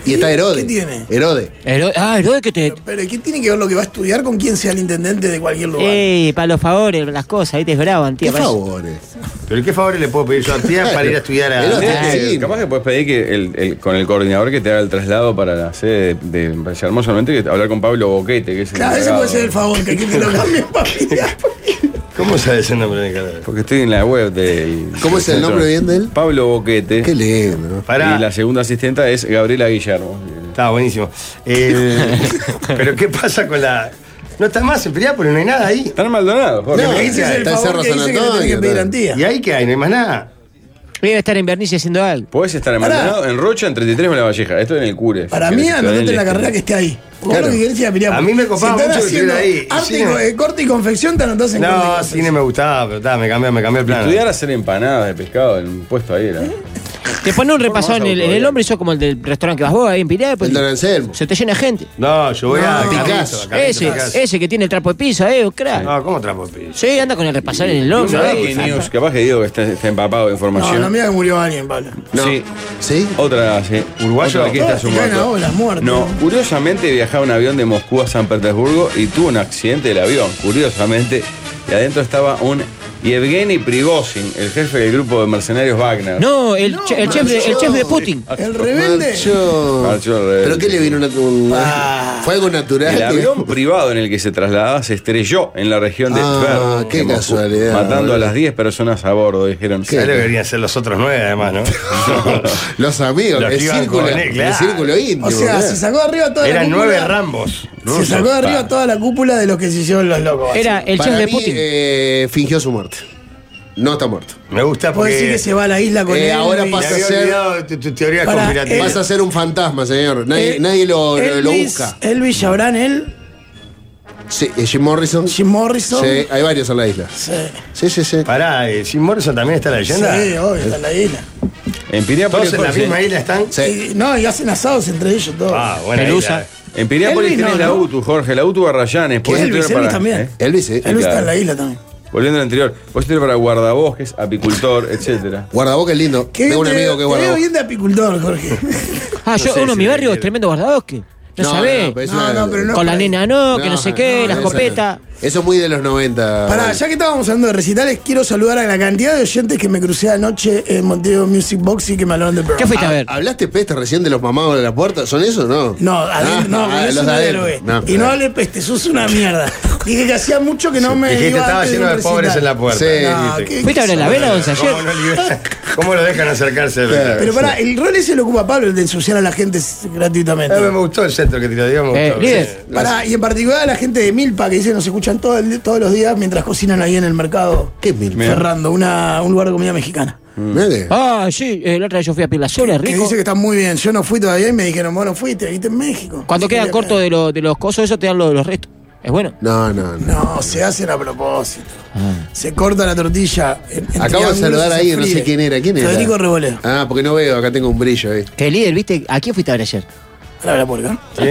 S4: Y está Herode.
S2: ¿Qué tiene?
S4: Herode.
S7: Herode- ah, Herode que te.
S2: Pero ¿qué tiene que ver lo que va a estudiar con quién sea el intendente de cualquier lugar?
S7: Ey, para los favores, las cosas, ahí te es bravo, Antía.
S4: Qué
S7: parece.
S4: favores.
S1: Pero ¿qué favores le puedo pedir yo a Artigas
S4: (laughs)
S1: para ir a estudiar a...
S4: Pero-
S3: Mirá que
S4: Sí.
S3: Capaz que puedes pedir que el- el- con el coordinador que te haga el traslado para la sede de, de Valle Hermoso, ¿no? que hablar con Pablo Boquete, que es el
S2: Claro, ese
S3: encargado.
S2: puede ser el favor, que aquí te lo
S4: (laughs)
S2: cambien familia.
S1: ¿Cómo sabes el nombre de Nicolás?
S3: Porque estoy en la web del.
S4: ¿Cómo es el
S3: del centro.
S4: nombre bien de él?
S3: Pablo Boquete.
S4: Qué lindo. ¿no?
S1: Pará.
S3: Y la segunda asistenta es Gabriela Guillermo.
S1: Está buenísimo. Eh, pero ¿qué pasa con la...? No está más en Piriápolis, no hay nada ahí.
S3: Están maldonados, Jorge.
S4: No,
S2: Ese es el
S4: está en
S2: favor
S4: Cerro
S2: que
S4: San
S2: dice que le tiene que
S4: Antonio,
S2: pedir
S4: está.
S2: Antía.
S1: ¿Y ahí qué hay? No hay más nada.
S7: Voy a estar en Bernice haciendo algo.
S3: Podés estar en
S2: Pará.
S3: Maldonado, en Rocha, en 33 o la Valleja. Esto en el Cure.
S2: Para
S3: Si
S2: mí,
S3: querés,
S2: anotate
S3: en
S2: en la
S3: el-
S2: carrera que esté ahí. Vos
S1: Claro.
S2: lo que querés ir a Piriápolis.
S1: A mí me copaba
S2: si están
S1: mucho que
S2: haciendo
S1: estuviera ahí.
S2: Arte y,
S1: Cine.
S2: co- eh, corte y confección, te anotás en corte y
S1: No,
S2: confección.
S1: cine me gustaba, pero ta, me cambió, me cambió el plan.
S3: Estudiar a hacer empanadas de pescado en un puesto ahí era.
S7: Te pones un repasado en
S3: vamos a
S7: el, en el
S3: autoviar.
S7: hombro y sos como el del restaurante que vas vos ahí en Piriápolis.
S4: El don Anselmo.
S7: Se te llena de gente.
S1: No, yo voy a
S4: No,
S1: Carlito,
S4: Picasso.
S1: a Carlito
S7: Ese,
S1: Picasso.
S7: ese que tiene el trapo de piso, eh, un crack.
S1: No, ¿cómo trapo el piso?
S7: Sí, anda con el repasado en el
S3: No
S7: hombro.
S3: sabés
S7: eh.
S3: qué news. Capaz que Diego está, está empapado de
S2: No,
S3: información.
S2: no mira que murió alguien, Pablo.
S4: No.
S3: Sí.
S4: ¿Sí?
S3: Otra, sí.
S1: ¿Uruguayo?
S3: Otra que está hace un
S2: Todas te caen
S3: rato.
S2: a olas, muerto.
S3: No, curiosamente viajaba un avión de Moscú a San Petersburgo y tuvo un accidente del avión, curiosamente. Y adentro estaba un Yevgeny Prigozhin, el jefe del grupo de mercenarios Wagner.
S7: No, el, che- el chef, de, el chef de Putin.
S2: El rebelde.
S4: Marchó.
S3: Marchó el rebelde.
S4: ¿Pero qué le vino? Una, un-
S2: Ah.
S4: ¿Fue algo natural?
S3: El avión
S4: digamos?
S3: privado en el que se trasladaba se estrelló en la región de
S4: Ah,
S3: Tver,
S4: qué
S3: en Moscú,
S4: casualidad,
S3: Matando
S4: boludo.
S3: a las 10 personas a bordo, dijeron.
S1: ¿Sabés lo que deberían ser los otros nueve,
S3: (laughs)
S1: además, no?
S4: Los amigos,
S1: Los que
S4: el
S1: iban
S4: círculo,
S1: con él,
S4: el
S1: claro.
S4: círculo íntimo.
S2: O sea,
S4: ¿verdad?
S2: Ah, se sacó de arriba toda la
S1: Eran
S2: cúpula.
S1: nueve rambos.
S2: Se sacó de arriba
S3: Pa.
S2: toda la cúpula de los que se hicieron los locos.
S7: Era el chef
S4: Para
S7: de
S4: mí,
S7: Putin.
S4: eh, fingió su muerte. No está muerto.
S1: Me gusta
S2: Puedes decir
S1: porque...
S2: que se va a la isla con
S4: Eh,
S2: él.
S4: ahora
S2: y-
S1: Me
S4: pasa-
S1: había
S4: hacer-
S1: olvidado de tu, tu teoría
S2: Para,
S1: conspirativa.
S4: Vas a ser un fantasma, señor. Nadie,
S2: Eh,
S4: nadie lo, lo-
S2: Elvis,
S4: lo busca.
S2: Elvis Chabran, él,
S4: Sí, eh, Jim Morrison.
S2: Jim Morrison.
S4: Sí, hay varios en la isla.
S2: Sí.
S4: Sí, sí, sí.
S1: Pará, eh, Jim Morrison también está en la leyenda.
S2: Sí, obvio, está en la isla.
S3: En Piriápolis,
S1: Todos en la
S3: Jorge,
S1: misma isla están.
S4: Sí.
S2: Y- no, y hacen asados entre ellos todos.
S1: Ah, buena
S7: Pelusa.
S1: isla.
S3: en Piriápolis
S2: Elvis
S3: tenés
S2: no,
S3: la
S2: ¿no?
S3: UTU, Jorge, la UTU Barrayanes.
S2: Que
S3: podés
S2: Elvis,
S3: estudiar
S2: Elvis también.
S3: ¿eh?
S4: Elvis, sí.
S2: Elvis
S3: claro.
S2: está en la isla también.
S3: Volviendo al anterior, vos estudiar para guardabosques, apicultor, etcétera.
S4: Guardabosca es lindo.
S2: Qué
S4: Tengo un
S2: bien te-
S4: amigo que
S2: te veo
S4: guarda
S2: bien de apicultor, Jorge.
S7: Ah, yo, uno
S1: sé
S7: en
S1: si
S7: mi
S1: le
S7: barrio
S1: quiero.
S7: es tremendo guardabosque. No, sabés.
S4: pero es
S2: No,
S4: una-
S2: no, pero no-
S7: Con la nena no, que no, sé qué, la
S4: esa
S7: escopeta.
S4: no. Eso es muy de los 90.
S2: Pará,
S4: vale.
S2: ya que estábamos hablando de recitales, quiero saludar a la cantidad de oyentes que me crucé anoche en Montego Music Box y que me hablaron del
S7: ¿Qué
S2: programa. Ah,
S7: fuiste a ver?
S4: Ah, ¿Hablaste peste recién de los mamados de la puerta? ¿Son esos no?
S2: No, adentro, no,
S4: ah,
S2: con eso
S4: los
S2: no
S4: de adentro.
S2: dialogué. y no
S4: claro.
S2: hable peste, sos una mierda. Dije que hacía mucho que no me.
S1: Dijiste,
S2: iba
S1: estaba
S2: antes
S1: lleno
S2: un
S1: de pobres
S2: recital.
S1: en la puerta.
S4: Sí,
S2: No,
S4: dijiste.
S2: qué-
S7: ¿Fuiste a ver la vela, don Sayer?
S1: ¿Cómo, no libera- cómo lo dejan acercarse?
S4: Claro.
S2: Pero pará, el rol ese lo ocupa Pablo, el de ensuciar a la gente s- gratuitamente.
S1: Eh, me gustó el centro que tiró, digamos.
S7: Eh, líder.
S2: Pará, y en particular a la gente de Milpa que dice nos escuchan todo el- todos los días mientras cocinan ahí en el mercado.
S4: ¿Qué Mm. mil?
S2: Ferrando, una, un lugar de comida mexicana.
S4: ¿Vale?
S7: Ah, sí, eh, la otra vez yo fui a Pilasola,
S2: Que
S7: rico.
S2: dice que está muy bien. Yo no fui todavía y me dijeron, vos no fuiste, viste en México.
S7: Cuando
S2: Sí,
S7: quedan
S2: acá.
S7: cortos de, lo- de los cosos, eso te dan lo de los restos. Es bueno.
S4: No, no, no.
S2: No, se hacen a propósito.
S7: Ah.
S2: Se corta la tortilla. en- en
S4: Acabo de
S2: triángulos
S4: saludar
S2: y se
S4: ahí, no sé
S2: fríe.
S4: quién era. ¿Quién era?
S2: Federico Reboleo.
S4: Ah, porque no veo, acá tengo un brillo ahí.
S7: El líder, ¿viste? ¿A quién fuiste a ver ayer?
S2: Ahora la puerca.
S1: Sí.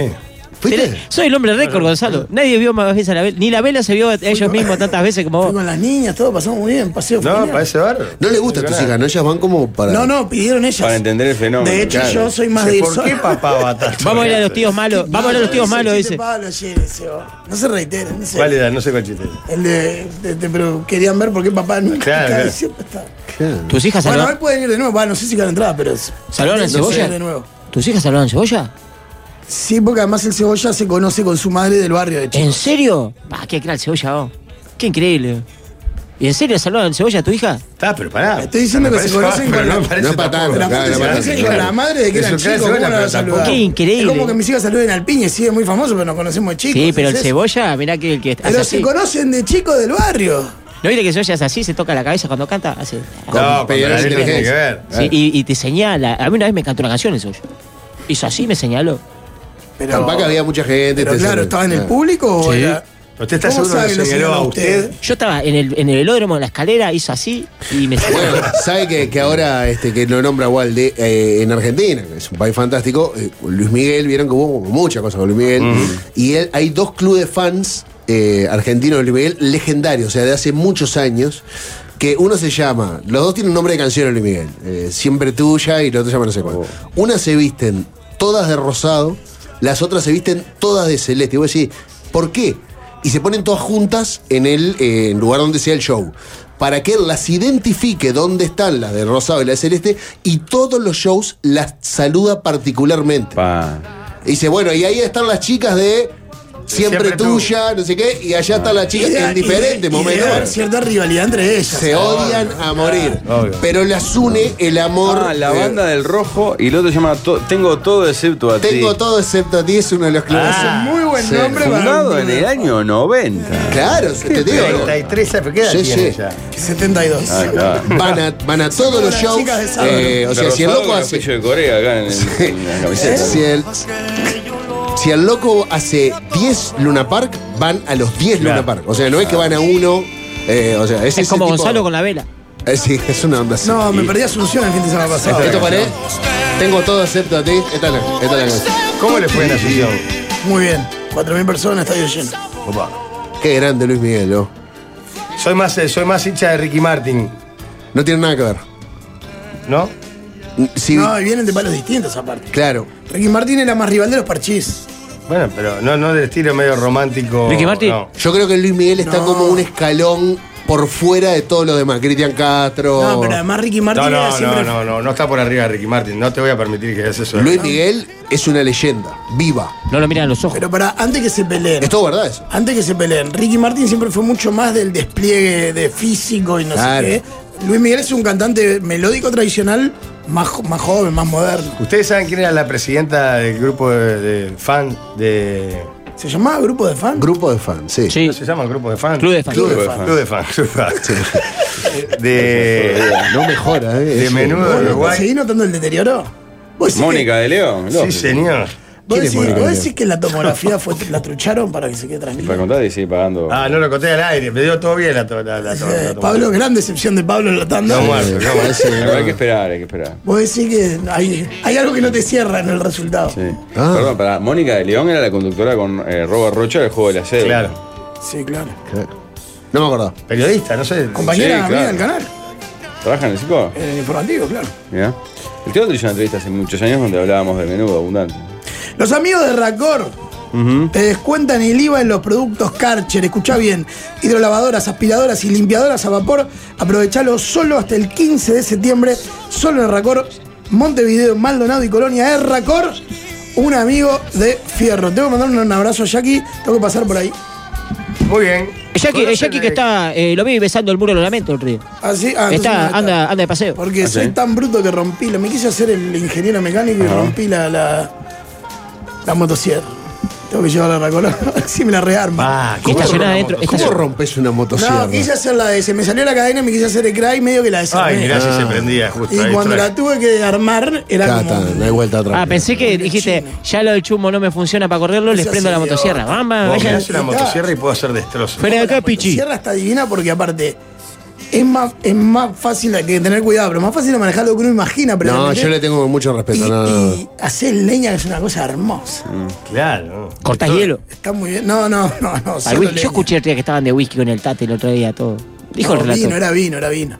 S4: ¿Fuiste?
S7: Soy el hombre récord, Gonzalo. Nadie vio más veces a la vela. Ni la vela se vio a ellos mismos tantas veces como
S2: Fui
S7: vos.
S2: con las niñas, todo, pasamos muy bien, paseo
S1: No,
S2: familiar.
S1: para ese bar.
S4: No le gustan tus hijas, ¿no? Ellas van como para.
S2: No, no, pidieron ellas.
S3: Para entender el fenómeno.
S2: De hecho,
S4: claro.
S2: yo soy más de ir
S1: ¿Por qué
S2: solo.
S1: papá
S2: (laughs)
S1: va tanto?
S7: Vamos a ir a los tíos malos. Vamos a ir a los tíos
S2: Ese
S7: malos,
S2: chiste,
S7: dice.
S2: Pablo, ayer, ese, va. No se reiteren. ese.
S1: ¿Cuál era? No sé cuál chiste.
S2: El de, de- de- Pero querían ver por qué papá nunca
S1: Claro,
S2: nunca
S1: claro.
S2: siempre está.
S4: Claro.
S7: ¿Tus hijas
S2: Bueno,
S7: saludaron?
S2: hoy pueden ir de nuevo. Va, no sé si quedan entradas, pero. es-
S7: ¿Saludaron al
S2: no sé,
S7: cebolla?
S2: De nuevo.
S7: ¿Tus hijas saludaron cebolla?
S2: Sí, porque además el cebolla se conoce con su madre del barrio de Chile.
S7: ¿En serio? Ah, qué crack el cebolla vos. Qué increíble. ¿Y en serio saludaron cebolla a tu hija?
S1: Está, pero pará.
S2: Estoy diciendo
S1: Me
S2: que se
S1: parece
S2: conocen
S1: mal,
S2: con
S1: pero
S2: la-
S1: me parece
S4: No para tanto,
S1: tampoco.
S2: La
S4: claro,
S2: foto se
S4: claro,
S2: hace
S4: claro.
S2: con la madre de que
S1: Es
S2: eran
S1: su clase,
S2: chicos, ¿cómo
S1: bueno,
S2: no la
S1: pero
S2: saludaron?
S1: tampoco.
S7: Qué increíble.
S2: Es como que mis hijas saluden al piñe, sí, es muy famoso, pero nos conocemos de chicos.
S7: Sí, pero el
S2: ¿es eso?
S7: cebolla, mirá que el que hace
S2: Pero se
S7: así.
S2: conocen de chicos del barrio.
S7: ¿No viste que el cebolla hace así, se toca la cabeza cuando canta? Hace.
S1: No, pero
S4: Peor
S1: la letra tiene que
S4: inteligencia.
S1: ver. eh.
S7: Sí, y, y te señala. A mí una vez me cantó una canción el cebolla. Hizo así y me señaló.
S2: Pero,
S4: Tampoco había mucha gente.
S2: pero
S4: te-
S2: claro, ¿estaba en el
S4: Ah.
S2: público o
S7: Sí.
S2: era-
S1: ¿Usted está
S2: ¿Cómo
S1: seguro que
S2: sabe
S1: lo señaló a usted?
S7: Yo estaba en el, en el velódromo, en la escalera, hizo así y me
S4: Bueno,
S7: señaló.
S4: sabe que, que ahora este, que lo nombra Walde eh, en Argentina, que es un país fantástico. eh, Luis Miguel, vieron que hubo muchas cosas con Luis Miguel. Y él, hay dos clubes de fans eh, argentinos de Luis Miguel legendarios, o sea, de hace muchos años. Que uno se llama, los dos tienen nombre de canción de Luis Miguel, eh, siempre tuya y la otra llama no sé cuál. Una se visten todas de rosado, las otras se visten todas de celeste. Y vos decís, ¿por qué? y se ponen todas juntas en el eh, lugar donde sea el show. Para que él las identifique dónde están las de rosado y las de celeste y todos los shows las saluda particularmente.
S3: Pa.
S4: Y dice, bueno, y ahí están las chicas de siempre,
S1: Siempre
S4: tuya, no sé qué, y allá está la chica en diferente
S2: y- y debe
S4: momento.
S2: haber cierta rivalidad entre ellas.
S4: Se odian a morir.
S1: Obvio.
S4: Pero las une el amor.
S3: Ah, la
S4: eh,
S3: banda del rojo y el otro se llama To- Tengo todo excepto a ti.
S4: Tengo todo excepto a ti, es uno de los clubes.
S1: Ah,
S2: Muy buen
S4: Sí.
S2: nombre para
S3: Fundado
S2: un
S3: en el año 90.
S4: Claro, te digo.
S1: 33 años, ¿qué edad
S4: Sí,
S1: tiene
S4: sí.
S1: ya?
S2: 72.
S3: Ah, claro.
S4: Van a, van a todos los
S2: las
S4: shows.
S2: chicas de sábado.
S4: eh, o sea, si el
S3: Rosado
S4: loco
S3: con
S4: hace.
S3: capillo de Corea acá en, en la
S7: ¿Eh?
S3: camiseta.
S4: Si el, si el loco hace 10 Luna Park, van a los 10 Luna
S1: Claro.
S4: Park. O sea, no es que van a uno. eh, o sea, es,
S7: Es
S4: ese
S7: como
S4: tipo-
S7: Gonzalo con la vela.
S4: Eh, sí, (laughs) es una onda así. Este,
S2: No, me perdí Asunción el fin de semana pasado.
S4: Esto paré. Tengo todo excepto a ti. Esta es la, esta es la canción.
S1: ¿Cómo le fue en Asunción?
S2: Muy bien. 4.000 personas, estadio lleno.
S4: Qué grande Luis Miguel, ¿no?
S1: Soy más, eh, soy más hincha de Ricky Martin,
S4: No tiene nada que ver.
S1: ¿no?
S4: Sí,
S2: No, y vienen de palos distintos aparte.
S4: claro.
S2: Ricky Martín era más rival de los parchís.
S1: Bueno, pero no, no del estilo medio romántico.
S7: Ricky Martin.
S1: no.
S4: Yo creo que Luis Miguel está
S2: No.
S4: como un escalón por fuera de todo lo demás. Cristian Castro.
S2: No, pero además Ricky Martin
S1: No,
S2: era
S1: no,
S2: siempre.
S1: no, no, no, no está por arriba de Ricky Martin. No te voy a permitir que hagas eso.
S4: Luis Miguel es una leyenda, viva.
S7: No lo miran a los ojos.
S2: Pero para, antes que se peleen.
S4: Es todo verdad eso.
S2: Antes que se peleen, Ricky Martin siempre fue mucho más del despliegue de físico y no
S4: Claro.
S2: sé qué. Luis Miguel es un cantante melódico tradicional más, jo- más joven, más moderno.
S1: ¿Ustedes saben quién era la presidenta del grupo de, de fan de.
S2: ¿Se llamaba Grupo de Fan?
S4: Grupo de fans, sí.
S7: Sí.
S1: ¿Cómo se llama el grupo de fan?
S7: Club de fans.
S1: Club de
S3: Club de
S1: fan.
S3: fans.
S1: Club de fan. Club de fan. De.
S4: (laughs) No mejora, ¿eh?
S1: De
S4: Eso.
S1: menudo
S4: Bueno,
S1: Uruguay.
S2: ¿Seguí notando el deterioro? ¿Vos
S5: pues
S2: decís
S3: Mónica de León.
S1: Sí, señor.
S2: que- ¿Vos
S4: ¿Quién es
S2: decís,
S4: Mónica
S2: vos
S4: León?
S2: decís que la tomografía fue, la trucharon para que se quede
S3: Para
S2: tranquilo?
S3: contar y sigue pagando.
S1: Ah, no lo conté al aire. Me dio todo bien la to- la- la-
S2: (laughs)
S1: la- (laughs) la-
S2: Eh,
S1: la-
S2: Pablo, gran decepción de Pablo en la tanda.
S1: No, muerto, no, muerto.
S4: parece que
S3: Pero hay que
S4: no.
S3: esperar, hay que esperar.
S2: Vos decís que hay, hay algo que no te cierra en el resultado.
S3: Sí.
S2: Sí,
S4: Ah.
S3: Perdón, para Mónica de León era la conductora con eh, Robert Rocha del juego de la sede.
S1: Claro.
S2: claro.
S4: No me acuerdo.
S1: Periodista, no sé.
S2: Compañera
S3: Sí,
S2: mía
S3: claro.
S2: del canal,
S3: ¿Trabaja en el psico?
S2: en el informativo, claro.
S3: Mirá. El teatro hizo una entrevista hace muchos años donde hablábamos de menudo abundante.
S2: Los amigos de Racor te descuentan el IVA en los productos Karcher. Escuchá bien, hidrolavadoras, aspiradoras y limpiadoras a vapor. Aprovechalo solo hasta el 15 de septiembre, solo en Racor, Montevideo, Maldonado y Colonia. Es Racor, un amigo de Fierro. Tengo que mandar un abrazo a Jackie, tengo que pasar por ahí.
S1: Muy bien.
S7: El Jackie, el Jackie que está, eh, lo vi besando el muro de los lamentos, el río.
S2: Así, ah, entonces no
S7: Está, anda, anda de paseo.
S2: Porque
S3: Ah,
S2: soy
S3: sí.
S2: tan bruto que rompí, la- me quise hacer el ingeniero mecánico y rompí la, la, la motosierra. Tengo que llevarla a Racor, (laughs) así me la rearma.
S1: Ah,
S7: Y estacionada adentro.
S4: ¿Cómo
S7: estacion-
S4: rompes una motosierra?
S2: No, quise hacer la de. Se me salió la cadena y me quise hacer el cry medio que la desarmé.
S1: Ay, mirá si se prendía justo.
S2: y
S1: ahí,
S2: cuando
S1: traje.
S2: la tuve que armar, era
S4: Ya
S2: como.
S4: está, no hay vuelta atrás.
S7: Ah, pensé que dijiste, ya lo del chumbo no me funciona para correrlo, les
S2: Ese
S7: prendo la
S2: señor.
S7: motosierra. Vamos,
S1: Vos, me
S7: vayan.
S1: hace una motosierra y puedo hacer destrozos.
S7: Fuera de acá,
S2: La
S7: Pichi.
S2: sierra está divina porque, aparte, es más, es más fácil que tener cuidado, pero más fácil de manejar lo que uno imagina. Pero
S4: No,
S2: realmente-
S4: yo le tengo mucho respeto.
S2: Y,
S4: no, no, no.
S2: y hacer leña es una cosa hermosa.
S1: Claro.
S7: Cortás hielo.
S2: Está muy bien. No, no, no, no.
S7: Al
S2: solo
S7: whisky.
S2: leña.
S7: Yo escuché el día que estaban de whisky con el tate el otro día, todo.
S2: No,
S7: Dijo el relator.
S2: Vino, era vino, era vino.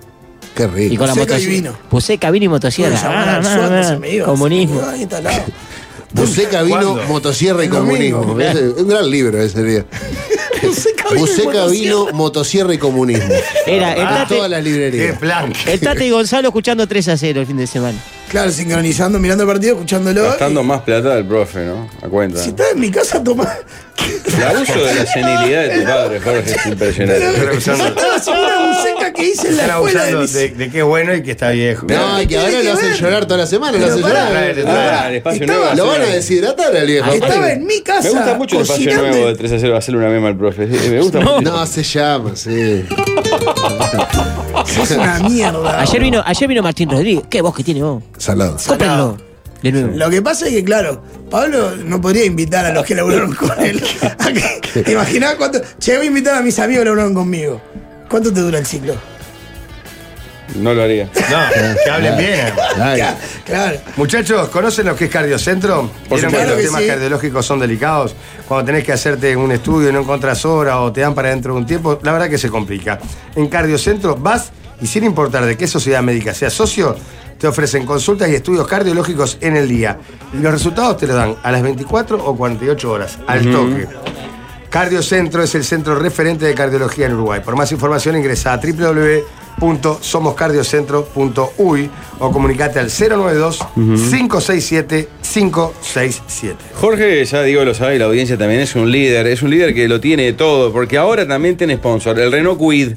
S4: Qué
S7: Y
S4: rico.
S7: con la
S2: Seca y
S7: motosierra.
S2: vino.
S7: Puse cabina y motosierra.
S2: Tuve que llamar
S7: Ah,
S2: al
S7: ah,
S2: SWAT,
S7: ah,
S2: se me iba.
S7: Comunismo.
S2: Ahí está al lado.
S4: Buseca vino,
S1: ¿Cuándo?
S4: motosierra y
S2: El domingo.
S4: comunismo. Ese- un gran libro ese
S2: (laughs)
S4: día.
S2: Buceca vino y
S4: Buseca
S2: motosierra.
S4: vino, motosierra y comunismo.
S7: Era, el
S4: En
S7: tate,
S4: todas las
S1: Qué
S4: librerías.
S1: plan.
S4: (laughs)
S7: el Tate y Gonzalo escuchando 3 a 0 el fin de semana.
S2: Claro, sincronizando, mirando el partido, escuchándolo.
S3: Gastando más plata del profe, ¿no? A cuenta.
S2: Si estás en mi casa, toma.
S3: El abuso de la senilidad
S2: (laughs)
S3: de tu padre, Jorge, es
S1: Pero
S3: impresionante.
S1: usando,
S5: (laughs)
S2: Estabas en una buceca que hice en la
S1: están
S2: escuela de
S1: abusando
S2: mis-
S1: de, de qué bueno y que está viejo.
S4: No, y que ahora lo hacen llorar toda la semana, lo hacen
S2: pará,
S4: llorar.
S1: pará,
S3: Ah, el espacio
S2: Estaba-
S3: nuevo.
S4: Lo van a
S3: hacer-
S4: deshidratar al viejo.
S2: Estaba en mi casa.
S3: Me gusta mucho el espacio
S2: cocinando.
S3: nuevo de 3 a 0 hacerle una meme al profe. Sí, Me gusta mucho.
S4: No, se llama, sí.
S2: Es
S4: (laughs)
S2: una mierda.
S7: Ayer vino, ayer vino Martín Rodríguez. ¿Qué voz que tiene vos?
S4: Salado.
S7: Cómprenlo. De nuevo.
S2: Lo que pasa es que, claro, Pablo no podría invitar a los que laburaron con
S7: (laughs)
S2: él. ¿A qué? ¿Te imaginás cuánto? Che, voy a invitar a mis amigos que laburaron conmigo. ¿Cuánto te dura el ciclo?
S3: No lo haría.
S1: No, que hablen bien.
S4: Ay,
S2: Claro, claro.
S1: Muchachos, ¿conocen lo que es cardiocentro? ¿Vieron que
S2: supuesto.
S1: los
S2: Claro que
S1: temas
S2: sí.
S1: cardiológicos son delicados? Cuando tenés que hacerte un estudio y no encontrás hora o te dan para dentro de un tiempo, la verdad que se complica. En cardiocentro vas y sin importar de qué sociedad médica seas socio, te ofrecen consultas y estudios cardiológicos en el día. Y los resultados te los dan a las 24 o 48 horas, al toque. Cardiocentro es el centro referente de cardiología en Uruguay. Por más información ingresa a www.somoscardiocentro.uy o comunicate al 092-567-567.
S3: Jorge, ya digo, lo sabe, la audiencia también es un líder. Es un líder que lo tiene de todo, porque ahora también tiene sponsor, el Renault Quid.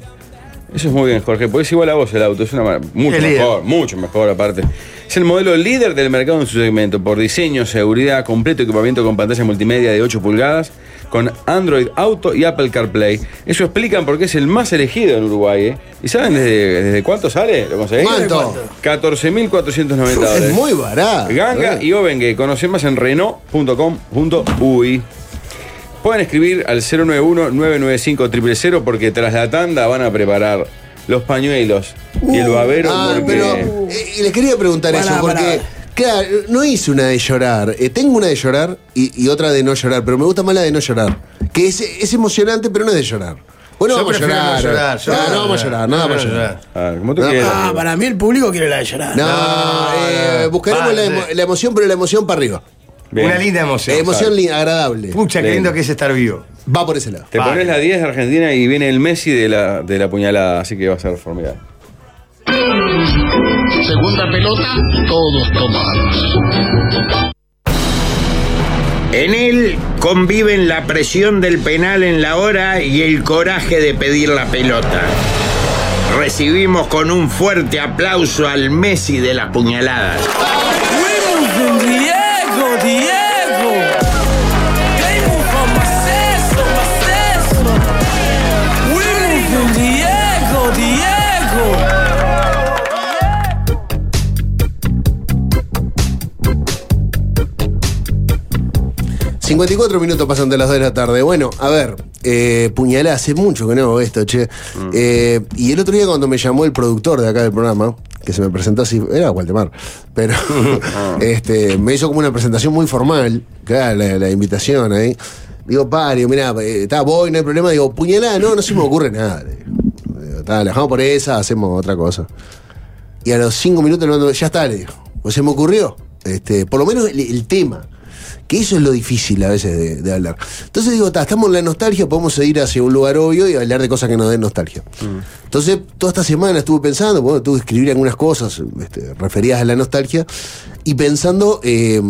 S3: Eso es muy bien, Jorge, porque es igual a vos el auto, es una mar- mucho
S1: El líder.
S3: mejor, mucho mejor aparte. Es el modelo líder del mercado en su segmento, por diseño, seguridad, completo equipamiento con pantalla multimedia de 8 pulgadas, con Android Auto y Apple CarPlay. Eso explican por qué es el más elegido en Uruguay, ¿eh? ¿Y saben desde, desde cuánto sale? ¿Lo conseguís?
S4: ¿Cuánto?
S3: 14.490 dólares.
S4: Es muy barato.
S3: Ganga
S4: eh.
S3: y Obengue. Conoce más en Renault.com.uy. Pueden escribir al 091-995-000 porque tras la tanda van a preparar los pañuelos y el babero.
S4: Ah,
S3: porque-
S4: pero eh, les quería preguntar
S2: Pará,
S4: eso, porque,
S2: pará.
S4: claro, no hice una de llorar. Eh, tengo una de llorar y, y otra de no llorar, pero me gusta más la de no llorar. Que es, es emocionante, pero no es de llorar. Bueno,
S1: Yo
S4: vamos a
S1: prefiero
S4: llorar.
S1: no llorar, yo
S4: No,
S1: no
S4: no vamos a llorar,
S1: llorar.
S4: nada
S1: Yo
S4: para
S1: no
S4: llorar.
S1: llorar.
S3: Ah, como tú
S4: No,
S3: quieras.
S2: Ah, para mí el público quiere la de llorar.
S4: No, eh,
S1: no.
S4: buscaremos la, emo-
S1: Vale.
S4: la emoción, pero la emoción para arriba.
S3: Bien.
S1: Una linda emoción.
S4: Eh, emoción li- agradable.
S1: Pucha, qué
S3: Bien.
S1: lindo que es estar vivo.
S4: Va por ese lado.
S3: Te
S1: Vale.
S3: pones la 10 de Argentina y viene el Messi de la, de la puñalada, así que va a ser formidable.
S8: Segunda pelota, todos tomados.
S10: En él conviven la presión del penal en la hora y el coraje de pedir la pelota. Recibimos con un fuerte aplauso al Messi de las puñaladas.
S4: Ah, 54 minutos pasan de las 2 de la tarde. Bueno, a ver, eh, puñalada, hace mucho que no hago esto, che. Eh, y el otro día cuando me llamó el productor de acá del programa, que se me presentó así, era Waldemar, pero (laughs) este, me hizo como una presentación muy formal, claro, la, la invitación ahí. Digo, pario, mirá, eh, está, voy, no hay problema. Digo, puñalada, no, no se me ocurre nada. le digo. Digo, Está, la dejamos por esa, hacemos otra cosa. Y a los cinco minutos, le mando, ya está, le digo. O se me ocurrió. Este, por lo menos el, el tema. Que eso es lo difícil a veces de, de hablar. Entonces digo, "Ta, estamos en la nostalgia, podemos ir hacia un lugar obvio y hablar de cosas que nos den nostalgia. Entonces, toda esta semana estuve pensando, bueno, tuve que escribir algunas cosas este, referidas a la nostalgia y pensando eh,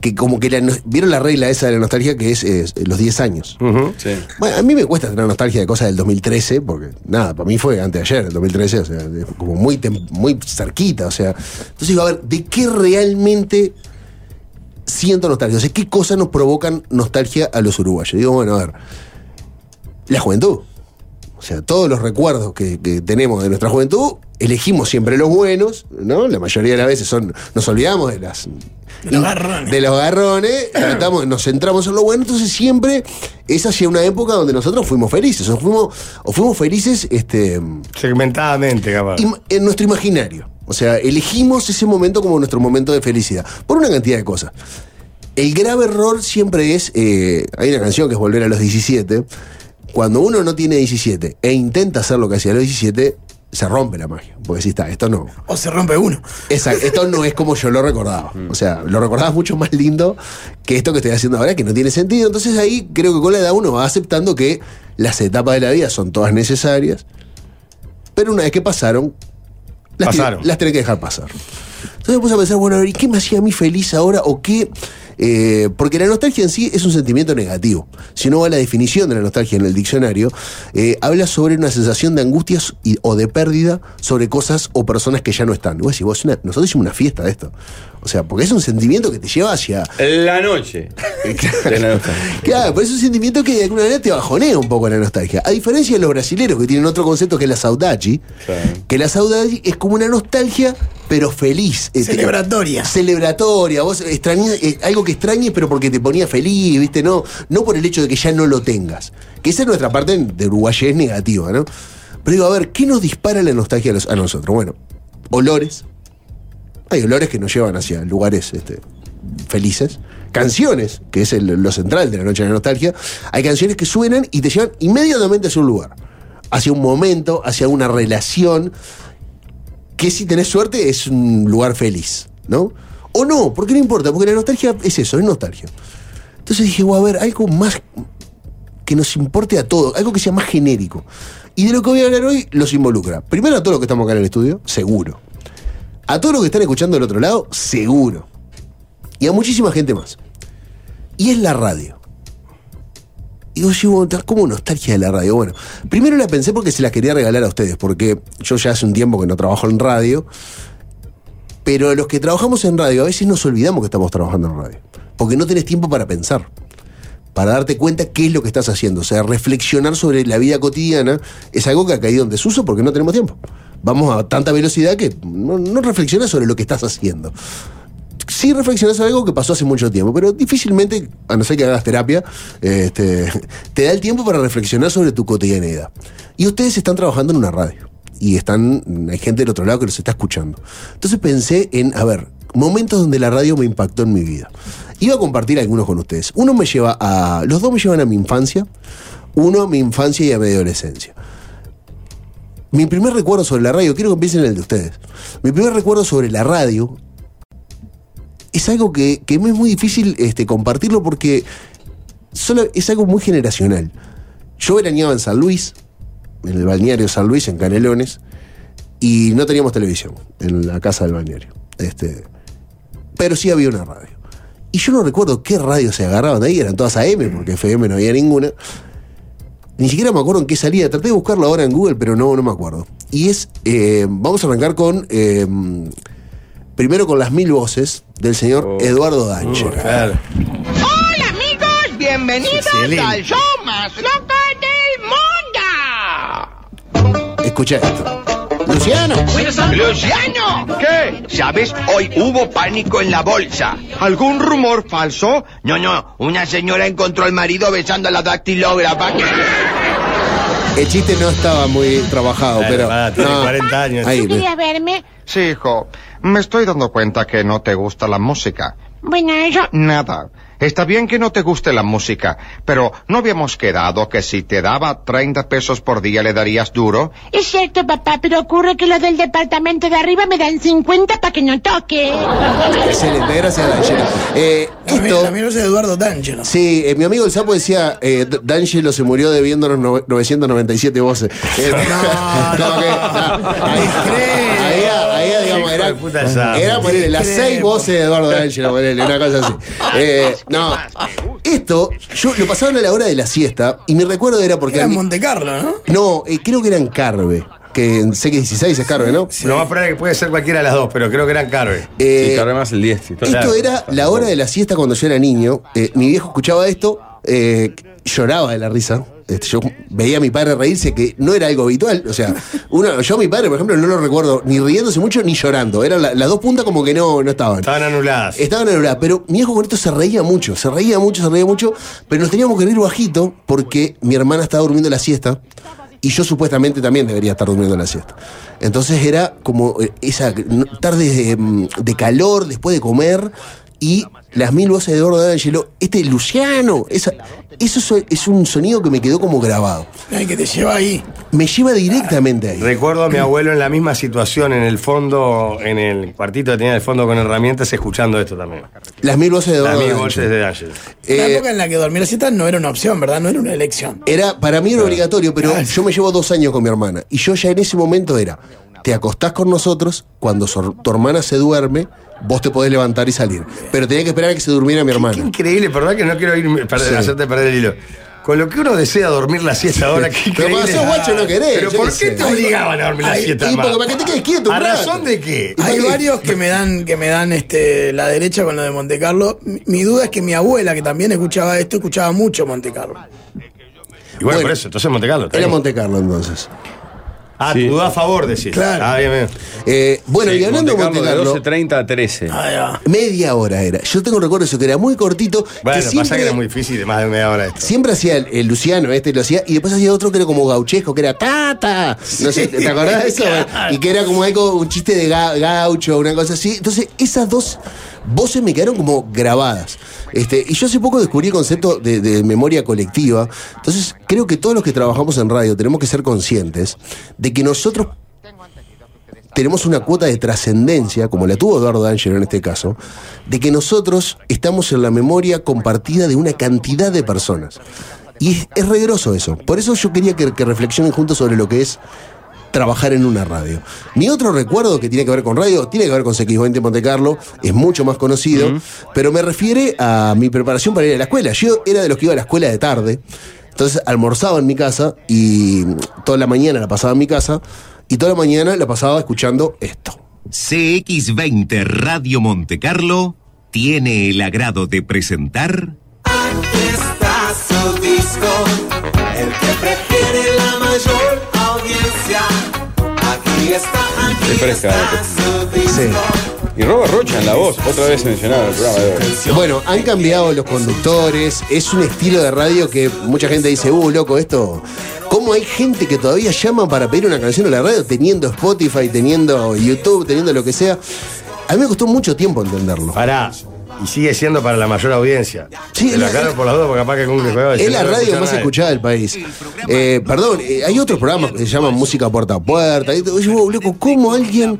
S4: que como que la no- vieron la regla esa de la nostalgia que es eh, los 10 años.
S3: Sí.
S4: Bueno, a mí me cuesta tener nostalgia de cosas del 2013, porque nada, para mí fue antes de ayer, el 2013, o sea, de- como muy, tem- muy cerquita, o sea. Entonces digo, a ver, ¿de qué realmente siento nostalgia? O sea, ¿qué cosas nos provocan nostalgia a los uruguayos? Digo, bueno, a ver, la juventud. O sea, todos los recuerdos que, que tenemos de nuestra juventud, elegimos siempre los buenos, ¿no? La mayoría de las veces son, nos olvidamos de las
S2: De los garrones.
S4: de
S2: (laughs)
S4: los garrones, tratamos- nos centramos en lo bueno, entonces siempre es hacia una época donde nosotros fuimos felices, o fuimos, o fuimos felices este,
S1: Segmentadamente, capaz.
S4: im- en nuestro imaginario. O sea, elegimos ese momento como nuestro momento de felicidad, por una cantidad de cosas. El grave error siempre es, eh, hay una canción que es Volver a los 17, cuando uno no tiene 17 e intenta hacer lo que hacía a los 17, se rompe la magia, porque si está, esto no.
S2: O se rompe uno.
S4: Exacto, esto no es como yo lo recordaba. O sea, lo recordabas mucho más lindo que esto que estoy haciendo ahora, que no tiene sentido. Entonces ahí creo que con la edad uno va aceptando que las etapas de la vida son todas necesarias, pero una vez que pasaron, las, tiene-
S1: Pasaron.
S4: las tiene que dejar pasar. Entonces me puse a pensar, bueno, a ver, ¿y qué me hacía a mí feliz ahora o qué? Eh, porque la nostalgia en sí es un sentimiento negativo. Si no va la definición de la nostalgia en el diccionario, eh, habla sobre una sensación de angustias y- o de pérdida sobre cosas o personas que ya no están. Y Vos decís, vos, una- nosotros hicimos una fiesta de esto. O sea, porque es un sentimiento que te lleva hacia. (laughs)
S3: La noche. De la nostalgia.
S4: Claro, pero es un sentimiento que de alguna manera te bajonea un poco la nostalgia. A diferencia de los brasileros que tienen otro concepto que es la saudade,
S3: Claro.
S4: que la saudade es como una nostalgia, pero feliz. Eh, te-
S2: Celebratoria.
S4: celebratoria, vos extrañás, eh, algo que extrañes, pero porque te ponía feliz, ¿viste? No, no por el hecho de que ya no lo tengas. Que esa es nuestra parte de uruguayés negativa, ¿no? Pero digo, a ver, ¿qué nos dispara la nostalgia a, los- a nosotros? Bueno, olores. Hay olores que nos llevan hacia lugares este, felices. Canciones, que es el- lo central de la noche de la nostalgia. Hay canciones que suenan y te llevan inmediatamente hacia un lugar. Hacia un momento, hacia una relación que si tenés suerte es un lugar feliz, ¿no? O no, porque no importa, porque la nostalgia es eso, es nostalgia. Entonces dije, bueno, a ver, algo más que nos importe a todos, algo que sea más genérico. Y de lo que voy a hablar hoy los involucra. Primero a todos los que estamos acá en el estudio, seguro. A todos los que están escuchando del otro lado, seguro. Y a muchísima gente más. Y es la radio. Y vos llevo como nostalgia de la radio. Bueno, primero la pensé porque se la quería regalar a ustedes, porque yo ya hace un tiempo que no trabajo en radio. Pero los que trabajamos en radio, a veces nos olvidamos que estamos trabajando en radio. Porque no tenés tiempo para pensar. Para darte cuenta qué es lo que estás haciendo. O sea, reflexionar sobre la vida cotidiana es algo que ha caído en desuso porque no tenemos tiempo. Vamos a tanta velocidad que no, no reflexionas sobre lo que estás haciendo. Sí reflexionas sobre algo que pasó hace mucho tiempo, pero difícilmente, a no ser que hagas terapia, este, (laughs) te da el tiempo para reflexionar sobre tu cotidianeidad. Y ustedes están trabajando en una radio y están, hay gente del otro lado que los está escuchando. Entonces pensé en, a ver, momentos donde la radio me impactó en mi vida. Iba a compartir algunos con ustedes. Uno me lleva a, los dos me llevan a mi infancia, uno a mi infancia y a mi adolescencia. Mi primer recuerdo sobre la radio, quiero que empiecen el de ustedes. Mi primer recuerdo sobre la radio es algo que, que me es muy difícil este, compartirlo porque solo, es algo muy generacional. Yo veraneaba en San Luis, en el balneario San Luis, en Canelones, y no teníamos televisión en la casa del balneario. Este, pero sí había una radio. Y yo no recuerdo qué radio se agarraban de ahí, eran todas AM, porque FM no había ninguna. Ni siquiera me acuerdo en qué salía. Traté de buscarlo ahora en Google, pero no, no me acuerdo. Y es. eh, vamos a arrancar con. eh, primero con las mil voces del señor
S1: Oh.
S4: Eduardo
S1: Uh,
S4: Dancher.
S8: Hola amigos, bienvenidos
S1: Excelente.
S8: al show más loco del mundo.
S4: Escucha esto. Luciano.
S10: Luciano, ¿qué? ¿Sabes? Hoy hubo pánico en la bolsa. ¿Algún rumor falso? No, no. Una señora encontró al marido besando a la dactilógrafa.
S4: El chiste no estaba muy trabajado,
S1: Dale,
S4: pero.
S1: va, tiene
S4: no.
S1: 40 años.
S4: Ahí,
S11: ¿Tú querías verme?
S10: Sí, hijo. Me estoy dando cuenta que no te gusta la música.
S11: Bueno, eso...
S10: Nada. Está bien que no te guste la música, pero ¿no habíamos quedado que si te daba 30 pesos por día le darías duro?
S11: Es cierto, papá, pero ocurre que los del departamento de arriba me dan 50 para que no toque.
S4: excelente, gracias, D'Angelo. Eh,
S2: También,
S4: esto.
S2: también lo hace Eduardo D'Angelo.
S4: Sí, eh, mi amigo el sapo decía, eh, D- D'Angelo se murió debiéndonos no- 997 voces.
S1: (laughs)
S4: Eh,
S2: No,
S4: como que, no, ahí,
S2: Increíble.
S4: ahí, ahí, digamos,
S1: Hijo de puta el
S4: era,
S1: sapo.
S4: era ponele, las
S2: Increíble.
S4: seis voces de Eduardo D'Angelo, ponele, una cosa así. Eh, no, esto, yo lo pasaban a la hora de la siesta y mi recuerdo era porque...
S2: Era
S4: a
S2: en
S4: mí-
S2: Monte Carlo, ¿no?
S4: no, eh, creo que era en Carve, que en CX16 es Carve, ¿no?
S1: Lo más probable es que puede ser cualquiera de las dos, pero creo que eran Carve.
S4: Eh,
S3: y carga más el 10.
S4: Esto era la hora de la siesta cuando yo era niño. Eh, mi viejo escuchaba esto, eh, lloraba de la risa. Este, yo veía a mi padre reírse, que no era algo habitual. O
S1: (laughs)
S4: sea, uno, yo a mi padre, por ejemplo, no lo recuerdo ni riéndose mucho ni llorando. Eran la- las dos puntas como que no, no estaban.
S1: Estaban anuladas.
S4: Estaban en hora, pero mi hijo con esto se reía mucho, se reía mucho, se reía mucho, pero nos teníamos que reír bajito porque mi hermana estaba durmiendo la siesta y yo supuestamente también debería estar durmiendo la siesta. Entonces era como eh, esa no- tarde de, mm, de calor, después de comer y las mil voces de Eduardo D'Angelo, este Luciano, esa- eso so- es un sonido que me quedó como grabado.
S2: Ay, que te lleva ahí.
S4: Me lleva directamente ahí.
S1: Recuerdo a mi abuelo en la misma situación, en el fondo, en el cuartito que tenía el fondo con herramientas, escuchando esto también.
S4: Las mil voces de
S1: Las
S4: Eduardo
S1: mil
S4: D'Angelo.
S1: voces de Ángel.
S2: la
S4: Eh,
S2: época en la que dormir la siesta no era una opción, ¿verdad? No era una elección.
S4: Era, para mí era obligatorio, pero yo me llevo dos años con mi hermana. Y yo ya en ese momento era, te acostás con nosotros, cuando sor- tu hermana se duerme, vos te podés levantar y salir. Pero tenía que esperar a que se durmiera mi
S1: Qué
S4: hermana.
S1: increíble, perdón que no quiero irme, perder-
S4: Sí.
S1: hacerte perder el hilo. Con lo que uno desea dormir la siesta ahora, qué
S4: Pero
S1: increíble.
S4: cuando sos guacho no querés.
S1: Pero
S4: yo
S1: ¿por
S4: qué sé.
S1: qué te obligaban a dormir la
S4: Ay,
S1: siesta?
S4: y
S1: más?
S4: porque para que te quedes quieto un
S1: ¿A
S4: rato.
S1: razón de qué?
S4: ¿Y
S2: Hay
S4: por qué?
S2: varios que me dan, que me dan este, la derecha con lo de Monte Carlo. Mi, mi duda es que mi abuela, que también escuchaba esto, escuchaba mucho Monte Carlo.
S1: Y bueno,
S4: Bueno.
S1: por eso, entonces Monte Carlo. está
S4: Era
S1: bien.
S4: Monte Carlo entonces.
S1: Ah,
S3: Sí.
S1: tú a favor, decís.
S2: Claro.
S1: Ah, bien, bien.
S4: Eh, bueno, y hablando de Monte Carlo,
S3: De 12.30 a 13.
S2: Ahí va.
S4: media hora era. Yo tengo recuerdo de eso, que era muy cortito.
S1: Bueno,
S4: que
S1: pasa
S4: siempre-
S1: que era muy difícil de más de media hora esto.
S4: Siempre hacía el, el Luciano, este lo hacía, y después hacía otro que era como gauchesco, que era tata. No sé, ¿te acordás de eso? Y que era como algo, un chiste de ga- gaucho, una cosa así. Entonces, esas dos voces me quedaron como grabadas. Este, y yo hace poco descubrí el concepto de, de memoria colectiva. Entonces, creo que todos los que trabajamos en radio tenemos que ser conscientes de que nosotros tenemos una cuota de trascendencia, como la tuvo Eduardo D'Angelo en este caso, de que nosotros estamos en la memoria compartida de una cantidad de personas. Y es, es regroso eso. Por eso yo quería que, que reflexionen juntos sobre lo que es trabajar en una radio. Mi otro recuerdo que tiene que ver con radio, tiene que ver con CX20 Monte Carlo, es mucho más conocido, pero me refiere a mi preparación para ir a la escuela. Yo era de los que iba a la escuela de tarde, entonces almorzaba en mi casa y toda la mañana la pasaba en mi casa y toda la mañana la pasaba escuchando esto.
S12: CX20 Radio Monte Carlo tiene el agrado de presentar
S13: está su disco, el que prefiere la mayor audiencia. Aquí está, aquí
S3: Refresca.
S13: Sí.
S3: Y Robert Rocha en la voz, otra vez mencionado en el programa de hoy.
S4: Bueno, han cambiado los conductores, es un estilo de radio que mucha gente dice, uh, loco, esto. ¿Cómo hay gente que todavía llama para pedir una canción a la radio teniendo Spotify, teniendo YouTube, teniendo lo que sea? A mí me costó mucho tiempo entenderlo.
S1: Pará. Y sigue siendo para la mayor audiencia. Sí, Te lo aclaro por las dudas porque capaz que algún juego dice,
S4: Ah, Es la
S1: no lo
S4: radio
S1: escucha
S4: más
S1: nadie.
S4: escuchada del país. Eh, perdón, eh, hay otros programas que se llaman Música Puerta a Puerta. Y, oye, vos, loco, ¿cómo alguien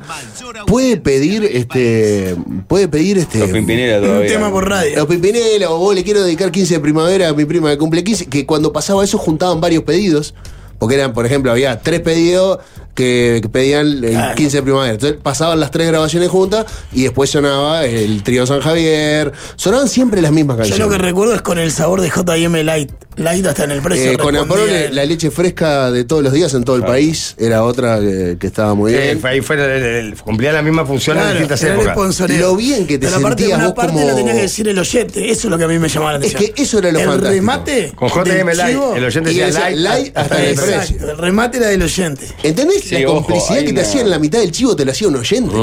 S4: puede pedir este. puede pedir este.
S3: Los Pimpinela todavía. Un tema por
S4: radio. Los Pimpinela, o vos le quiero dedicar 15 de primavera a mi prima que cumple 15, que cuando pasaba eso juntaban varios pedidos. Porque eran, por ejemplo, había tres pedidos que, que pedían el 15 de primavera. Entonces pasaban las tres grabaciones juntas y después sonaba el trío San Javier. Sonaban siempre las mismas
S2: Yo
S4: canciones.
S2: lo que recuerdo es con el sabor de JM Light. Light hasta en el precio.
S4: Eh, con
S2: respondía
S4: Amprole,
S2: el-
S4: la leche fresca de todos los días en todo el país era otra eh, que, estaba muy
S1: Sí,
S4: bien.
S1: fue- ahí fue el- el- el- cumplía la misma función en
S2: Claro,
S1: distintas
S2: era el
S1: épocas.
S2: sponsoreo.
S4: Lo bien que te
S2: Pero aparte,
S4: sentías
S2: una
S4: vos
S2: parte
S4: como-
S2: la tenía que decir el oyente. Eso es lo que a mí me llamaba la
S4: Es
S2: atención.
S4: que eso era lo
S2: el
S4: fantástico.
S2: remate
S4: Con JM
S2: del
S4: Light,
S2: chivo-
S4: el oyente
S2: y
S4: decía,
S2: decía,
S4: "Light hasta
S2: en
S4: el
S2: Exacto,
S4: precio".
S2: El remate era del oyente.
S4: ¿Entendés?
S2: Sí,
S4: la
S2: ojo,
S4: complicidad
S2: ahí
S4: que
S2: no.
S4: te hacían en la Mm, mitad del chivo te la hacía un oyente.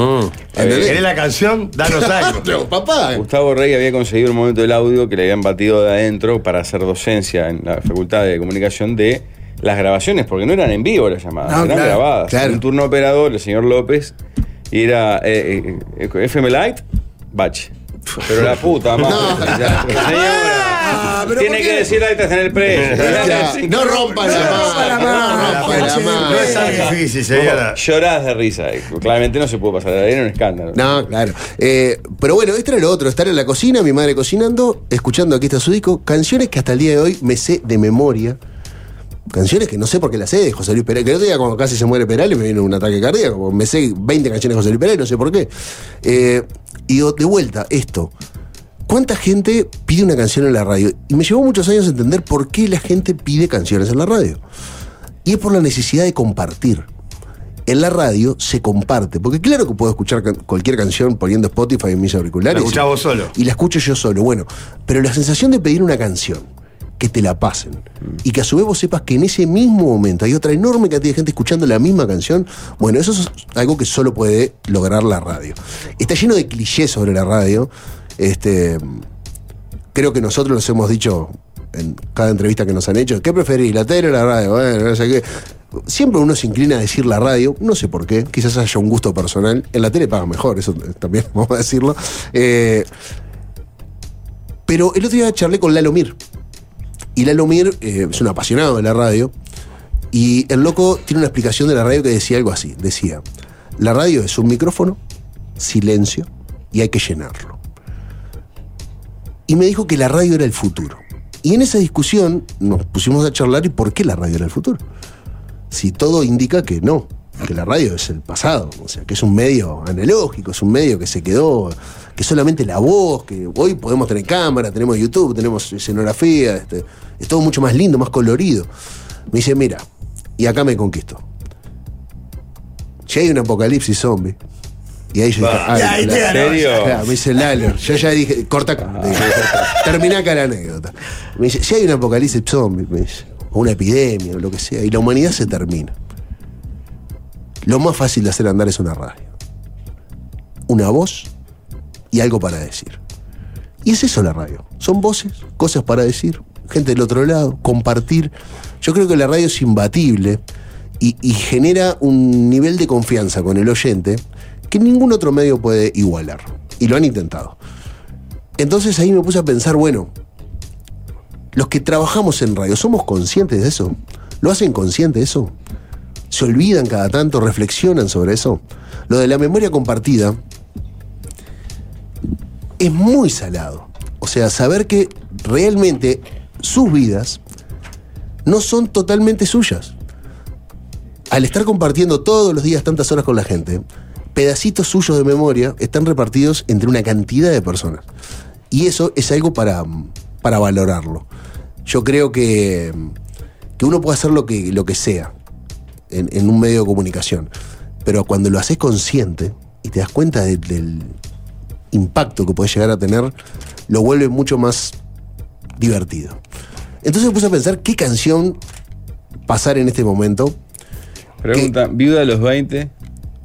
S4: ¿Entendés?
S3: ¿Querés la
S1: canción?
S4: (laughs)
S3: Danos algo.
S4: Claro, papá. eh.
S3: Gustavo Rey había conseguido un momento del audio que le habían batido de adentro para hacer docencia en la Facultad de Comunicación de las grabaciones, porque no eran en vivo las llamadas,
S4: No,
S3: eran
S4: claro,
S3: grabadas.
S4: claro.
S3: En Un turno operador, el señor López, y era eh, eh, eh, FM Light, Bach. Pero la puta
S4: (laughs)
S3: madre. ya, señora, tiene que decir Light hasta en el precio.
S4: Ya, No rompan la mano. No rompan la mano.
S1: No es tan difícil, señora.
S3: Llorás de risa. eh. Claramente no se pudo pasar, era un escándalo.
S4: No, claro. Eh, pero bueno, esto era lo otro, estar en la cocina, mi madre cocinando, escuchando aquí está su disco, canciones que hasta el día de hoy me sé de memoria. Canciones que no sé por qué las sé de José Luis Perales. Que el otro día cuando casi se muere Perales me vino un ataque cardíaco. como Me sé 20 canciones de José Luis Perales, no sé por qué. Eh, y digo, de vuelta, esto. ¿Cuánta gente pide una canción en la radio? Y me llevó muchos años entender por qué la gente pide canciones en la radio. Y es por la necesidad de compartir en la radio se comparte. Porque claro que puedo escuchar can- cualquier canción poniendo Spotify en mis
S1: La
S4: auriculares.
S1: escuchás vos solo.
S4: Y la escucho yo solo, bueno. Pero la sensación de pedir una canción, que te la pasen, y que a su vez vos sepas que en ese mismo momento hay otra enorme cantidad de gente escuchando la misma canción, bueno, eso es algo que solo puede lograr la radio. Está lleno de clichés sobre la radio. Este, creo que nosotros los hemos dicho en cada entrevista que nos han hecho. ¿Qué preferís, la tele o la radio? Bueno, no sé qué. Siempre uno se inclina a decir la radio, no sé por qué, quizás haya un gusto personal. En la tele paga mejor, eso también (laughs) vamos a decirlo. Eh, pero el otro día charlé con Lalo Mir. Y Lalo Mir eh, es un apasionado de la radio. Y el loco tiene una explicación de la radio que decía algo así. Decía, la radio es un micrófono, silencio, y hay que llenarlo. Y me dijo que la radio era el futuro. Y en esa discusión nos pusimos a charlar y por qué la radio era el futuro. Si todo indica que no, que la radio es el pasado, o sea, que es un medio analógico, es un medio que se quedó, que solamente la voz, que hoy podemos tener cámara, tenemos YouTube, tenemos escenografía, este, es todo mucho más lindo, más colorido. Me dice, mira, y acá me conquisto. Si hay un apocalipsis zombie, y ahí yo dije,
S1: Va.
S4: "Ay,
S1: Ya, ahí
S4: la-
S1: te ganó". ¿En serio?
S4: Claro, me dice Lalo, yo ya dije, corta acá. Le dije, termina acá la anécdota. Me dice, si hay un apocalipsis zombie, me dice, o una epidemia, o lo que sea, y la humanidad se termina. Lo más fácil de hacer andar es una radio. Una voz y algo para decir. Y es eso la radio. Son voces, cosas para decir, gente del otro lado, compartir. Yo creo que la radio es imbatible y, y genera un nivel de confianza con el oyente que ningún otro medio puede igualar. Y lo han intentado. Entonces ahí me puse a pensar, bueno, los que trabajamos en radio, ¿somos conscientes de eso? ¿Lo hacen consciente de eso? ¿Se olvidan cada tanto? ¿Reflexionan sobre eso? Lo de la memoria compartida es muy salado. O sea, saber que realmente sus vidas no son totalmente suyas. Al estar compartiendo todos los días tantas horas con la gente, pedacitos suyos de memoria están repartidos entre una cantidad de personas. Y eso es algo para, para valorarlo. Yo creo que, que uno puede hacer lo que, lo que sea en, en un medio de comunicación, pero cuando lo haces consciente y te das cuenta de- del impacto que puedes llegar a tener, lo vuelve mucho más divertido. Entonces me puse a pensar qué canción pasar en este momento.
S3: Pregunta, viuda a los 20.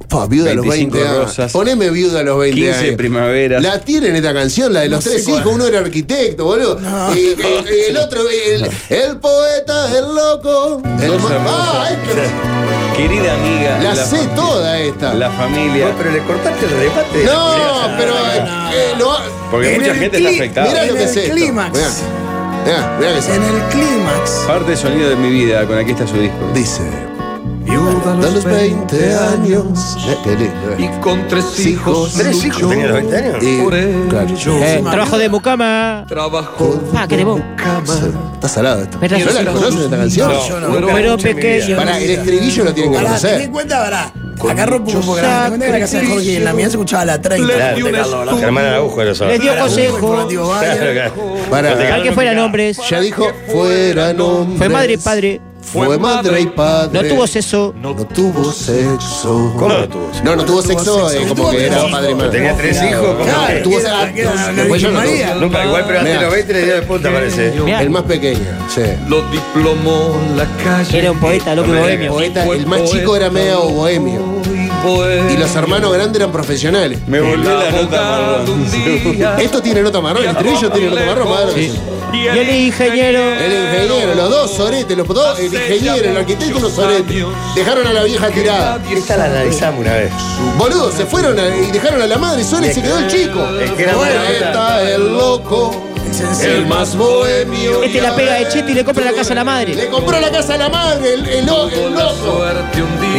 S4: Pa, viuda a los 20 ah. Poneme viuda a los 20
S3: 15
S4: ah.
S3: primaveras.
S4: La tienen esta canción, la de los
S3: No sé
S4: tres
S3: cuál.
S4: hijos. Uno era arquitecto, boludo.
S13: No.
S4: Y, y- y el otro, el, el poeta, el loco. El
S3: Dos
S4: ma-
S3: hermosas.
S4: Ah, esto-
S3: Querida amiga.
S4: La sé toda esta.
S3: La familia.
S1: pero le cortaste el remate.
S4: No, pero eh, lo-
S3: Porque
S4: En
S3: mucha
S4: el
S3: gente está
S4: cli-
S3: afectada.
S4: Mirá lo
S2: En
S4: que
S2: el
S4: es esto.
S2: clímax.
S4: Mirá. Mirá, mirá que es
S2: En el clímax.
S3: Parte del sonido de mi vida, con aquí está su disco.
S4: Dice. Viuda a los 20 años. Eh, qué lindo, eh.
S13: Y con tres hijos.
S4: ¿Tres
S13: hijos?
S4: ¿Tenía los 20 años?
S13: Y,
S4: Por él
S13: claro.
S7: Eh, trabajo de mucama.
S13: Trabajo.
S7: Ah, queremos.
S4: Está salado esto.
S7: Pero-
S4: ¿No la conocen esta canción?
S7: No, yo no. Fueron Fueron pequeños. pequeños.
S4: Pará, el estribillo lo tienen que
S2: Pará, ten
S4: conocer.
S2: en cuenta, pará. Agarro poco porque la cuenta que en la casa de Jorge y en la mía se escuchaba a la 30.
S1: Claro, te caló, la Germán Araujo era solo.
S7: Les dio
S1: Claro,
S7: consejo.
S1: claro.
S4: Para-
S1: Te
S7: Al
S1: caló.
S7: que fueran hombres.
S4: Ya dijo, fueran hombres.
S7: Fue madre y padre.
S4: Fue madre y padre.
S7: No tuvo sexo.
S4: No tuvo sexo.
S1: ¿Cómo no tuvo sexo?
S4: No, no tuvo sexo, eh, como que era padre y madre.
S1: Tenía tres hijos. ¿cómo?
S4: Claro, tuvo sexo. Después yo no tuve.
S1: Nunca, igual, pero antes de
S4: Mirá.
S1: los 20 le dio de punta, parece.
S7: Mirá.
S4: El más pequeño, sí.
S13: Lo diplomó la calle.
S7: Era un poeta, loco y
S1: Hombre,
S7: bohemio.
S4: Poeta, el más chico era medio bohemio. Y los hermanos grandes eran profesionales.
S3: Me volvió la nota marrón.
S4: Esto tiene nota marrón, el trillo tiene nota marrón, madre.
S7: Y el ingeniero.
S4: El ingeniero, los dos soretes, los dos, el ingeniero, el arquitecto y los soretes. Dejaron a la vieja tirada.
S1: Esta la analizamos una vez.
S4: Boludo, se fueron a- y dejaron a la madre sola y se quedó el chico.
S1: Es que era
S4: Bueno,
S1: buena
S4: ahí
S1: esta.
S4: está el loco, el más bohemio.
S7: Este la pega de Cheto y le compra la casa a la
S4: Le
S7: madre.
S4: compró la casa a la madre, el, el lo- el loco.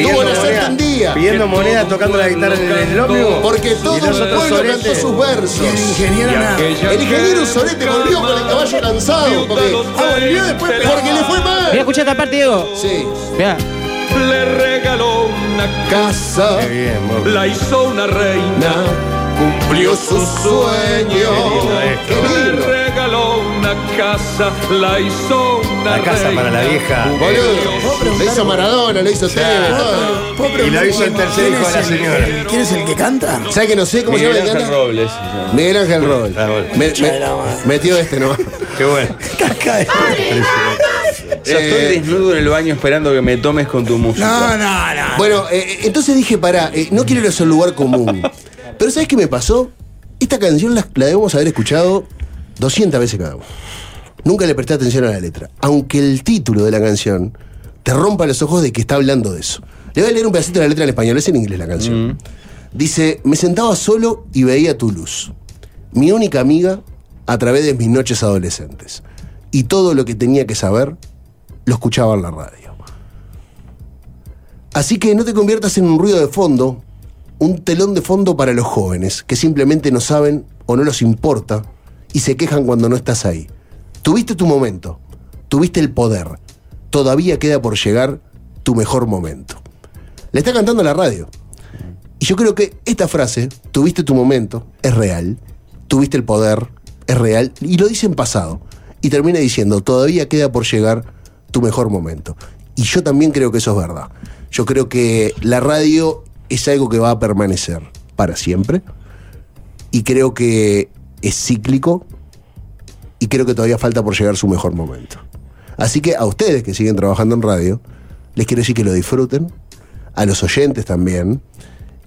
S4: Tuvo la sexta un día.
S1: pidiendo moneda, tocando la guitarra en el, en el ómnibus.
S4: Porque todo
S1: Y
S4: el
S1: los
S4: pueblo
S1: otros
S4: cantó
S1: soretes.
S4: sus versos.
S2: El ingeniero nada.
S4: El ingeniero Sorete volvió con el caballo cansado. Porque, Ah, volvió después, porque le fue
S7: Mirá,
S4: mal.
S7: escuchá esta parte, Diego.
S4: Sí.
S7: Mirá.
S13: Le regaló una
S4: Casa,
S1: Qué bien, vos.
S13: La hizo una reina,
S4: cumplió su sueño. Qué
S13: le
S4: lindo.
S13: regaló una casa, la hizo una
S1: La casa
S13: reina.
S1: para la vieja.
S4: Boludo, le hizo Maradona, le hizo Tevez, todo.
S2: ¿Puedo
S1: Y
S2: preguntar
S1: lo hizo
S2: quién-
S1: el tercer
S2: quién
S1: hijo de
S2: es
S1: la
S2: el-
S1: señora.
S2: ¿Quién es el que canta?
S4: ¿Sabes que no sé cómo se llama
S3: Miguel
S4: el
S3: Ángel
S4: cantante?
S3: Robles. se llama.
S4: Miguel Ángel
S1: Ah, bueno.
S4: Robles. Me- me- Metió este nomás.
S1: Qué bueno.
S2: Casca de-
S3: Ya estoy
S4: Eh,
S3: desnudo en el baño esperando que me tomes con tu
S2: No,
S3: música.
S2: no, no.
S4: Bueno, eh, entonces dije, pará, eh, no quiero ir a un
S2: (laughs)
S4: lugar común. Pero ¿sabes qué me pasó? Esta canción la, la debemos haber escuchado 200 veces cada uno. Nunca le presté atención a la letra. Aunque el título de la canción te rompa los ojos de que está hablando de eso. Le voy a leer un pedacito de la letra en español, es en inglés la canción.
S2: Mm.
S4: Dice, me sentaba solo y veía tu luz. Mi única amiga a través de mis noches adolescentes. Y todo lo que tenía que saber lo escuchaba en la radio. Así que no te conviertas en un ruido de fondo, un telón de fondo para los jóvenes, que simplemente no saben o no los importa y se quejan cuando no estás ahí. Tuviste tu momento, tuviste el poder, todavía queda por llegar tu mejor momento. Le está cantando a la radio. Y yo creo que esta frase, tuviste tu momento, es real, tuviste el poder, es real, y lo dice en pasado. Y termina diciendo, todavía queda por llegar tu mejor momento. Y yo también creo que eso es verdad. Yo creo que la radio es algo que va a permanecer para siempre. Y creo que es cíclico. Y creo que todavía falta por llegar su mejor momento. Así que a ustedes que siguen trabajando en radio, les quiero decir que lo disfruten. A los oyentes también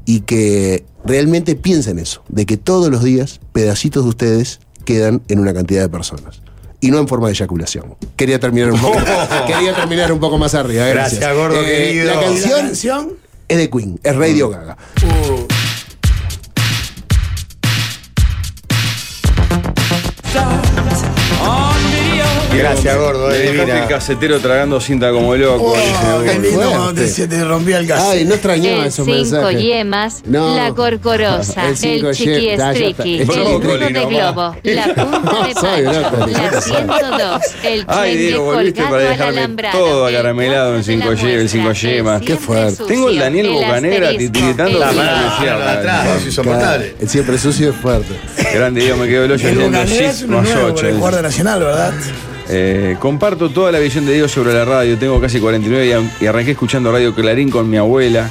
S4: y que realmente piensen eso, de que todos los días pedacitos de ustedes quedan en una cantidad de personas. Y no en forma de eyaculación. Quería terminar un poco, quería terminar un poco más arriba. Gracias, Eh,
S1: Gracias, gordo querido.
S4: La
S2: ¿Y la
S4: canción
S2: canción?
S4: es de Queen, es Radio Gaga.
S3: Y
S1: Gracias, gordo,
S3: Me
S1: eh,
S3: dejaste
S1: divina.
S3: el casetero tragando cinta como loco.
S2: Oh, qué lindo cuando te- se te rompía el cassette.
S4: Oh, Ay, no extrañaba
S14: El
S4: esos
S14: cinco
S4: mensajes.
S14: yemas,
S4: No.
S14: la corcorosa,
S4: (laughs) El
S14: el,
S4: cinco
S14: chiqui
S4: yemas, ya está.
S14: estriqui,
S4: El
S14: el
S4: brócoli
S14: nudo de
S4: nomás.
S14: globo,
S4: (laughs)
S14: la punta de
S4: Soy
S14: pancho,
S4: brócoli.
S14: la 102, el
S3: Ay,
S14: cheque
S3: Diego, volviste
S14: colgado
S3: para
S14: al
S3: dejarme
S14: alambrado.
S3: todo acaramelado en cinco yemas, el cinco yemas. Qué fuerte. Tengo el Daniel
S14: el
S3: Bocanera
S14: asterisco,
S3: tiritando
S14: el
S3: como
S14: libro.
S1: Ah,
S3: una mierda.
S1: atrás, es insoportable.
S4: Claro, Siempre sucio es fuerte.
S3: Grande Dios, me quedó el hoyo
S4: El
S3: leyendo
S4: Bocanera
S2: Es
S3: Shift
S2: uno
S3: más
S2: nuevo por el
S3: 8.
S2: Guardia Nacional, ¿verdad?
S3: Eh, comparto toda la visión de Dios sobre la radio. Tengo casi 49 y, am- y arranqué escuchando Radio Clarín con mi abuela.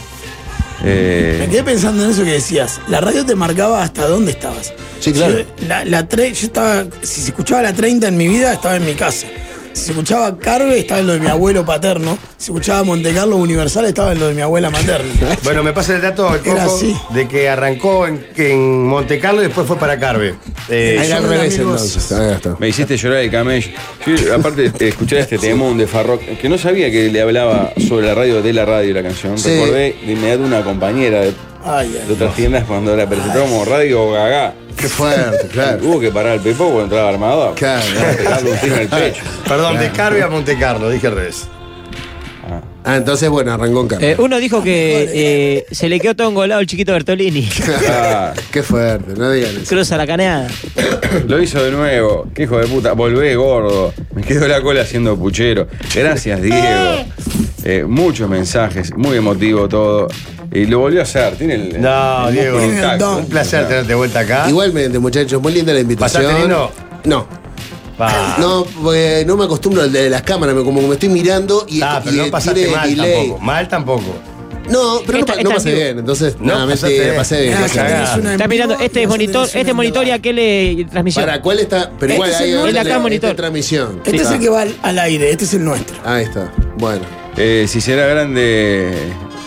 S3: Eh,
S2: Me quedé pensando en eso que decías. La radio te marcaba hasta dónde estabas.
S4: Sí, claro.
S2: Yo, la, la tre- yo estaba, si se escuchaba la 30 en mi vida, estaba en mi casa. Si se escuchaba Carve, estaba en lo de mi abuelo paterno. Si se escuchaba Monte Carlo Universal, estaba en lo de mi abuela materna.
S1: (laughs) Bueno, me pasa el dato al
S2: Era
S1: poco
S2: así.
S1: de que arrancó en, en Monte Carlo y después fue para Carve. Eh,
S4: Era al
S1: yo-
S4: revés entonces. Ahí está.
S3: me hiciste llorar el camello. Yo, aparte, eh, escuchar este temón de Farrock, que no sabía que le hablaba sobre la radio de la radio la canción.
S4: Sí.
S3: Recordé de inmediato una compañera de,
S2: Ay, ay.
S3: de otras tiendas cuando la presentó como Radio Gagá.
S4: Qué fuerte, claro.
S3: Hubo que parar el pipo cuando entraba armado.
S4: Claro.
S3: Pegarle un tiro en el pecho.
S1: Perdón, de Carve a Monte Carlo, dije al revés.
S4: Ah, entonces, bueno, arrancó en carne.
S7: Eh, uno dijo que eh, se le quedó todo engolado el chiquito
S4: (laughs)
S7: Bertolini.
S3: Ah,
S4: Qué fuerte, no digan eso.
S7: Cruza la caneada.
S3: (coughs) Lo hizo de nuevo. Qué hijo de puta. Volvé, gordo. Me quedó la cola haciendo puchero. Gracias, Diego. Eh, muchos mensajes. Muy emotivo todo. Y lo volvió a hacer. Tiene el.
S1: No,
S3: el
S1: Diego,
S3: músculo intacto.
S1: un placer tenerte de vuelta acá.
S4: Igualmente, muchachos, muy linda la invitación.
S1: ¿Ah? ¿Pasaste, Nino?
S4: No.
S1: Pa.
S4: No, porque no me acostumbro al de las cámaras, me- como que me estoy mirando y,
S1: Ah, pero
S4: y,
S1: no
S4: eh,
S1: pasaste
S4: tiene
S1: mal
S4: delay. (laughs)
S1: tampoco. Mal tampoco.
S4: No,
S7: Esta-
S4: pero no, pa-
S7: esta
S4: no
S7: en
S4: pasé
S7: vivo.
S4: bien, entonces
S1: No,
S4: nada, me
S1: pasaste-
S4: te- pasé bien.
S1: Ah,
S4: pasé
S1: cagada.
S4: bien.
S1: Es una
S7: Está mirando este monitor, este monitor y aquel eh, transmisión.
S4: ¿Para cuál está? Pero
S2: Este
S4: igual
S2: es
S4: ahí
S2: el
S4: hay
S7: nuevo. Acá, monitor.
S4: transmisión.
S2: Este es
S4: Ah,
S2: el
S4: (laughs)
S2: que va al, al aire, este es el nuestro.
S4: Ahí está. Bueno.
S3: Eh, si será grande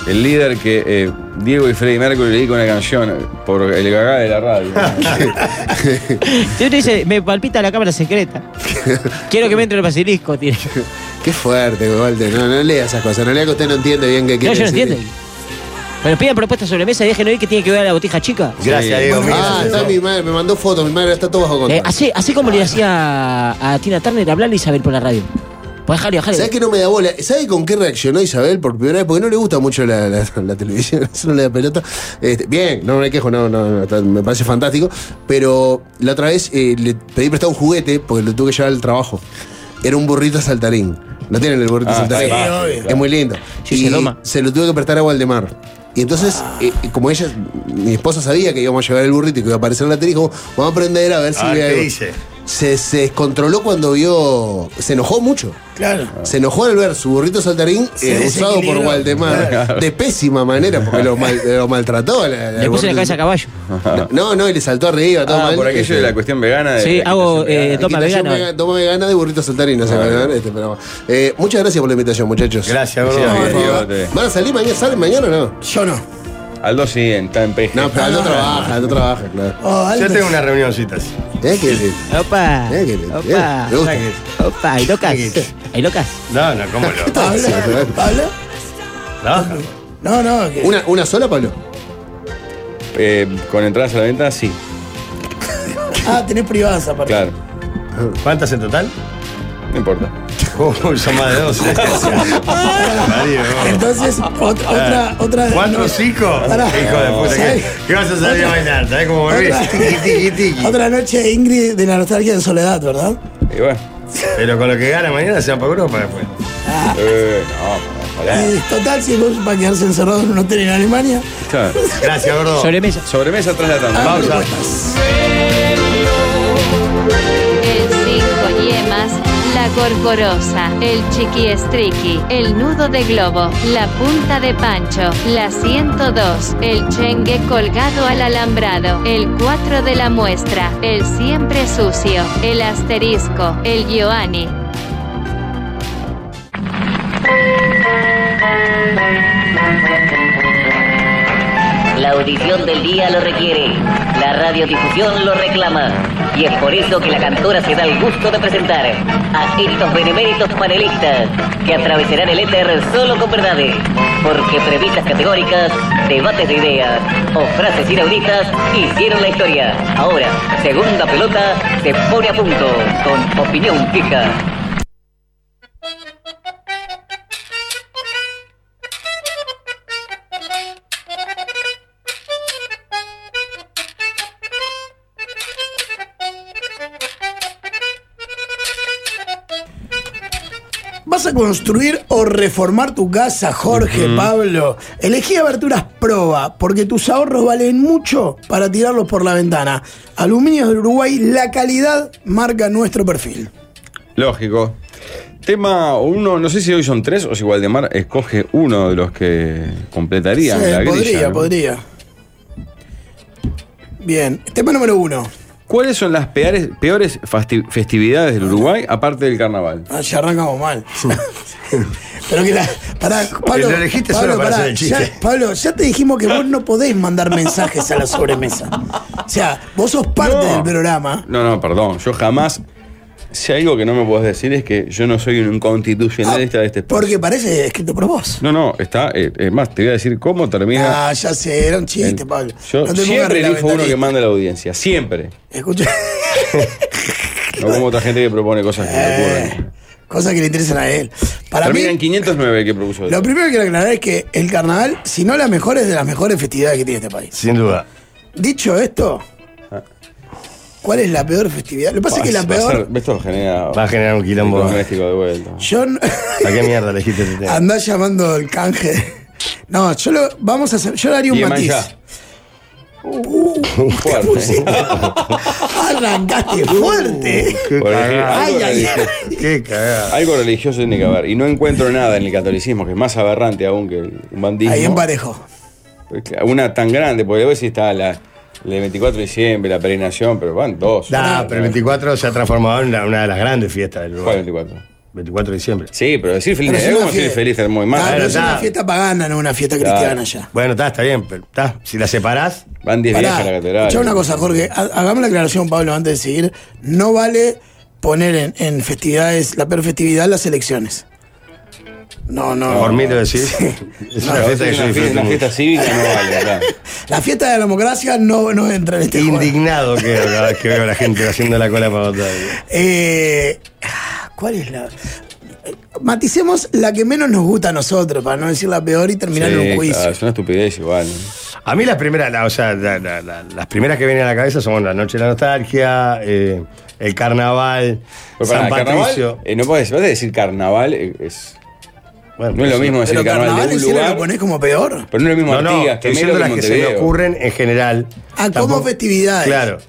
S3: el líder que eh, Diego y Freddy Mercury le dedican una canción por el gagá de la radio.
S4: Ah.
S7: (laughs) Yo te dice, me palpita la cámara secreta. Quiero que me entre el basilisco, tío.
S4: Qué fuerte, Walter. No, no lea esas cosas. No lea que usted no entiende bien qué
S7: No,
S4: quiere
S7: yo no
S4: decir.
S7: entiendo. Pero pidan propuestas sobre mesa y dejen oír que tiene que ver a la botija chica.
S1: Gracias, Diego.
S2: Bueno,
S1: mira,
S4: Ah, está mi madre, me mandó fotos, mi madre está todo bajo
S7: Eh,
S4: control.
S7: así, así como le hacía a Tina Turner hablarle a Isabel por la radio. Pues Jalio, Jalio.
S4: ¿Sabes que no me da bola? ¿Sabes con qué reaccionó Isabel por primera vez? Porque no le gusta mucho la, la- la televisión, (laughs) eso no le da pelota. Este, bien, no me quejo, no, no, no, está- me parece fantástico. Pero la otra vez eh, le pedí prestado un juguete porque lo tuve que llevar al trabajo. Era un burrito saltarín. No tienen el burrito
S3: Ah,
S4: saltarín.
S3: sí, obvio.
S4: es muy lindo.
S7: Sí,
S4: y
S7: se doma.
S4: se lo tuve que prestar a Waldemar. Y entonces,
S1: Ah.
S4: eh, como ella, mi esposa sabía que íbamos a llevar el burrito y que iba a aparecer en la tele, dijo, vamos a aprender a ver si
S1: A ver
S4: ve
S1: qué
S4: algo".
S1: dice.
S4: Se, se descontroló cuando vio. Se enojó mucho.
S2: Claro.
S4: Se enojó al ver su burrito saltarín
S2: Se
S4: eh, usado por
S2: desequilibró.
S4: Waldemar de pésima manera, porque lo, mal- lo maltrató. la- la-
S7: Le puse la
S4: burrito.
S7: cabeza a caballo.
S4: No, no, y le saltó arriba, todo
S3: Ah,
S4: mal. Este,
S3: por aquello de la cuestión vegana. de
S7: Sí,
S3: la
S7: hago,
S3: quitación vegana.
S7: eh, Toma
S4: Quitación
S7: vegana.
S4: vega- Toma vegana de burrito saltarín, no sé, ¿verdad? Este, pero, eh, Muchas gracias por la invitación, muchachos.
S1: Gracias,
S3: Sí,
S1: gordo.
S3: amigo,
S4: Arriba.
S3: te-
S4: ¿Van a salir mañana? ¿Salen mañana o no?
S2: Yo no.
S3: Aldo sí, en- está en peje.
S4: No, pero Aldo trabaja, Aldo trabaja, claro.
S2: Oh,
S1: Yo
S2: Aldo.
S1: tengo unas reunioncitas.
S4: ¿Eh? ¿Qué decir?
S7: Opa.
S4: Eh, que le-
S7: Opa.
S4: eh, me gusta.
S7: Opa, hay locas. Hay locas.
S1: No, no,
S4: (laughs)
S1: cómo lo.
S2: ¿Habla? ¿Habla?
S1: Trabaja.
S2: No, no, que-
S4: ¿Una, ¿Una sola, Pablo?
S3: Eh, con entradas a la venta, sí,
S2: Ah, tenés
S1: (laughs)
S2: privadas aparte.
S3: claro.
S1: ¿Cuántas en total?
S3: No
S1: (laughs)
S3: importa.
S1: Uy, son más
S3: (laughs)
S1: de dos. Mario.
S2: Entonces, ot- otra, otra.
S1: Ah, ¿Cuatro
S2: no,
S1: o cinco?
S2: Pará.
S1: Hijo de puta. ¿Qué,
S2: ¿Sabés?
S1: qué vas a salir a bailar? ¿Sabés cómo volvés? (laughs)
S2: Otra.
S1: Tiki,
S2: (laughs)
S1: tiki, tiki.
S2: Otra noche de Ingrid de la nostalgia en soledad, ¿verdad?
S3: Y bueno.
S1: Pero con lo que gana mañana se van para Europa después.
S3: Eh, no, ojalá.
S2: Eh, total, si vos para quedarse encerrado en un hotel en Alemania.
S3: Claro.
S1: Gracias, gordo.
S7: Sobremesa.
S3: Sobremesa tras la tanda.
S1: Pausa.
S14: El cinco yemas, la corcorosa, el chiqui estriqui, el nudo de globo, la punta de pancho, la 102, el chengue colgado al alambrado, el 4 de la muestra, el siempre sucio, el asterisco, el Giovanni.
S15: La audición del día lo requiere, la radiodifusión lo reclama, y es por eso que la cantora se da el gusto de presentar a estos beneméritos panelistas que atravesarán el éter solo con verdades, porque previstas categóricas, debates de ideas o frases inauditas hicieron la historia. Ahora, segunda pelota se pone a punto con opinión fija.
S2: vas a construir o reformar tu casa, Jorge,
S16: Ujú.
S2: Pablo, elegí aberturas Proba, porque tus ahorros valen mucho para tirarlos por la ventana. Aluminios del Uruguay, la calidad marca nuestro perfil.
S3: Lógico. Tema uno, no sé si hoy son tres o si Waldemar escoge uno de los que completaría
S2: Sí,
S3: la grilla.
S2: podría,
S3: ¿no?
S2: podría. Bien, tema número uno.
S3: ¿Cuáles son las peores, peores fasti- festividades del Uruguay aparte del carnaval?
S2: Ah, ya arrancamos mal. (laughs) Pero que la. Pará, Pablo.
S3: Lo elegiste
S2: Pablo,
S3: solo para
S2: pará,
S3: hacer el chiste.
S2: ya, Pablo, ya te dijimos que vos no podés mandar mensajes a la sobremesa. O sea, vos sos parte del programa.
S3: No, no, perdón. Yo jamás. Si hay algo que no me podés decir es que yo no soy un constitucionalista de este espacio.
S2: Porque parece escrito por vos.
S3: No, no, está. eh, es más, te voy a decir cómo termina.
S2: Ah, ya sé, era un chiste, Pablo.
S3: yo
S2: no te pongas
S3: siempre elijo uno
S2: reglamentarista.
S3: que manda a la audiencia. Siempre.
S2: Escucha, (laughs)
S3: No como otra gente que propone cosas que no ocurren.
S2: cosas que le interesan a él. Eh, Para
S3: Termina
S2: mí,
S3: en 509 que propuso.
S2: lo primero que quiero aclarar es que el carnaval, si no la mejor, es de las mejores festividades que tiene este país.
S1: Sin duda.
S2: Dicho esto, ¿cuál es la peor festividad? Lo que pasa es que la
S3: Va Ah. a
S2: peor.
S3: ser- esto genera.
S1: Va a generar un quilombo.
S3: En México de vuelta.
S2: Yo no-
S1: ¿A qué mierda elegiste este tema?
S2: andá llamando el canje. (laughs) No, yo lo. Vamos a hacer. Yo le haría un
S1: Y
S2: matiz.
S1: Emán
S2: Arrancaste fuerte.
S3: Porque
S2: Ay,
S3: algo
S2: ay, ay.
S3: religioso- Algo religioso tiene que haber. Y no encuentro nada en el catolicismo, que es más aberrante aún que el bandismo.
S2: Ahí emparejo.
S3: Una tan grande, porque a veces está la, la de 24 de diciembre, la peregrinación, pero van dos.
S1: Nah, pero el 24 se ha transformado en una, una de las grandes fiestas del lugar.
S3: ¿Cuál 24?
S1: 24 de diciembre.
S3: Sí, pero decir feliz
S2: Pero es
S3: Navidad,
S2: una
S3: ¿cómo decir
S2: fie-
S3: feliz muy mal?
S2: Ah, pero es una fiesta pagana, no una fiesta cristiana ya.
S1: Bueno, está, está bien, pero está. Si la separás.
S3: Van 10
S2: Pará, escuchá una cosa, Jorge. Ha- Hagamos la aclaración, Pablo, antes de seguir. No vale poner en, en festividades, la peor festividad, las elecciones. No, no.
S1: Por mí lo decís. Es una fiesta que yo
S3: una
S1: disfruto
S3: fiesta,
S1: mucho.
S3: cívica no
S2: (laughs)
S3: vale, claro.
S2: La fiesta de la democracia no, no entra en este juego.
S1: Indignado que cada vez que veo a la gente haciendo la cola para votar.
S2: Eh, ah, ¿Cuál es la...? Maticemos la que menos nos gusta a nosotros, para no decir la peor y terminar en
S1: Sí,
S2: un juicio.
S1: claro,
S3: es una estupidez igual.
S1: A mí las primeras, la- o sea, la- la- la- las primeras que vienen a la cabeza son la noche de la nostalgia, eh, el carnaval,
S3: Pero
S1: San
S3: pará,
S1: Patricio.
S3: carnaval, eh, no puedes decir carnaval, eh, es. no es lo mismo decir
S2: Pero
S3: carnaval,
S2: carnaval
S3: de un
S2: encima
S3: lugar.
S2: lo ponés como peor.
S3: Pero no es lo mismo
S1: No, no,
S3: Artigas,
S1: estoy
S3: Quemero
S1: diciendo
S3: que
S1: las que se me
S3: Montevideo.
S1: ocurren en general.
S2: Ah, como
S1: Tampoco-
S2: festividades.
S1: Claro.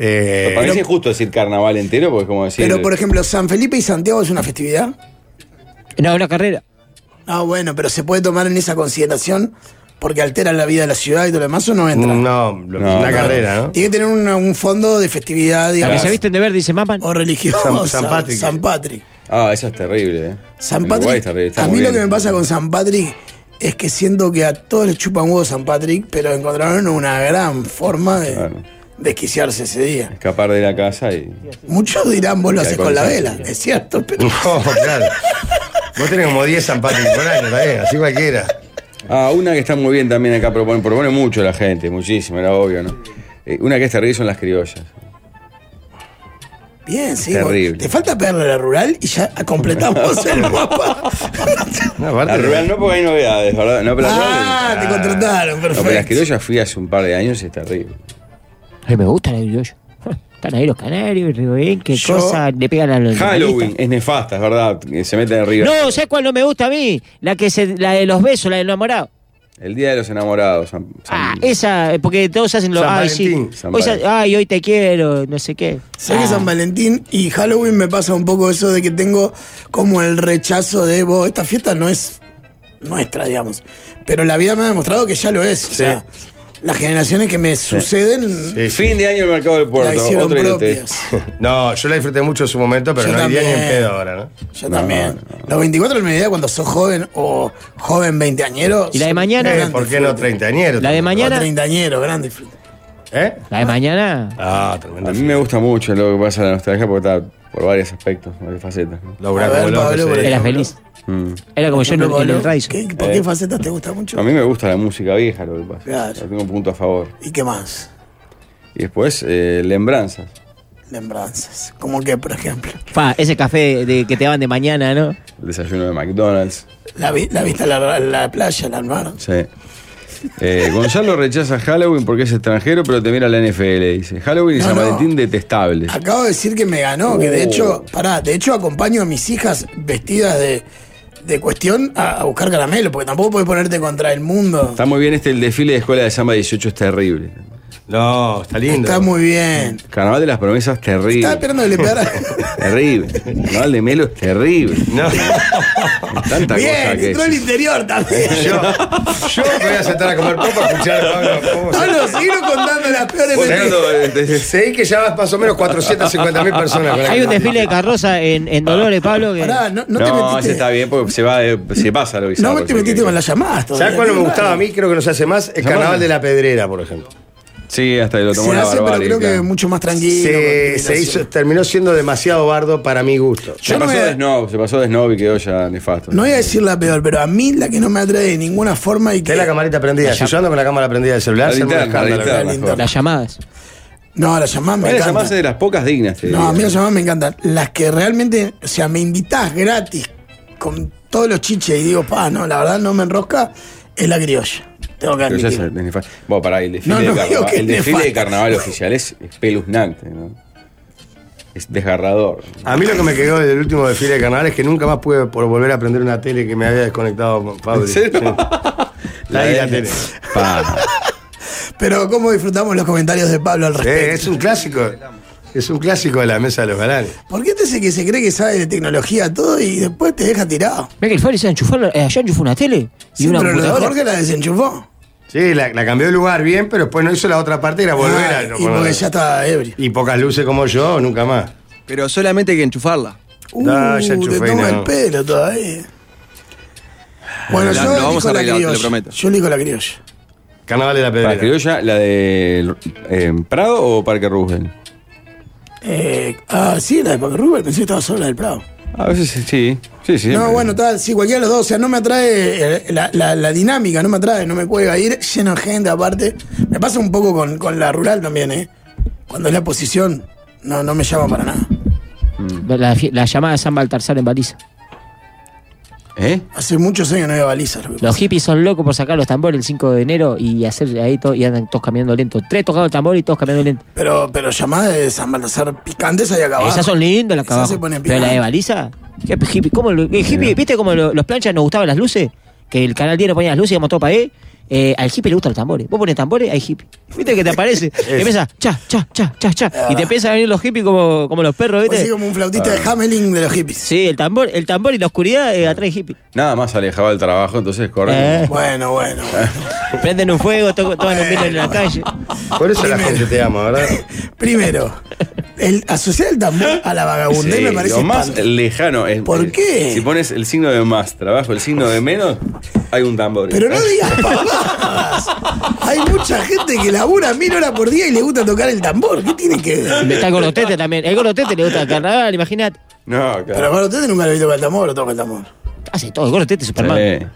S1: Eh,
S3: Pero para mí sí es justo decir carnaval entero, porque es como decir.
S2: Pero, por ejemplo, San Felipe y Santiago es una festividad.
S7: No, una carrera.
S2: Ah, bueno, pero se puede tomar en esa consideración porque altera la vida de la ciudad y todo lo demás o no entra.
S1: No, lo-
S2: No,
S1: una
S2: no.
S1: carrera, ¿no?
S2: Tiene que tener un, un fondo de festividad, digamos.
S3: se
S7: visten de verde y se mapan.
S2: O religiosa.
S3: San- San Patrick.
S2: San Patrick.
S3: Ah, esa es terrible, ¿eh?
S2: San
S3: En Uruguay
S2: Patrick,
S3: es terrible, está
S2: a
S3: muy
S2: mí lo que
S3: bien.
S2: me pasa con San Patrick es que siento que a todos les chupan huevo San Patrick, pero encontraron una gran forma de desquiciarse ese día.
S3: Escapar de la casa y.
S2: Muchos dirán, vos lo
S3: Y
S2: haces con la vela,
S3: alcoholizarse.
S2: es cierto, pero...
S3: (laughs)
S1: No, claro. Vos tenés como 10 San Patrick por año también, así cualquiera.
S3: Ah, una que está muy bien también acá, propone, propone mucho la gente, muchísimo, era obvio, ¿no? Eh, una que es terrible son las criollas.
S2: Bien, sí.
S3: Terrible.
S2: bueno, Te falta pegarle a la rural y ya completamos
S1: (laughs)
S2: el mapa.
S3: la rural no porque hay novedades, ¿verdad? No, pero la
S2: Ah,
S3: rural-
S2: te contrataron,
S3: No, pero las
S2: perfecto.
S3: criollas fui hace un par de años y es terrible.
S7: Ay, me gusta la yo. Están ahí los canarios, Ribén, qué
S3: Yo-
S7: cosa le pegan a los
S3: Halloween es nefasta, es verdad, que se meten en río.
S7: No, ¿sabes cuál no me gusta a mí? La que se, la de los besos, la del enamorado.
S3: El Día de los Enamorados. San-
S7: Ah, esa, eh, porque todos hacen lo.
S3: San
S7: Ay,
S3: Valentín.
S7: sí.
S3: San
S7: hoy, sa-
S3: Valentín.
S7: ay, hoy te quiero, no sé qué. Ah.
S2: Sé que San Valentín y Halloween me pasa un poco eso de que tengo como el rechazo de vos. Esta fiesta no es nuestra, digamos. Pero la vida me ha demostrado que ya lo es. O sea, las generaciones que me suceden.
S3: Fin de año el mercado del
S2: La
S3: puerto.
S2: hicieron
S3: otro idiotez.
S2: propias.
S1: (laughs) No, yo la disfruté mucho en su momento, pero
S2: Yo
S1: no hay día ni en
S2: también.
S1: pedo ahora, ¿no?
S2: Yo también. Los 24 del mediodía cuando sos joven o joven veinteañero.
S7: ¿Y la de
S2: son
S7: mañana?
S2: gran
S1: Eh, ¿Por qué no treintañero?
S7: La de
S2: O
S7: mañana.
S2: treintañero, gran disfrute.
S1: ¿Eh?
S7: La de mañana.
S1: Ah,
S3: A mí me gusta mucho lo que pasa en la nostalgia porque está por varios aspectos, varias facetas. Mm.
S1: A ver, como loco, Pablo, sí. por
S7: Era feliz. Era como yo en el, en el Raizo.
S2: ¿Por qué facetas te gusta mucho?
S3: Eh, A mí me gusta la música vieja, lo que pasa.
S2: Claro.
S3: Tengo un punto a favor.
S2: ¿Y qué más?
S3: Y después, eh, lembranzas.
S2: Lembranzas. Como que, por ejemplo,
S7: Fa, ese café de, que te daban de mañana, ¿no?
S3: El desayuno de McDonald's.
S2: la, vi- la vista a la, a la playa, al mar.
S3: Sí. Eh, Gonzalo rechaza Halloween porque es extranjero, pero te mira la NFL, dice. Halloween y
S2: No,
S3: San
S2: no.
S3: Valentín detestables.
S2: Acabo de decir que me ganó, que de hecho,
S1: Oh.
S2: pará, de hecho acompaño a mis hijas vestidas de, de cuestión a, a buscar caramelo, porque tampoco puedes ponerte contra el mundo.
S3: Está muy bien este, el desfile de Escuela de Samba 18 es terrible.
S1: No, está lindo.
S2: Está muy bien.
S3: Carnaval de las promesas, terrible.
S2: Estaba esperando que le
S1: (laughs)
S2: pegara.
S3: Terrible. Carnaval de Melo es terrible. Tanta cosa
S2: bien,
S3: que
S2: entró
S3: es.
S2: el interior también.
S1: Yo me voy a sentar a comer papa a (laughs) escuchar a Pablo. ¿Cómo se-
S2: Pablo, seguimos contando las peores
S1: Bueno,
S2: mentiras.
S3: eh,
S1: Sé que ya vas más o menos 450 mil
S7: (laughs)
S1: personas. con la
S7: Hay un
S1: cantidad.
S7: desfile de carroza en, en Dolores, Pablo. Que...
S3: No, ese está bien porque se, va, eh, se pasa lo bizarro.
S2: con las llamadas
S1: ¿Sabes cuál me gustaba a mí? Creo que nos hace más. El
S3: Llamada.
S1: carnaval de la pedrera, por ejemplo.
S3: Sí, hasta que lo tomó
S1: Se
S3: una
S1: hace, pero
S3: barbarie.
S1: creo que
S3: claro.
S2: mucho más tranquilo.
S1: Se, se hizo, terminó siendo demasiado bardo para mi gusto.
S3: Se pasó de snob, se pasó de snob y quedó ya nefasto.
S2: No voy a decir la peor, pero a mí la que no me atrae de ninguna forma y que.
S1: la camarita prendida. Si yo ando con la cámara prendida del celular,
S3: La
S1: se arma un
S3: linterna, la
S1: escándalo.
S3: linterna, mejor. Las
S7: llamadas.
S2: No, las llamadas me
S3: Las
S2: encantan.
S3: llamadas es de las pocas dignas. eh, te
S2: No,
S3: digo.
S2: a mí las llamadas me encantan. Las que realmente, o sea, me invitás gratis con todos los chiches y digo, pa, no, la verdad no me enrosca, es la criolla. Tengo que
S3: Pero ya
S2: admitir.
S3: se- de nefasto. Bueno, pará, el desfile,
S2: No,
S3: de,
S2: no digo
S3: carnaval,
S2: que
S3: el desfile de
S2: nefasto.
S3: carnaval oficial es espeluznante, ¿no? Es desgarrador.
S1: A mí lo que me quedó del último desfile de carnaval es que nunca más pude por volver a prender una tele que me había desconectado Pablo.
S3: ¿En serio? (laughs)
S1: La de la tele.
S2: Pero cómo disfrutamos los comentarios de Pablo al respecto.
S1: Eh, es un clásico. Es un clásico de la mesa de los galanes.
S2: ¿Por qué te hace que se cree que sabe de tecnología todo y después te deja tirado?
S7: Ve que el Fabri se enchufó, eh, ayer enchufó una tele y
S2: Sí,
S7: una
S2: pero lo de
S7: computadora.
S2: Jorge la desenchufó.
S1: Sí, la, la cambió de lugar bien, pero después no hizo la otra parte y era volver
S2: Ah,
S1: a.
S2: y porque ya estaba ebrio.
S1: Y pocas luces como yo, nunca más.
S16: Pero solamente hay que enchufarla.
S1: No,
S2: Uh,
S1: ya enchufé,
S2: te toma
S1: no.
S2: el pelo todavía. Bueno,
S16: La-
S2: yo
S16: lo
S2: elijo
S16: vamos a
S2: la
S16: arreglar, te lo
S2: criolla.
S16: prometo.
S2: Yo elijo la criolla.
S1: Carnaval de la Pedrera.
S3: ¿Para criolla, la de eh, Prado o Parque Roosevelt?
S2: Eh, ah, sí, la de Paco Rubén, pensé que estaba sola del Prado.
S3: A veces sí, sí, sí.
S2: No, bueno, tal, sí, cualquiera de los dos. O sea, no me atrae eh, la, la- la dinámica, no me atrae, no me cuelga ir lleno de gente aparte. Me pasa un poco con, con la rural también, ¿eh? Cuando es la posición, no, no me llama para nada.
S7: La, fie- la llamada de San Baltasar en baliza.
S3: ¿Eh?
S2: Hace muchos años no había balizas. lo que
S7: Los hippies son locos por sacar los tambores el 5 de enero y hacer ahí todo, y andan todos caminando lento. Tres tocando el tambor y todos caminando lento.
S2: Pero, pero llamadas de San Baltasar picantes ahí acabado.
S7: Esas son lindas las que
S2: Esas
S7: abajo.
S2: se ponen
S7: Pero la de
S2: picantes.
S7: baliza, ¿qué hippie? ¿Cómo lo- qué hippie? ¿Viste cómo lo- los planchas nos gustaban las luces? Que el canal 10 nos ponía las luces y íbamos todos para ahí. Eh, al hippie le gustan los tambores. Vos pones tambores, hay hippie. ¿Viste que te
S2: (laughs)
S7: aparece? y empieza, cha, cha, cha, cha, cha. Y te empiezan a venir los hippies como, como los perros, ¿viste?
S2: Así como un flautista de Hamelin de los hippies.
S7: Sí, el tambor, el tambor y la oscuridad eh, atrae hippie.
S3: Nada más alejaba del trabajo, entonces corre.
S7: Eh.
S2: Bueno, bueno.
S7: (laughs) Prenden un fuego, to- toman un vino en la calle.
S1: Por eso la gente te ama, ¿verdad?
S2: (laughs) Primero, el, asociar el tambor a la vagabundez
S3: Sí,
S2: me parece
S3: lo más
S2: espanto.
S3: lejano es. eh,
S2: ¿Por qué?
S3: Si pones el signo de más, trabajo, el signo de menos, hay un tambor.
S2: Pero no digas pavadas. Hay mucha gente que labura mil horas por día y le gusta tocar el tambor. ¿Qué tiene que ver?
S7: Está el gorotete también. El gorotete le gusta el carnaval, imagínate.
S3: No,
S2: Pero
S3: claro.
S2: para ustedes nunca lo he visto tocar el tambor o toca el tambor.
S7: Hace todo, el gorotete es Superman.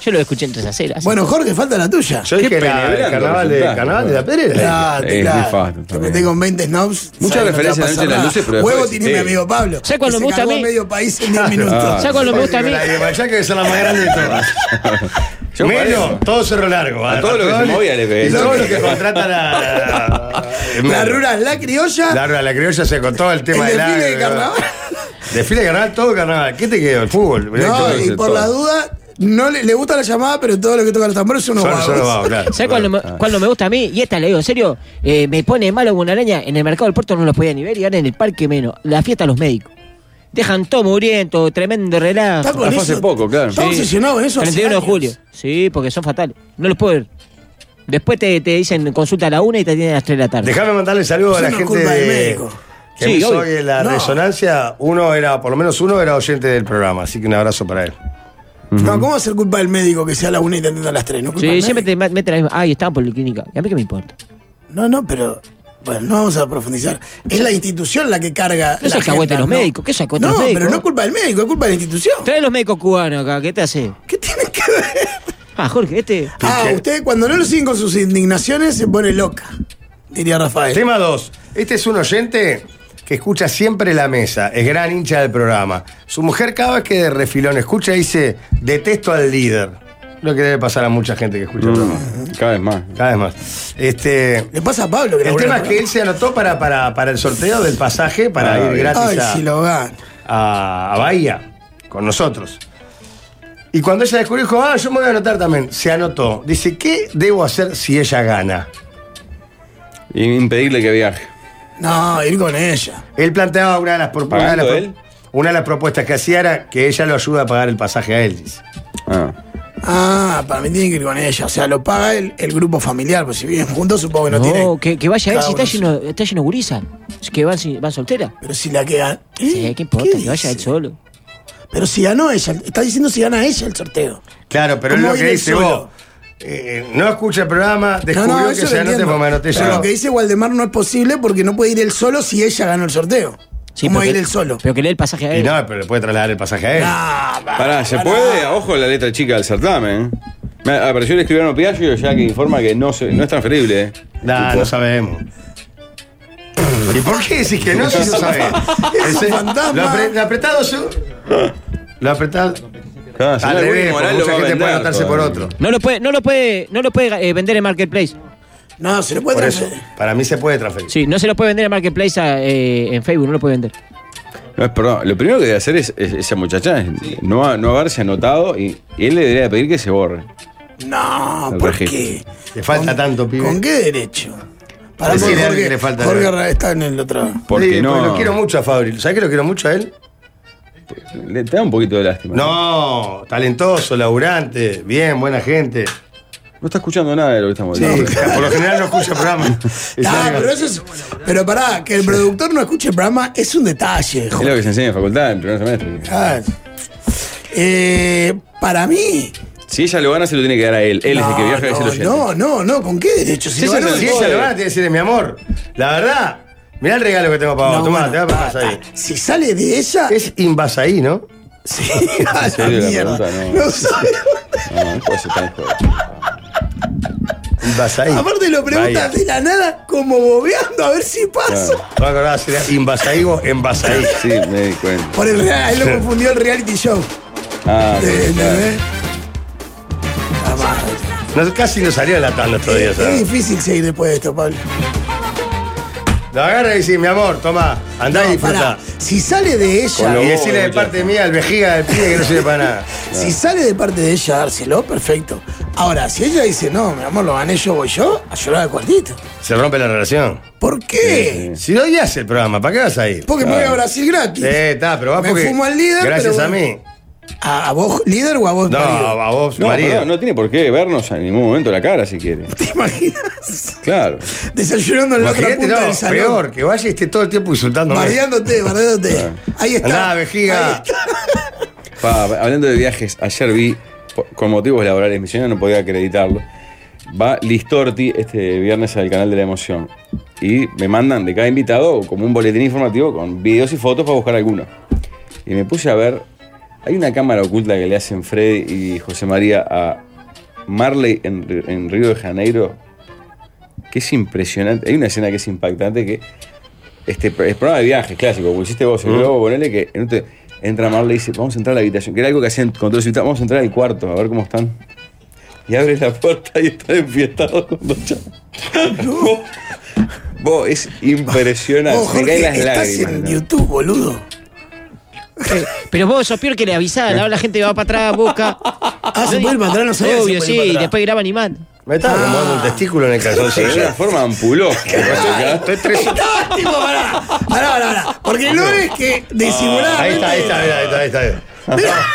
S7: Yo lo escuché entre esas aceras.
S2: Bueno, Jorge, falta la tuya.
S1: Yo dije la, el carnaval de, carnaval Ah, de la Pedrera.
S2: Claro,
S3: Es
S2: claro.
S3: nefasto
S2: Te
S3: también.
S2: metés con 20 snobs.
S3: Muchas
S2: sabes, no te
S3: referencias
S2: va a
S3: anoche
S2: pasar
S3: en las
S2: nada.
S3: luces, pero después
S2: Huevo
S3: sí.
S2: tiene mi amigo Pablo.
S7: ¿Sabes cuál
S2: que
S7: me
S2: se
S7: gusta a
S2: cagó
S7: mí?
S2: medio país en 10
S1: Claro.
S2: minutos.
S3: Ah.
S7: ¿Sabes cuál me gusta a mí?
S1: La de Guayaquil, que es la más grande de
S16: (laughs)
S1: todas.
S3: Yo
S1: Menos,
S3: parezco.
S1: todo cerro largo.
S3: A todo lo que se movía le pegué.
S1: Y todo lo que
S2: (laughs)
S1: contrata la.
S2: La rural, la criolla.
S1: La rural, la criolla se con todo el
S2: el
S1: tema
S2: desfile de
S1: la-
S2: carnaval.
S1: Desfile de carnaval, todo carnaval. ¿Qué te quedó? El fútbol.
S2: No, y por la
S1: duda.
S2: duda, no le, le gusta la llamada, pero todo lo que toca los tambores son unos
S1: Son-
S2: vagos.
S1: son unos vagos, claro. Ah.
S7: ¿Sabes cuál, no me- cuál no me gusta a mí? Y esta le digo, en serio, eh, me pone malo una araña. En el mercado del puerto no los podía ni ver y ahora en el parque menos. La fiesta a los médicos. Dejan todo muriendo, tremendo relajo.
S2: Está con
S3: Fue hace
S2: eso.
S3: poco, claro.
S2: Está obsesionado con eso hace
S7: 31 de
S2: años.
S7: julio. Sí, porque son fatales. No los puedo ver. Después te, te dicen consulta a la una y te tienen a las 3 de la tarde.
S1: Déjame mandarle saludos a
S2: Eso
S1: la
S2: no es
S1: gente
S2: culpa del
S1: de.
S2: médico.
S1: Que
S7: Sí,
S1: me hizo
S7: obvio.
S1: hoy en la
S2: No.
S1: resonancia, uno era, por lo menos uno era oyente del programa, así que un abrazo para él.
S2: No, ¿cómo va a ser culpa del médico que sea la una y te atienda a las tres? No, culpa
S7: Sí,
S2: del
S7: siempre
S2: médico.
S7: te ma- meten la misma. Ay, estaban por la clínica. ¿Y a mí qué me importa?
S2: no, no, pero. Bueno, no vamos a profundizar. Es la institución la que carga.
S7: ¿Qué
S2: la
S7: se
S2: agenda,
S7: cagüete los
S2: ¿no?
S7: médicos? ¿Qué se cagüete
S2: No,
S7: los médicos?
S2: pero no es culpa del médico, es culpa de la institución.
S7: Trae los médicos cubanos acá, ¿qué te hace?
S2: ¿Qué tiene que ver?
S7: Ah, Jorge, este.
S2: Ah, usted cuando no lo siguen con sus indignaciones se pone loca, diría Rafael.
S1: Tema 2. Este es un oyente que escucha siempre la mesa, es gran hincha del programa. Su mujer cada vez que de refilón escucha dice, detesto al líder. Lo que debe pasar a mucha gente que escucha el programa.
S3: Mm, Cada vez más.
S1: Cada vez más. Este,
S2: Le pasa a Pablo que
S1: el
S2: labura
S1: tema
S2: en
S1: es que él se anotó para, para, para el sorteo del pasaje para
S2: Ah,
S1: ir
S2: bien.
S1: gratis
S2: Ay,
S1: a,
S2: si lo gana.
S1: a- a Bahía con nosotros. Y cuando ella descubrió, dijo, ah, yo me voy a anotar también. Se anotó. Dice, ¿qué debo hacer si ella gana?
S3: Y impedirle que viaje.
S2: No, ir con ella.
S1: Él planteaba una de las, propu- una de
S3: ¿Pagando
S1: las pro-
S3: él?
S1: una de las propuestas que hacía era que ella lo ayuda a pagar el pasaje a él. dice.
S2: Ah, para mí tiene que ir con ella. O sea, lo paga el, el grupo familiar, pues si viven juntos supongo que no, tiene.
S7: que, que vaya a ver
S2: Cada
S7: si está
S2: uno
S7: lleno, está lleno de gurisa. Es Que van, si- van soltera.
S2: Pero si la quedan.
S7: Sí, ¿qué importa? que vaya él solo.
S2: Pero si ganó ella, está diciendo si gana ella el sorteo.
S1: Claro, pero es
S2: ¿Cómo
S1: lo
S2: va a
S1: que
S2: ir él
S1: dice
S2: solo?
S1: vos. Eh, no escucha el programa, descubrió
S2: eso
S1: que
S2: lo
S1: se anote
S2: entiendo.
S1: porque me anoté yo.
S2: Pero lo que dice Waldemar no es posible porque no puede ir él solo si ella ganó el sorteo. ¿Cómo va a ir él solo?
S7: Pero que lee el pasaje a
S2: (laughs)
S1: Y no, pero le puede trasladar el pasaje a él.
S2: Ah,
S3: Pará, se puede, a ojo la letra chica del certamen. ¿eh? Me apareció el escribano Piaggio ya que informa que no, se- no es transferible. ¿eh?
S1: Nah, no sabemos. ¿Y por qué decís que no si no sabés?
S2: (laughs) Es un
S1: Ese-
S2: fantasma.
S1: Lo, apre- lo apretado yo. Lo apretado.
S3: Ah, si no,
S1: Al
S3: el
S1: revés,
S3: Willy Morales lo va
S1: porque mucha
S3: a
S1: gente puede
S3: vender
S1: anotarse por
S3: todavía.
S1: otro.
S7: No lo puede, no lo puede, no lo puede eh, vender en Marketplace.
S2: No, se lo
S1: Por eso, para mí se puede transferir.
S7: Sí, no se lo puede vender en Marketplace a, eh, en Facebook, no lo puede vender.
S3: No es perdón. Lo primero que debe hacer es, es- esa muchacha es no, ha- no haberse anotado y, y él le debería pedir que se borre.
S2: No,
S3: El
S2: Ah, ¿por qué?
S3: registro.
S1: Le falta tanto, pibe.
S2: ¿Con qué derecho? Para
S1: Decirle
S2: porque
S1: a él
S2: Jorge,
S1: que le falta
S2: Jorge
S1: derecho.
S2: Ra- está en el otro.
S3: Porque
S1: Sí,
S3: no.
S1: Lo quiero mucho a Fabri. ¿Sabés que lo quiero mucho a él?
S3: Le te da un poquito
S2: (laughs)
S3: de lástima.
S1: No, talentoso, laburante, bien, buena gente.
S3: No está escuchando nada de lo que estamos
S1: Sí,
S3: hablando.
S1: (laughs) por lo general no escucha
S3: (laughs)
S1: el programa.
S2: Ah, pero, eso es- pero pará, que el productor no escuche el programa es un detalle.
S3: Es
S2: Jorge.
S3: lo que se enseña en facultad en primer semestre.
S2: Ah, eh, para mí.
S3: Si ella lo gana, se lo tiene que dar a él. Él es el que viaja y se lo lleva.
S2: Ah, No, no, no, ¿con qué derecho?
S1: Si, ella,
S2: ganó
S1: si
S2: el
S1: ella
S2: pobre.
S1: lo gana, tiene que decirle, mi amor, la verdad, mirá el regalo que tengo para vos.
S2: No,
S1: Tomá,
S2: bueno,
S1: te va a pasar ahí.
S2: Si sale de ella.
S1: Es invasaí, ¿no?
S2: Sí, (laughs)
S3: ¿En serio la
S2: mierda.
S3: pregunta?
S2: (laughs)
S3: No.
S2: No sabe.
S3: No, no puede ser tan joven.
S1: Invasaí.
S2: Aparte lo preguntas de la nada como bobeando a ver si pasa.
S1: No me acordaba si era invasaí o envasaí.
S3: Sí, me di cuenta.
S2: Por el real, él lo confundió el reality show.
S3: Ah,
S2: Eh,
S3: claro.
S2: ¿entendés? La madre.
S1: No, casi no salió de la tanda estos días.
S2: Es
S1: ¿sabes?
S2: difícil seguir después de esto, Pablo.
S1: Lo agarra y dice, mi amor, toma, andá y
S2: No,
S1: disfruta.
S2: pará. Si sale de
S3: Con
S2: ella,
S3: lo-
S1: Y decirle de
S3: muchacho.
S1: parte mía al vejiga del pibe que no sirve para nada.
S2: (laughs) si sale de parte de ella dárselo, perfecto. Ahora, si ella dice, no, mi amor, lo gané yo, voy yo, a llorar al cuartito.
S1: Se rompe la relación.
S2: ¿Por qué?
S1: Si no ya hace el programa, ¿para qué vas a ir?
S2: Porque me voy a Brasil gratis.
S1: Sí, está, pero va
S2: Me
S1: porque.
S2: fumo al líder,
S1: Gracias
S2: pero
S1: a mí.
S2: ¿A, a vos, líder o a vos,
S1: No,
S2: marido?
S1: a vos,
S3: No,
S1: María.
S3: perdón, no tiene por qué vernos en ningún momento la cara si quiere.
S2: ¿Te imaginas?
S3: Claro.
S2: Desayunando en la otra
S1: Imagínate,
S2: punta
S1: no,
S2: del salón.
S1: peor, que vaya y esté todo el tiempo insultándome.
S2: Bardeándote, bardeándote. Ahí está.
S1: Andá, vejiga.
S3: Pa, hablando de viajes, ayer vi, po- con motivos laborales, mi señora no podía acreditarlo. Va Listorti este viernes al canal de la emoción. Y me mandan de cada invitado como un boletín informativo con videos y fotos para buscar alguno. Y me puse a ver. Hay una cámara oculta que le hacen Freddy y José María a Marley en, Ri- en Río de Janeiro. Que es impresionante. Hay una escena que es impactante que. Este, pro- es programa de viajes clásico, como hiciste vos, el globo, ponele que en un te- entra Marley y dice, vamos a entrar a la habitación, que era algo que hacían con todos los invitados, vamos a entrar al cuarto, a ver cómo están. Y abres la puerta y están enfiestados con dos chavos. Vos- (laughs) Vos, es impresionante.
S2: Vos,
S3: Me caen
S2: Jorge,
S3: las
S2: estás
S3: lágrimas.
S2: en
S3: ¿no?
S2: YouTube, boludo.
S7: Eh, Pero vos sos peor que le avisás, la, la gente va para atrás, busca.
S2: Ah, se puede ir para atrás, no sabía que se
S7: Obvio,
S2: puede ir
S7: sí,
S2: para
S7: y
S2: atrás.
S7: después graban y mandan.
S1: Me estaba acomodando un testículo en el
S3: Pero de una
S1: calzoncillo.
S3: forma
S1: (laughs)
S3: ampulosa.
S1: Estoy tres.
S2: Estabas tipo, pará, pará, pará, pará. Porque no es que disimuladamente...
S1: Ahí está, ahí está, mirá, ahí está, ahí está.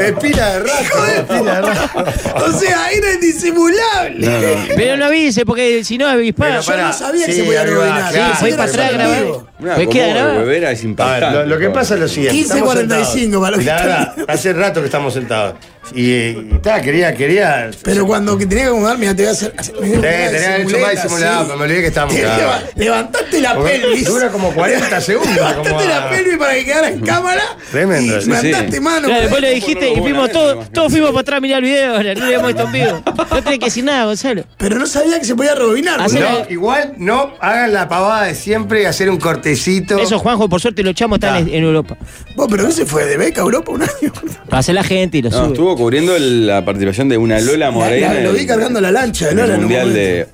S1: Espina de rato, espina de rato.
S2: O sea, era indisimulable.
S3: No, no.
S7: Pero no avise, porque si no es dispara.
S1: Pero
S2: Yo
S1: pará,
S2: no sabía que
S1: sí,
S2: se podía
S1: ahí va,
S2: rebobinar.
S1: claro,
S7: Sí, fue
S1: sí,
S7: para
S1: pero
S7: atrás
S1: pará.
S7: grabar.
S3: Una
S7: Pues queda
S3: acomodo de
S7: grabado.
S3: bebera es
S1: A ver,
S3: impactante.
S1: lo, lo que pasa es lo siguiente.
S2: 15.45 para
S1: para
S2: los que
S1: La verdad,
S2: están
S1: hace rato que estamos sentados. Y, eh, ta, quería, quería.
S2: Pero cuando que tenía que acomodar, mira, te voy a hacer.
S1: Sí, tenía hecho más disimulado, pero me olvidé que estábamos.
S2: Levantante
S1: Claro.
S2: Levantaste la
S1: Porque
S2: pelvis.
S1: dura como 40 segundos,
S2: Levantaste
S1: como
S2: la
S1: a-
S2: pelvis para que quedara en cámara.
S1: Tremendo,
S2: Y
S1: sí,
S2: levantaste
S3: sí.
S2: mano. pues.
S7: Claro, después lo dijiste y fuimos todos, todos fuimos para atrás a mirar el video, ahora no le hemos visto en vivo. No tenés que decir nada, Gonzalo.
S2: Pero no sabía que se podía rebobinar.
S7: Hacer
S2: boludo.
S1: No, igual no hagan la pavada de siempre y hacer un cortecito.
S7: Eso, Juanjo, por suerte lo echamos está en, en Europa.
S2: Vos, pero no se fue de beca a Europa un año.
S7: Pase la gente y lo
S3: No,
S7: sube.
S3: estuvo estuvo cubriendo el- la participación de una Lola Moreira.
S2: la- lo
S3: en
S2: vi cargando la lancha de
S3: en el
S2: Lola en un
S3: mundial de.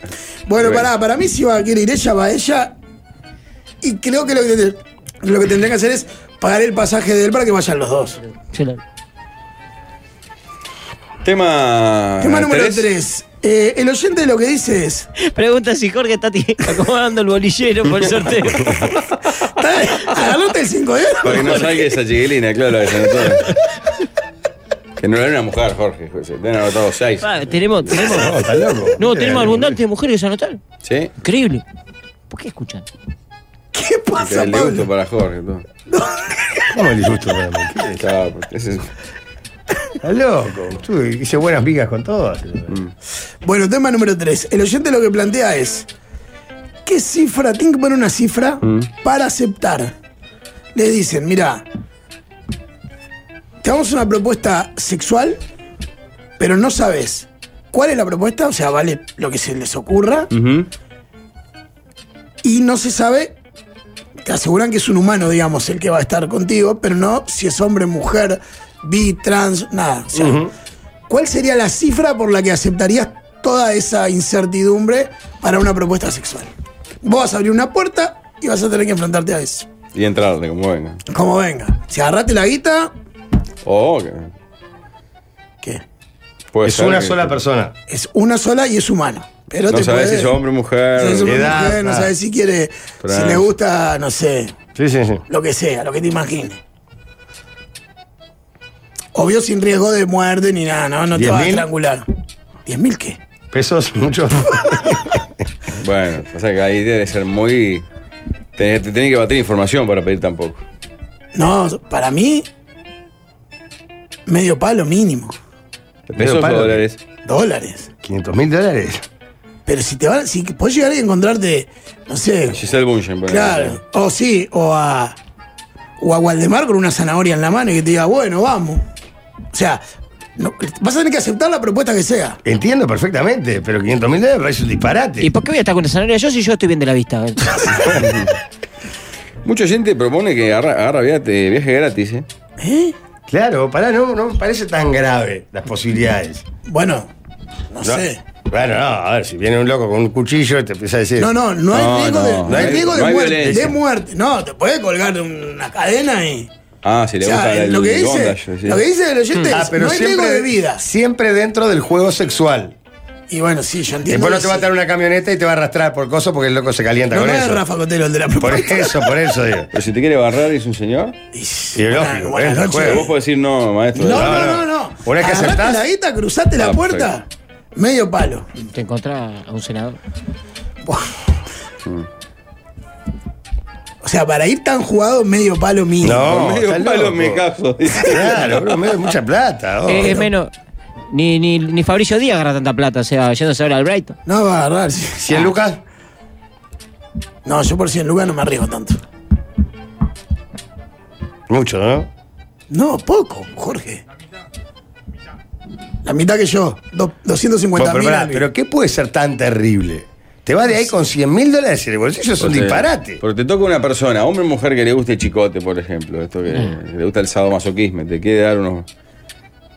S2: Bueno, pará, para mí si va a querer ella, va ella. Y creo que lo que, lo que tendría que hacer es pagar el pasaje de él para que vayan los dos.
S3: Tema.
S2: Tema número
S3: Ah, tres.
S2: 3. el oyente lo que dice es.
S7: Pregunta si Jorge está ti- acomodando el bolillero por el sorteo.
S2: Agarrate el 5 de
S3: Para que no salga esa chiquilina, claro, la de San Antonio. Que no era una mujer, Jorge. José. Te han anotado seis.
S7: Pa, tenemos, tenemos.
S3: No, está loco.
S7: No, tenemos abundante mujeres a anotar.
S3: ¿Sí?
S7: Increíble. ¿Por qué escuchan?
S2: ¿Qué
S3: Que le gusto para Jorge. ¿no?
S1: ¿Cómo le gusto para mí?
S3: Claro, porque ese es-
S1: Está loco. Tú hice buenas vigas con todas.
S2: Bueno, tema número 3. El oyente lo que plantea es. ¿Qué cifra? Tiene que poner una cifra
S1: Mm.
S2: para aceptar. Le dicen, mira, te damos una propuesta sexual, pero no sabes cuál es la propuesta, o sea, vale lo que se les ocurra,
S1: Mm-hmm.
S2: y no se sabe, te aseguran que es un humano, digamos, el que va a estar contigo, pero no si es hombre, mujer, bi, trans, nada. O sea,
S1: Mm-hmm.
S2: ¿Cuál sería la cifra por la que aceptarías toda esa incertidumbre para una propuesta sexual? Vos vas a abrir una puerta y vas a tener que enfrentarte a eso.
S3: Y entrarle, como venga.
S2: Como venga. Si agarrate la guita,
S3: Oh, que-
S2: ¿Qué?
S3: Puede
S1: Es
S3: ser
S1: una
S3: que-
S1: sola persona.
S2: es una sola y es humana. Pero
S3: No
S2: te
S3: sabes si
S2: puede-
S3: es hombre o mujer.
S2: si es hombre,
S3: edad,
S2: mujer, no
S3: nada.
S2: sabes si quiere, si
S3: Trans.
S2: le gusta, no sé,
S1: Sí, sí, sí.
S2: lo que sea, lo que te imagines. Obvio sin riesgo de muerte ni nada, ¿no? No te
S1: ¿Diez
S2: vas a
S1: mil?
S2: estrangular. ¿Diez mil qué?
S1: Pesos,
S2: (laughs)
S1: mucho.
S3: Bueno, o sea que ahí debe ser muy. Tenés, te tenés que batir información para pedir tampoco.
S2: No, para mí, medio palo mínimo.
S3: ¿Pesos o
S1: palo.
S3: dólares?
S2: Dólares.
S1: 500 mil dólares.
S2: Pero si te van, si podés llegar a encontrarte, no sé,
S3: Giselle Bunchen, por ejemplo.
S2: claro, o sí, o a, o a Waldemar con una zanahoria en la mano y que te diga, bueno, vamos. O sea, no- vas a tener que aceptar la propuesta que sea.
S1: Entiendo perfectamente, pero 500 mil dólares me parece un disparate.
S7: ¿Y por qué voy a estar con el salario yo si yo estoy bien de la vista?
S3: Mucha gente propone que agarra, agarra viate- viaje gratis, ¿eh?
S1: Claro, pará, no, no me parece tan grave las posibilidades.
S2: Bueno, no, sé.
S1: Bueno, no, a ver, si viene un loco con un cuchillo, te empieza a decir.
S2: No, no, no hay riesgo de, no hay riesgo de
S1: no hay
S2: muerte.
S1: violencia.
S2: De muerte. No, te puedes colgar de una cadena y.
S3: Ah, si le
S2: O sea,
S3: gusta el
S2: lo que dice-
S3: bondage, sí.
S2: lo que dice el oyente
S1: Ah,
S2: es,
S1: pero
S2: no hay
S1: siempre,
S2: riesgo de vida.
S1: Siempre dentro del juego sexual.
S2: Y bueno, sí, yo entiendo.
S1: Después no
S2: que
S1: te va a
S2: sí.
S1: dar una camioneta y te va a arrastrar por cosas porque el loco se calienta
S2: No,
S1: con
S2: no es
S1: eso.
S2: Rafa Cotelo el de la
S1: Por
S2: propuesta.
S1: eso, por eso digo.
S3: Pero si te quiere barrar y es un señor.
S1: Y lógico,
S2: buenas
S1: es el
S2: noches.
S1: juego.
S3: Vos podés decir no, maestro.
S2: No, no, no, no.
S1: Una vez que
S2: Agarrate
S1: aceptás-
S2: la guita, cruzaste la
S3: Ah,
S2: puerta, medio palo.
S7: Te encontrás a un senador.
S3: Mm.
S2: O sea, para ir tan jugado, medio palo mínimo.
S1: No,
S3: medio
S1: está
S3: palo
S1: loco.
S3: me caso.
S1: (laughs) Claro, bro, me- mucha plata. oh.
S7: Eh, es menos. Ni, ni, ni Fabricio Díaz agarra tanta plata, o sea, yéndose ahora al Brighton. Ah.
S2: No va a agarrar. sí.
S1: ¿Cien lucas?
S2: No, yo por 100 lucas no me arriesgo tanto.
S1: Mucho, ¿no?
S2: No, poco, Jorge. La mitad que yo, do-
S1: Bueno,
S2: 250
S1: pero,
S2: mil.
S1: pará, pero ¿qué puede ser tan terrible? Te vas de ahí con 100 mil dólares en el bolsillo, es un
S3: Porque-
S1: disparate.
S3: Porque te toca una persona, hombre o mujer que le guste el chicote, por ejemplo, esto que,
S2: Mm.
S3: que le gusta el sadomasoquismo, te quiere dar unos.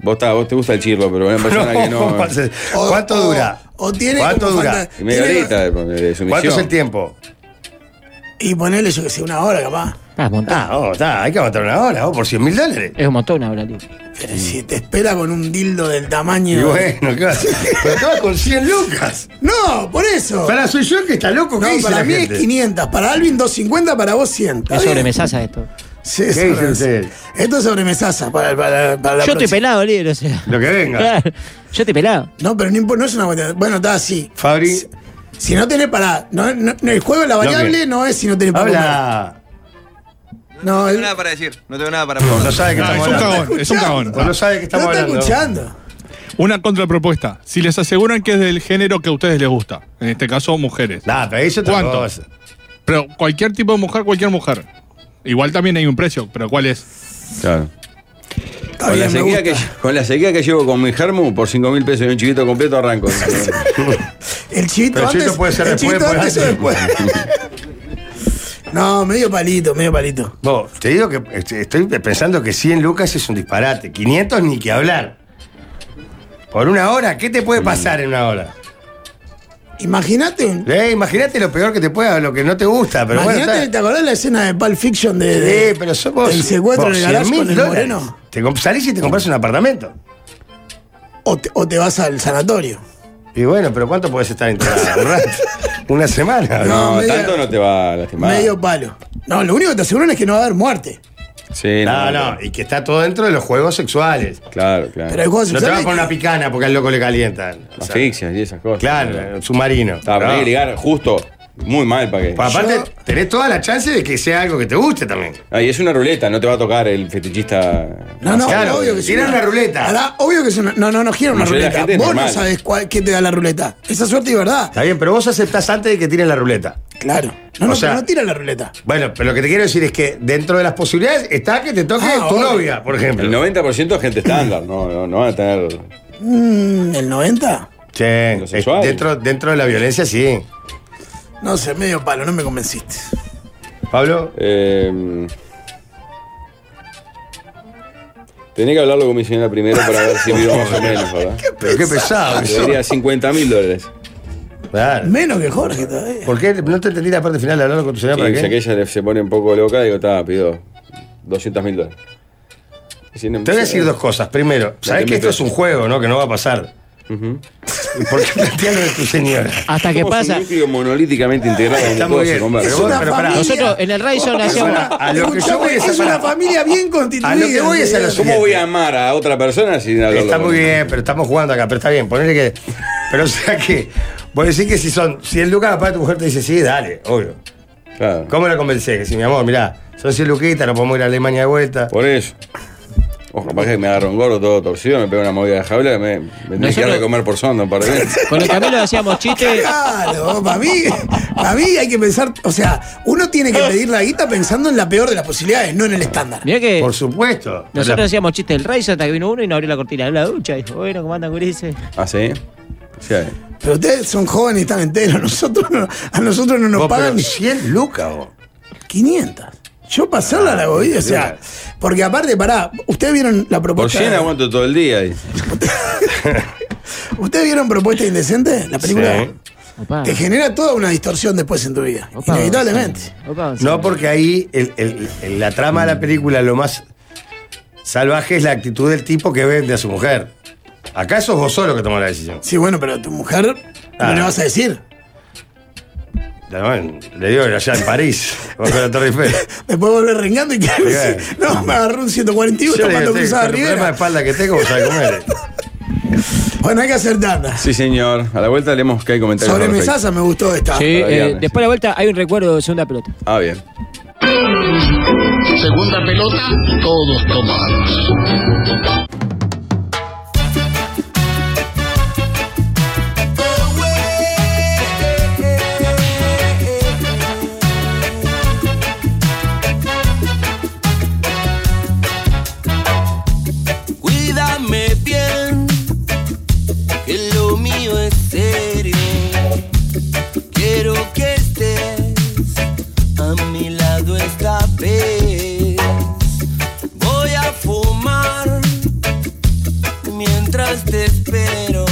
S3: Vos, ta- vos te gusta el chirlo, pero una
S1: (laughs)
S3: persona que no. eh.
S1: ¿cómo haces? ¿Cuánto dura?
S2: O Oh, tiene
S1: ¿Cuánto
S2: como
S1: dura?
S2: fanta-
S3: Y media
S2: tiene-
S3: horita de, de sumisión.
S1: ¿Cuánto es el tiempo?
S2: Y ponerle, yo que sé, una hora capaz.
S7: Ah, es un montón.
S1: Ah, oh, está, hay que aguantar una hora, oh, por 100 mil dólares.
S7: Es un montón ahora, tío.
S2: Pero si te espera con un dildo del tamaño.
S1: Y bueno, ¿qué vas a hacer? Pero te vas con 100 lucas.
S2: (laughs) No, por eso.
S1: Para soy yo el que está loco, ¿qué
S2: No,
S1: dice
S2: para
S1: la
S2: mí
S1: gente?
S2: es 500, para Alvin 250, para vos 100. ¿Está
S7: Es
S2: bien?
S7: sobremesaza esto.
S2: Sí,
S1: ¿Qué dicen
S2: sobremesa.
S1: ustedes?
S2: Esto es sobremesaza para, para- para la
S7: Yo estoy
S2: próxima.
S7: pelado, líder, o sea.
S1: Lo que venga.
S7: Claro, yo estoy pelado.
S2: No, pero no, impo- no es una cuestión. Bueno, está así.
S1: Fabri,
S2: Si no tenés para. No, no- no, el juego, la variable,
S1: que-
S2: no es si no tenés para.
S1: habla.
S2: comer. No,
S16: No
S2: él-
S16: tengo nada para decir, no tengo nada para
S1: No,
S16: preguntar.
S1: no sabe que
S6: No, es
S1: estamos
S6: un
S1: hablando.
S6: cagón, es un cagón.
S1: Vos no sabe que estamos
S2: no está
S1: hablando.
S2: escuchando.
S6: Una contrapropuesta. Si les aseguran que es del género que a ustedes les gusta, en este caso mujeres.
S1: Nah, pero eso
S6: ¿Cuánto? Pero cualquier tipo de mujer, cualquier mujer. Igual también hay un precio, pero ¿cuál es?
S3: Claro.
S2: Está
S3: Con la,
S2: bien, me
S3: sequía que,
S2: gusta.
S3: con la sequía que llevo con mi germu, por 5 mil pesos y un chiquito completo arranco.
S2: (laughs) El chivito
S1: Pero el
S2: antes.
S1: chivito puede ser
S2: el
S1: después,
S2: chivito
S1: puede
S2: antes
S1: ser.
S2: o después. no, medio palito, medio palito.
S1: Vos, te digo que este, estoy pensando que 100 lucas es un disparate. 500 ni que hablar. ¿Por una hora? ¿Qué te puede pasar en una hora?
S2: Mm. Imagínate un
S1: Eh, imagínate lo peor que te pueda, lo que no te gusta, pero bueno.
S2: Imagínate, ¿te acordás la escena de Pulp Fiction de, de-
S1: Sí, pero somos.
S2: del secuestro en el garage con el moreno?
S1: Te comp- salís y te compras un apartamento.
S2: O te, o te vas al sanatorio.
S1: Y bueno, pero ¿cuánto podés estar
S2: (laughs)
S1: internado? Un rato. Una semana.
S3: No,
S2: medio-
S3: tanto no te va a lastimar.
S2: Medio palo. No, lo único que te aseguran es que no va a haber muerte.
S3: Sí,
S1: no, no, Y que está todo dentro de los juegos sexuales.
S3: Claro, claro.
S1: Pero hay juegos No te sexuales vas con una picana porque al loco le calientan.
S3: Asfixias y esas cosas.
S1: Claro, submarino.
S3: Está, para
S1: No.
S3: ahí ligar justo, muy mal para que.
S1: Pues aparte, tenés toda la chance de que sea algo que te guste también.
S3: Ah, y es una ruleta, no te va a tocar el fetichista.
S2: No, no,
S3: Claro,
S2: obvio que es
S3: tirar la
S1: ruleta.
S2: obvio que es una. No, no, no gira
S3: La
S2: una
S3: mayoría de
S2: ruleta.
S3: la gente es
S2: Vos no
S3: normal.
S2: sabés cuál, qué te da la ruleta. Esa suerte y verdad.
S1: Está bien, pero vos aceptás antes de que tiren la ruleta.
S2: Claro. No,
S1: O
S2: no,
S1: sea-
S2: pero no tira la ruleta.
S1: Bueno, pero lo que te quiero decir es que dentro de las posibilidades está que te toque
S2: Ah,
S1: tu
S2: obvio.
S1: novia, por ejemplo.
S3: El 90% es gente estándar, no, no, no van a tener.
S2: Mm, ¿El 90?
S1: Che, es- dentro, dentro de la violencia sí.
S2: No sé, medio palo, no me convenciste.
S1: Pablo.
S3: Eh, tenés que hablarlo con mi señora primero para ver si vivo más o menos, ¿verdad?
S1: Pero (laughs) qué pesado.
S3: Le daría 50 mil dólares.
S1: Claro.
S2: Menos que Jorge todavía.
S1: ¿Por qué no te entendí la parte final de hablarlo con tu señora
S3: Sí,
S1: para
S3: si
S1: qué?
S3: aquella le- se pone un poco loca, digo, está, pido 200 mil dólares. Te
S1: Te voy a decir dos cosas. Primero, sabés que esto es un juego, ¿no? Que no va a pasar. ¿Por qué planteas lo de tu señora?
S7: Hasta que
S3: Somos
S7: pasa-
S3: Un núcleo monolíticamente integrado. donde
S1: Está muy
S3: todo se
S1: bien.
S3: comparte.
S1: Es
S3: Pero
S1: una
S3: bueno,
S1: familia.
S3: pará.
S7: Nosotros en el radio Zone hacíamos.
S1: A lo que yo voy
S2: Escuchame,
S1: es
S2: es una familia bien constituida.
S1: A lo que voy es a lo
S3: ¿Cómo
S1: siguiente.
S3: voy a amar a otra persona sin hablarlo?
S1: Está
S3: con
S1: muy
S3: él?
S1: bien, pero estamos jugando acá, pero está bien, ponele que. Pero (laughs) o sea que. Vos decís que si son. Si el Lucas capaz tu mujer te dice, sí, dale, obvio. ¿Cómo la convencés? Que si mi amor, mirá, son 100 luquitas, no podemos ir a Alemania de vuelta.
S3: Por eso. Ojo, capaz que me agarra un gordo todo torcido, me pega una movida de jaula, me, me tenés que dar de comer por sonda un par de veces.
S7: Con el Camilo
S2: (laughs)
S7: hacíamos chistes.
S2: Claro, para mí, para mí hay que pensar, o sea, uno tiene que pedir la guita pensando en la peor de las posibilidades, no en el estándar.
S7: Mirá que.
S1: Por supuesto.
S7: Nosotros hacíamos chistes del Raizo hasta que vino uno y nos abrió la cortina de la ducha. Dijo, bueno, ¿cómo andan, gurises?
S3: ¿Ah, sí? Sí, ahí.
S2: Pero ustedes son jóvenes y están enteros, (laughs) nosotros no- a nosotros no nos
S1: Vos,
S2: pagan
S1: pero
S2: ni
S1: 100 lucas, vos. Ah,
S2: 500. Yo pasarla a la bobilla, o sea, porque aparte, pará, ustedes vieron la
S3: Por
S2: propuesta.
S3: 100 aguanto todo el día.
S1: (laughs)
S3: ahí.
S2: ¿Ustedes vieron Propuesta Indecente? La película.
S7: Opa.
S2: Te genera toda una distorsión después en tu vida,
S7: Opa.
S2: inevitablemente.
S7: Opa,
S1: No, porque ahí el- el- el- la trama de la película lo más salvaje es la actitud del tipo que vende a su mujer. Acá sos vos solo que tomás la decisión.
S2: Sí, bueno, pero tu mujer,
S1: Ah.
S2: ¿no le vas a decir?
S1: Le digo que allá en París, (laughs) bajo la Torre Eiffel.
S2: Después volver rengando y que
S1: Bien.
S2: no, me agarró un 141
S1: Yo le digo,
S2: tomando
S1: "Te-
S2: cruzada
S1: con el problema de
S2: Rivera.
S1: espalda que tengo, vos sabés comer.
S2: Bueno, hay que hacer tandas.
S3: Sí, señor. A la vuelta leemos que hay comentarios.
S2: Sobre
S3: al respecto.
S2: mesaza me gustó esta.
S7: Sí,
S3: Para
S7: eh,
S3: viernes.
S7: después de la vuelta hay un recuerdo de segunda pelota.
S3: Ah, bien.
S8: Segunda pelota, todos tomados.
S17: Cuídame bien, que lo mío es serio. Quiero que estés a mi lado esta vez. Voy a fumar mientras te espero.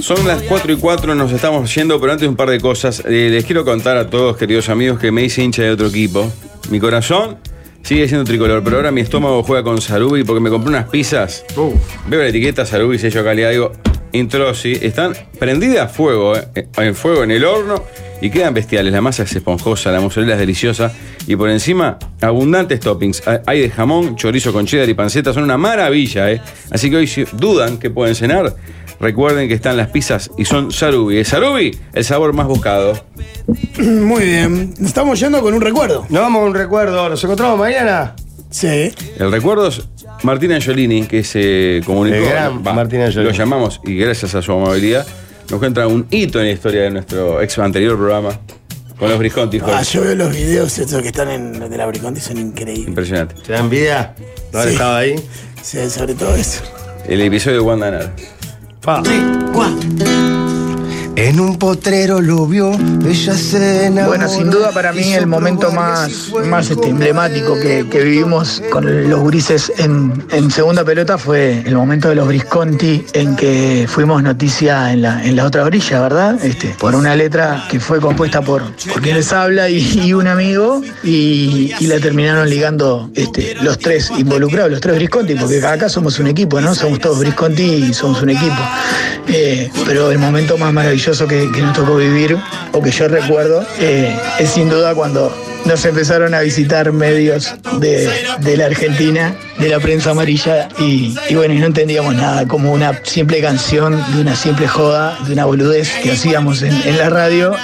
S3: Son las 4 y 4, nos estamos yendo, pero antes un par de cosas. Eh, les quiero contar a todos, queridos amigos, que me hice hincha de otro equipo. Mi corazón sigue siendo tricolor, pero ahora mi estómago juega con Sarubi porque me compré unas pizzas. Veo la etiqueta Sarubi, sello calidad, digo, Introsi. Están prendidas a fuego, eh, eh, en fuego en el horno y quedan bestiales. La masa es esponjosa, la mozzarella es deliciosa y por encima abundantes toppings. Ah, Hay de jamón, chorizo con cheddar y panceta, son una maravilla, ¿eh? Así que hoy si dudan que pueden cenar, recuerden que están las pizzas y son Sarubi. Eh, Sarubi, el sabor más buscado.
S2: (clears throat) Muy bien. Nos estamos yendo con un recuerdo.
S1: Nos vamos con un recuerdo. ¿Nos encontramos mañana?
S2: Sí.
S3: El recuerdo es Martín Angiolini, que se comunicó.
S1: El gran
S3: va, Lo llamamos y gracias a su amabilidad nos cuenta un hito en la historia de nuestro ex anterior programa con los Briscontis. Jorge.
S2: Ah, yo veo los videos estos que están en de la Briconti son increíbles.
S3: Impresionante.
S1: ¿Te dan vida? ¿No haber
S2: Sí.
S1: estado ahí?
S2: Sí, sobre todo eso.
S3: El episodio de Wanda Nara.
S1: Pa. En un potrero lo vio, ella se
S18: Bueno, sin duda para mí el momento más, más este, emblemático que, que vivimos con los gurises en, en segunda pelota fue el momento de los Brisconti en que fuimos noticia en la, en la otra orilla, ¿verdad? Este, por una letra que fue compuesta por, por quien les habla y, y un amigo y, y la terminaron ligando este, los tres involucrados, los tres Brisconti, porque acá somos un equipo, ¿no? Somos todos Brisconti y somos un equipo. Eh, pero el momento más maravilloso que, que nos tocó vivir, o que yo recuerdo, eh, es sin duda cuando nos empezaron a visitar medios de, de la Argentina, de la prensa amarilla, y, y bueno, y no entendíamos nada, como una simple canción, de una simple joda, de una boludez que hacíamos en, en la radio, eh,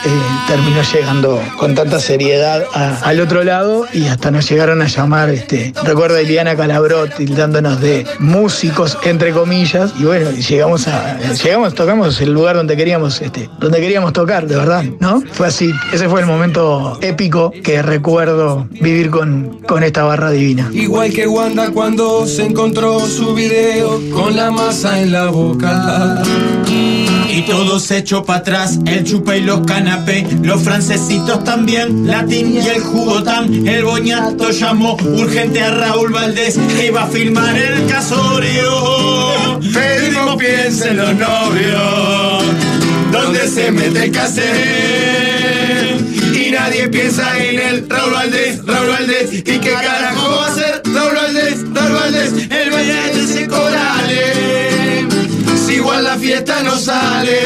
S18: terminó llegando con tanta seriedad a- al otro lado y hasta nos llegaron a llamar, este, recuerdo a Iliana Calabró tildándonos de músicos, entre comillas, y bueno, llegamos a, llegamos, tocamos el lugar donde queríamos, este, donde queríamos tocar, de verdad, ¿no? Fue así, ese fue el momento épico que recuerdo vivir con, con esta barra divina.
S5: Igual que Wanda cuando se encontró su video con la masa en la boca. Y todo se echó para atrás, el chupa y los canapés, los francesitos también, latín y el jugotán, el boñato llamó urgente a Raúl Valdés que iba a filmar el casorio. Pedimos piensen los novios, donde se mete el cassette. Y nadie piensa en el Raúl Valdés, Raúl Valdés, y qué carajo va a ser Raúl Valdés, Raúl Valdés, el baile de ese corale. Si igual la fiesta no sale.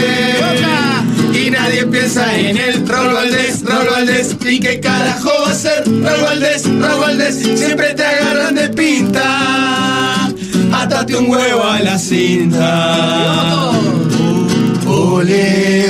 S5: Y nadie piensa en el Raúl Valdés, Raúl Valdés, y qué carajo va a ser Raúl Valdés, Raúl Valdés, siempre te agarran de pinta. Atate un huevo a la cinta. Ole,